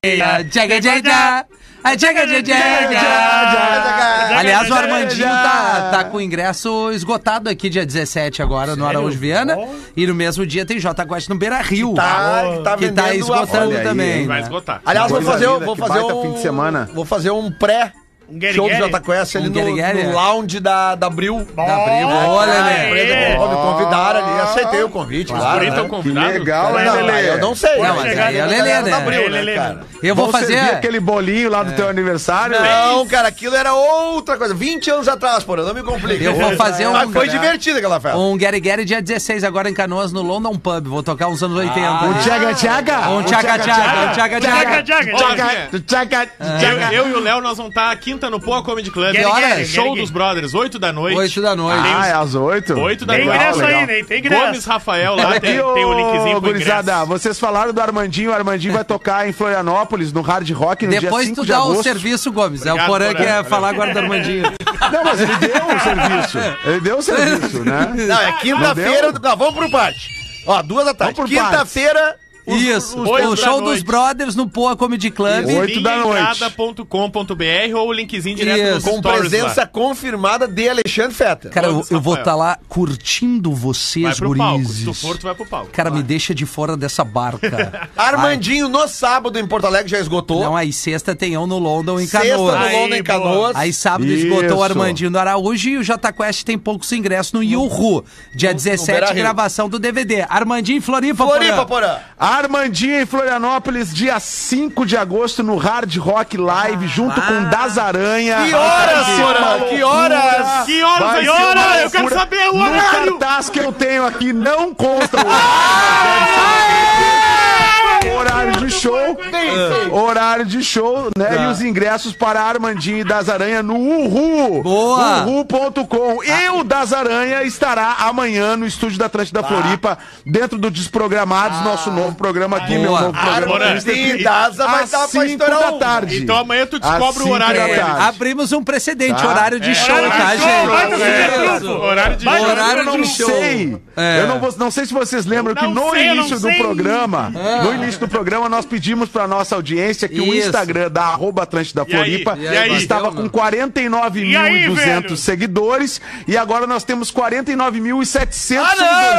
[SPEAKER 4] Jaga, jaga. Ah, jaga, jaga, jaga. Aliás, o Armandinho tá, tá com o ingresso esgotado aqui, dia 17 agora, no Araújo Viana.
[SPEAKER 5] Bom.
[SPEAKER 4] E no mesmo dia tem J Quest no Beira Rio.
[SPEAKER 8] Tá, que tá
[SPEAKER 4] que
[SPEAKER 8] vendendo
[SPEAKER 4] tá
[SPEAKER 8] a-
[SPEAKER 4] esgotando
[SPEAKER 6] Olha aí,
[SPEAKER 4] também.
[SPEAKER 7] Vai
[SPEAKER 4] né?
[SPEAKER 7] esgotar.
[SPEAKER 8] Aliás, vou
[SPEAKER 6] Coisa
[SPEAKER 8] fazer, um-
[SPEAKER 6] linda,
[SPEAKER 8] vou
[SPEAKER 6] que
[SPEAKER 8] fazer
[SPEAKER 6] baita
[SPEAKER 8] um
[SPEAKER 6] fim de semana.
[SPEAKER 8] Vou fazer um pré
[SPEAKER 5] Um guerre
[SPEAKER 8] show do
[SPEAKER 5] guerre.
[SPEAKER 8] Jota Quest ali
[SPEAKER 4] Um
[SPEAKER 8] no,
[SPEAKER 4] guerre guerre.
[SPEAKER 8] no lounge da, da Bril.
[SPEAKER 4] Da Bril. Olha, né?
[SPEAKER 5] Aê.
[SPEAKER 8] Ó, me convidaram ali, aceitei o convite, claro.
[SPEAKER 7] Bonito é o
[SPEAKER 8] né?
[SPEAKER 6] Que
[SPEAKER 7] convidado.
[SPEAKER 6] legal,
[SPEAKER 8] Não,
[SPEAKER 6] hein,
[SPEAKER 8] não,
[SPEAKER 6] Lelê?
[SPEAKER 8] eu não sei.
[SPEAKER 4] Não, mas
[SPEAKER 8] mas
[SPEAKER 4] aí é
[SPEAKER 8] a
[SPEAKER 4] Lelê,
[SPEAKER 8] galera
[SPEAKER 4] né?
[SPEAKER 8] da Abril,
[SPEAKER 5] É Lelê,
[SPEAKER 8] cara?
[SPEAKER 4] Eu vou
[SPEAKER 6] Vão
[SPEAKER 4] fazer.
[SPEAKER 6] servir aquele bolinho lá do teu aniversário?
[SPEAKER 8] Não, cara, aquilo era outra coisa. 20 anos atrás, porra, não me complica.
[SPEAKER 4] Eu vou fazer um-
[SPEAKER 8] Mas foi divertido aquela festa.
[SPEAKER 4] Um Gary Gary dia 16 agora em Canoas no London Pub. Vou tocar uns anos 80.
[SPEAKER 6] Ah, O é tchaga tchaga.
[SPEAKER 4] Um tchaca tchaca, um tchaga
[SPEAKER 5] Jaga,
[SPEAKER 4] tchaca.
[SPEAKER 5] jaga,
[SPEAKER 7] Ó,
[SPEAKER 5] jaga.
[SPEAKER 7] Rafinha,
[SPEAKER 6] Tchaga
[SPEAKER 7] Eu, eu e o Léo, nós vamos estar quinta no Poa Comedy Club.
[SPEAKER 5] Que
[SPEAKER 4] horas?
[SPEAKER 7] Show
[SPEAKER 5] Que-
[SPEAKER 7] dos Brothers, 8 da noite.
[SPEAKER 4] 8 da noite.
[SPEAKER 6] Ah, é às oito?
[SPEAKER 7] Oito da
[SPEAKER 5] Tem
[SPEAKER 7] noite.
[SPEAKER 5] ingresso
[SPEAKER 6] Legal.
[SPEAKER 5] aí, né? Tem ingresso.
[SPEAKER 7] Gomes Rafael lá, tem,
[SPEAKER 6] Aqui, ô,
[SPEAKER 7] tem o linkzinho pro
[SPEAKER 6] gurizada,
[SPEAKER 7] ingresso.
[SPEAKER 6] vocês falaram do Armandinho, o Armandinho vai tocar em Florianópolis, no Hard Rock, no
[SPEAKER 4] Depois
[SPEAKER 6] dia 5
[SPEAKER 4] tu
[SPEAKER 6] de
[SPEAKER 4] dá o
[SPEAKER 6] agosto.
[SPEAKER 4] serviço, Gomes. é o
[SPEAKER 7] Obrigado,
[SPEAKER 4] Porã que
[SPEAKER 7] Porã.
[SPEAKER 4] ia falar agora do Armandinho.
[SPEAKER 6] Não, mas ele deu o serviço. Ele deu o serviço, né?
[SPEAKER 8] Não, é quinta-feira.
[SPEAKER 6] Não deu?
[SPEAKER 8] Não, vamos pro parte. Ó, duas da tarde.
[SPEAKER 6] Vamos por
[SPEAKER 8] Quinta-feira,
[SPEAKER 4] Isso,
[SPEAKER 7] oito
[SPEAKER 4] o
[SPEAKER 7] da
[SPEAKER 4] show dos
[SPEAKER 7] noite.
[SPEAKER 4] brothers no Poa Comedy Club.
[SPEAKER 6] Oito. da noite.
[SPEAKER 7] Linhaentrada.com.br ou o linkzinho direto
[SPEAKER 4] Isso.
[SPEAKER 7] nos
[SPEAKER 4] Com
[SPEAKER 8] Com
[SPEAKER 7] stories
[SPEAKER 8] presença
[SPEAKER 7] lá.
[SPEAKER 8] confirmada de Alexandre Feta.
[SPEAKER 4] Cara, eu,
[SPEAKER 7] Todos,
[SPEAKER 4] eu vou
[SPEAKER 7] Rafael.
[SPEAKER 4] estar lá curtindo
[SPEAKER 7] Vai
[SPEAKER 4] vocês,
[SPEAKER 7] pro palco. Se tu
[SPEAKER 4] gurizes.
[SPEAKER 7] for, tu vai pro palco.
[SPEAKER 4] Cara, me deixa de fora dessa barca.
[SPEAKER 8] Armandinho no sábado em Porto Alegre já esgotou.
[SPEAKER 4] Não, aí sexta tem um no London em
[SPEAKER 8] Sexta no
[SPEAKER 4] Canoas.
[SPEAKER 7] Aí,
[SPEAKER 8] London em
[SPEAKER 7] boa.
[SPEAKER 8] Canoas.
[SPEAKER 4] Aí sábado
[SPEAKER 6] Isso.
[SPEAKER 4] esgotou o Armandinho do Araújo e o Jota Quest tem poucos ingressos no Yuhu. Dia 17,
[SPEAKER 8] Beira Rio.
[SPEAKER 4] gravação do DVD. Armandinho em Floripa,
[SPEAKER 8] Floripa,
[SPEAKER 4] Floripa
[SPEAKER 8] Porã.
[SPEAKER 6] Armandinha em Florianópolis, dia 5 de agosto, no Hard Rock Live, junto
[SPEAKER 7] Ah.
[SPEAKER 6] com Das Aranha.
[SPEAKER 8] Que horas, Porã? Que horas?
[SPEAKER 7] Que horas,
[SPEAKER 6] Vai
[SPEAKER 7] que
[SPEAKER 6] ser uma
[SPEAKER 7] horas? Eu quero
[SPEAKER 6] loucura.
[SPEAKER 7] saber o
[SPEAKER 6] No
[SPEAKER 7] horário. Ah!
[SPEAKER 6] cartaz que eu tenho aqui não consta o horário. Horário de show,
[SPEAKER 7] Ah.
[SPEAKER 6] horário de show, né?
[SPEAKER 7] Tá.
[SPEAKER 6] E os ingressos para Armandinho e Das Aranha no Uhu.
[SPEAKER 4] Boa.
[SPEAKER 6] Uhu.com. E o Das Aranha estará amanhã no estúdio da Atlântida
[SPEAKER 8] Tá.
[SPEAKER 6] Floripa, dentro do Desprogramados, nosso novo programa aqui, meu novo
[SPEAKER 7] Porã.
[SPEAKER 6] programa.
[SPEAKER 8] Armandinho Ah. e Daza vai
[SPEAKER 6] Às
[SPEAKER 8] dar pra
[SPEAKER 6] 5
[SPEAKER 8] estourar
[SPEAKER 6] da
[SPEAKER 8] um.
[SPEAKER 6] tarde.
[SPEAKER 7] Então amanhã tu
[SPEAKER 6] Às
[SPEAKER 7] descobre o
[SPEAKER 6] cinco
[SPEAKER 7] horário
[SPEAKER 6] da
[SPEAKER 7] dele.
[SPEAKER 6] tarde.
[SPEAKER 4] Abrimos um precedente,
[SPEAKER 6] Tá.
[SPEAKER 4] horário de show,
[SPEAKER 7] É. horário de
[SPEAKER 4] tá,
[SPEAKER 7] show, vai
[SPEAKER 4] gente?
[SPEAKER 7] pro Super
[SPEAKER 4] Isso.
[SPEAKER 7] Truco. Horário de
[SPEAKER 5] Vai,
[SPEAKER 7] jogo.
[SPEAKER 4] Horário
[SPEAKER 6] Eu não
[SPEAKER 4] de show.
[SPEAKER 6] sei.
[SPEAKER 4] É.
[SPEAKER 6] Eu não, vou- não sei se vocês lembram
[SPEAKER 7] Eu
[SPEAKER 6] que
[SPEAKER 7] não
[SPEAKER 6] no
[SPEAKER 7] sei, eu não
[SPEAKER 6] início do
[SPEAKER 7] sei.
[SPEAKER 6] programa, no início do programa, nós pedimos pra nossa audiência que o
[SPEAKER 4] Isso.
[SPEAKER 6] Instagram da arroba Atlântida
[SPEAKER 7] E aí?
[SPEAKER 6] Floripa
[SPEAKER 7] E aí,
[SPEAKER 6] estava
[SPEAKER 4] bateu,
[SPEAKER 6] com
[SPEAKER 4] não?
[SPEAKER 6] 49.200
[SPEAKER 5] velho?
[SPEAKER 6] seguidores e agora nós temos
[SPEAKER 8] Ah, não, não, não,
[SPEAKER 6] 49.700 seguidores. Subimos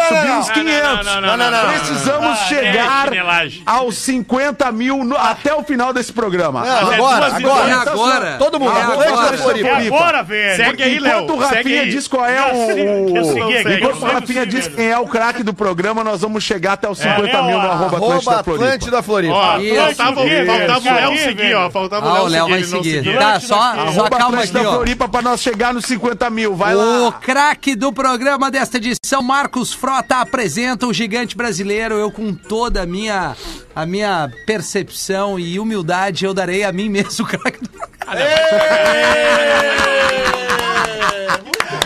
[SPEAKER 7] não,
[SPEAKER 6] 500.
[SPEAKER 7] não, não, não, não, não,
[SPEAKER 6] Precisamos
[SPEAKER 7] Ah, é,
[SPEAKER 6] chegar
[SPEAKER 7] chinelagem.
[SPEAKER 6] aos 50 mil no- até o final desse programa. Então,
[SPEAKER 8] Não,
[SPEAKER 7] é
[SPEAKER 8] agora,
[SPEAKER 7] duas e
[SPEAKER 8] agora.
[SPEAKER 4] É agora.
[SPEAKER 8] Todo mundo.
[SPEAKER 4] É
[SPEAKER 8] Atlântida
[SPEAKER 4] agora.
[SPEAKER 8] Floripa.
[SPEAKER 5] É agora, velho.
[SPEAKER 7] Segue aí, Léo.
[SPEAKER 6] Enquanto o
[SPEAKER 7] Segue
[SPEAKER 6] Rafinha
[SPEAKER 7] aí.
[SPEAKER 6] diz qual é
[SPEAKER 5] Eu sei,
[SPEAKER 6] o.
[SPEAKER 5] eu sei,
[SPEAKER 6] o-
[SPEAKER 5] eu sei,
[SPEAKER 6] Enquanto o
[SPEAKER 5] eu sei,
[SPEAKER 6] Rafinha
[SPEAKER 5] eu sei,
[SPEAKER 6] diz
[SPEAKER 5] velho.
[SPEAKER 6] quem é o craque do programa, nós vamos chegar até os 50
[SPEAKER 5] é o
[SPEAKER 6] mil no
[SPEAKER 5] a-
[SPEAKER 6] arroba
[SPEAKER 8] Arroba
[SPEAKER 6] Atlântida Floripa.
[SPEAKER 8] Atlântida Floripa.
[SPEAKER 7] Ó,
[SPEAKER 4] Isso.
[SPEAKER 7] faltava,
[SPEAKER 5] Isso.
[SPEAKER 7] faltava o Léo
[SPEAKER 5] Isso.
[SPEAKER 7] seguir, ó. Faltava
[SPEAKER 4] Ah,
[SPEAKER 7] o Léo
[SPEAKER 4] vai
[SPEAKER 7] seguir, ele não
[SPEAKER 4] seguir.
[SPEAKER 7] seguiu.
[SPEAKER 4] Tá, só, só
[SPEAKER 6] Arroba
[SPEAKER 4] calma aqui,
[SPEAKER 6] Atlântida
[SPEAKER 4] ó.
[SPEAKER 6] Floripa pra nós chegar nos 50 mil. Vai
[SPEAKER 4] O
[SPEAKER 6] lá.
[SPEAKER 4] craque do programa desta edição, Marcos Frota, apresenta o gigante brasileiro. Eu, com toda a minha, a minha percepção e humildade, eu darei a mim mesmo o craque do programa.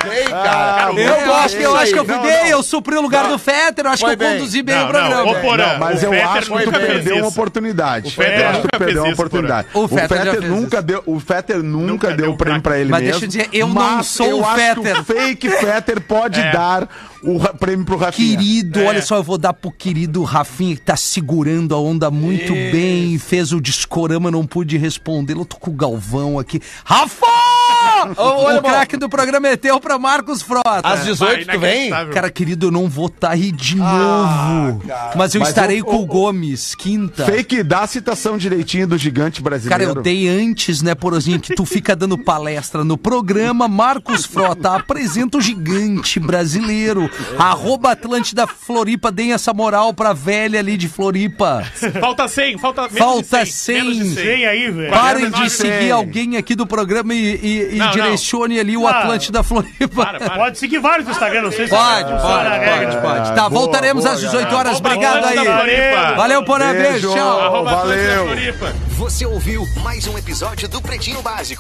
[SPEAKER 8] Bem,
[SPEAKER 6] Ah,
[SPEAKER 8] cara.
[SPEAKER 4] Eu,
[SPEAKER 8] Muito
[SPEAKER 4] acho que, eu,
[SPEAKER 8] isso
[SPEAKER 4] acho que eu
[SPEAKER 8] aí.
[SPEAKER 4] fui
[SPEAKER 8] Não,
[SPEAKER 4] bem,
[SPEAKER 8] não.
[SPEAKER 4] eu supri o lugar do Fetter, eu acho
[SPEAKER 8] Foi
[SPEAKER 4] que eu
[SPEAKER 8] bem.
[SPEAKER 4] conduzi bem o
[SPEAKER 7] Não,
[SPEAKER 4] programa.
[SPEAKER 7] não, ô Porã.
[SPEAKER 6] Mas
[SPEAKER 7] o
[SPEAKER 6] eu
[SPEAKER 7] Fetter
[SPEAKER 6] acho que tu
[SPEAKER 7] nunca fez
[SPEAKER 6] perdeu uma
[SPEAKER 7] isso.
[SPEAKER 6] oportunidade.
[SPEAKER 7] Fetter
[SPEAKER 6] Eu acho que
[SPEAKER 7] nunca
[SPEAKER 6] tu perdeu
[SPEAKER 7] fez
[SPEAKER 6] uma
[SPEAKER 7] isso,
[SPEAKER 6] oportunidade.
[SPEAKER 4] Porã. O Fetter já fez
[SPEAKER 6] nunca deu, o Fetter nunca
[SPEAKER 7] Nunca
[SPEAKER 6] deu
[SPEAKER 7] deu
[SPEAKER 6] o prêmio
[SPEAKER 7] craque.
[SPEAKER 6] pra ele
[SPEAKER 4] Mas
[SPEAKER 6] mesmo.
[SPEAKER 4] deixa eu dizer, eu não
[SPEAKER 6] mas
[SPEAKER 4] sou
[SPEAKER 6] eu
[SPEAKER 4] o
[SPEAKER 6] acho que
[SPEAKER 4] Fetter.
[SPEAKER 6] o fake Fetter pode
[SPEAKER 7] É.
[SPEAKER 6] dar o ra- prêmio pro Rafinha.
[SPEAKER 4] Querido, olha só, eu vou dar pro querido Rafinha que tá segurando a onda muito bem, fez o discorama, não pude respondê-lo. Eu tô com o Galvão aqui. Rafa!
[SPEAKER 8] Ô, ô,
[SPEAKER 4] o
[SPEAKER 8] alemão.
[SPEAKER 4] craque do programa é teu pra Marcos Frota.
[SPEAKER 8] Às 18 tu vem?
[SPEAKER 7] inacreditável.
[SPEAKER 4] Cara, querido, eu não vou estar aí de novo. Mas eu estarei com o Gomes, quinta.
[SPEAKER 6] Fake dá a citação direitinho do gigante
[SPEAKER 4] Cara,
[SPEAKER 6] brasileiro.
[SPEAKER 4] eu dei antes, né, Porozinho, que tu fica dando palestra no programa. Marcos Frota apresenta o gigante brasileiro. Arroba Atlântida Floripa, deem essa moral pra velha ali de Floripa.
[SPEAKER 7] Falta 100, falta menos
[SPEAKER 4] Falta
[SPEAKER 7] de 100. menos de
[SPEAKER 4] 100.
[SPEAKER 5] Vem aí, velho.
[SPEAKER 4] Parem de
[SPEAKER 7] 49
[SPEAKER 4] seguir
[SPEAKER 6] tem.
[SPEAKER 4] alguém aqui do programa e, e- e
[SPEAKER 7] Não, não.
[SPEAKER 4] direcione ali o
[SPEAKER 5] Ah,
[SPEAKER 4] Atlântida Floripa.
[SPEAKER 7] Para, para.
[SPEAKER 5] Pode seguir vários do Instagram, não sei se né?
[SPEAKER 4] Pode,
[SPEAKER 5] não
[SPEAKER 4] pode,
[SPEAKER 5] sei na regra.
[SPEAKER 4] pode, pode. Tá,
[SPEAKER 6] boa,
[SPEAKER 4] voltaremos
[SPEAKER 6] boa,
[SPEAKER 4] às 18 horas.
[SPEAKER 7] Arroba
[SPEAKER 4] Obrigado aí.
[SPEAKER 7] Atlântida Floripa.
[SPEAKER 4] Valeu, Porã. Beijo.
[SPEAKER 6] Beijo.
[SPEAKER 4] Tchau.
[SPEAKER 7] Arroba Atlântida
[SPEAKER 6] Valeu.
[SPEAKER 7] Floripa.
[SPEAKER 10] Você ouviu mais um episódio do Pretinho Básico.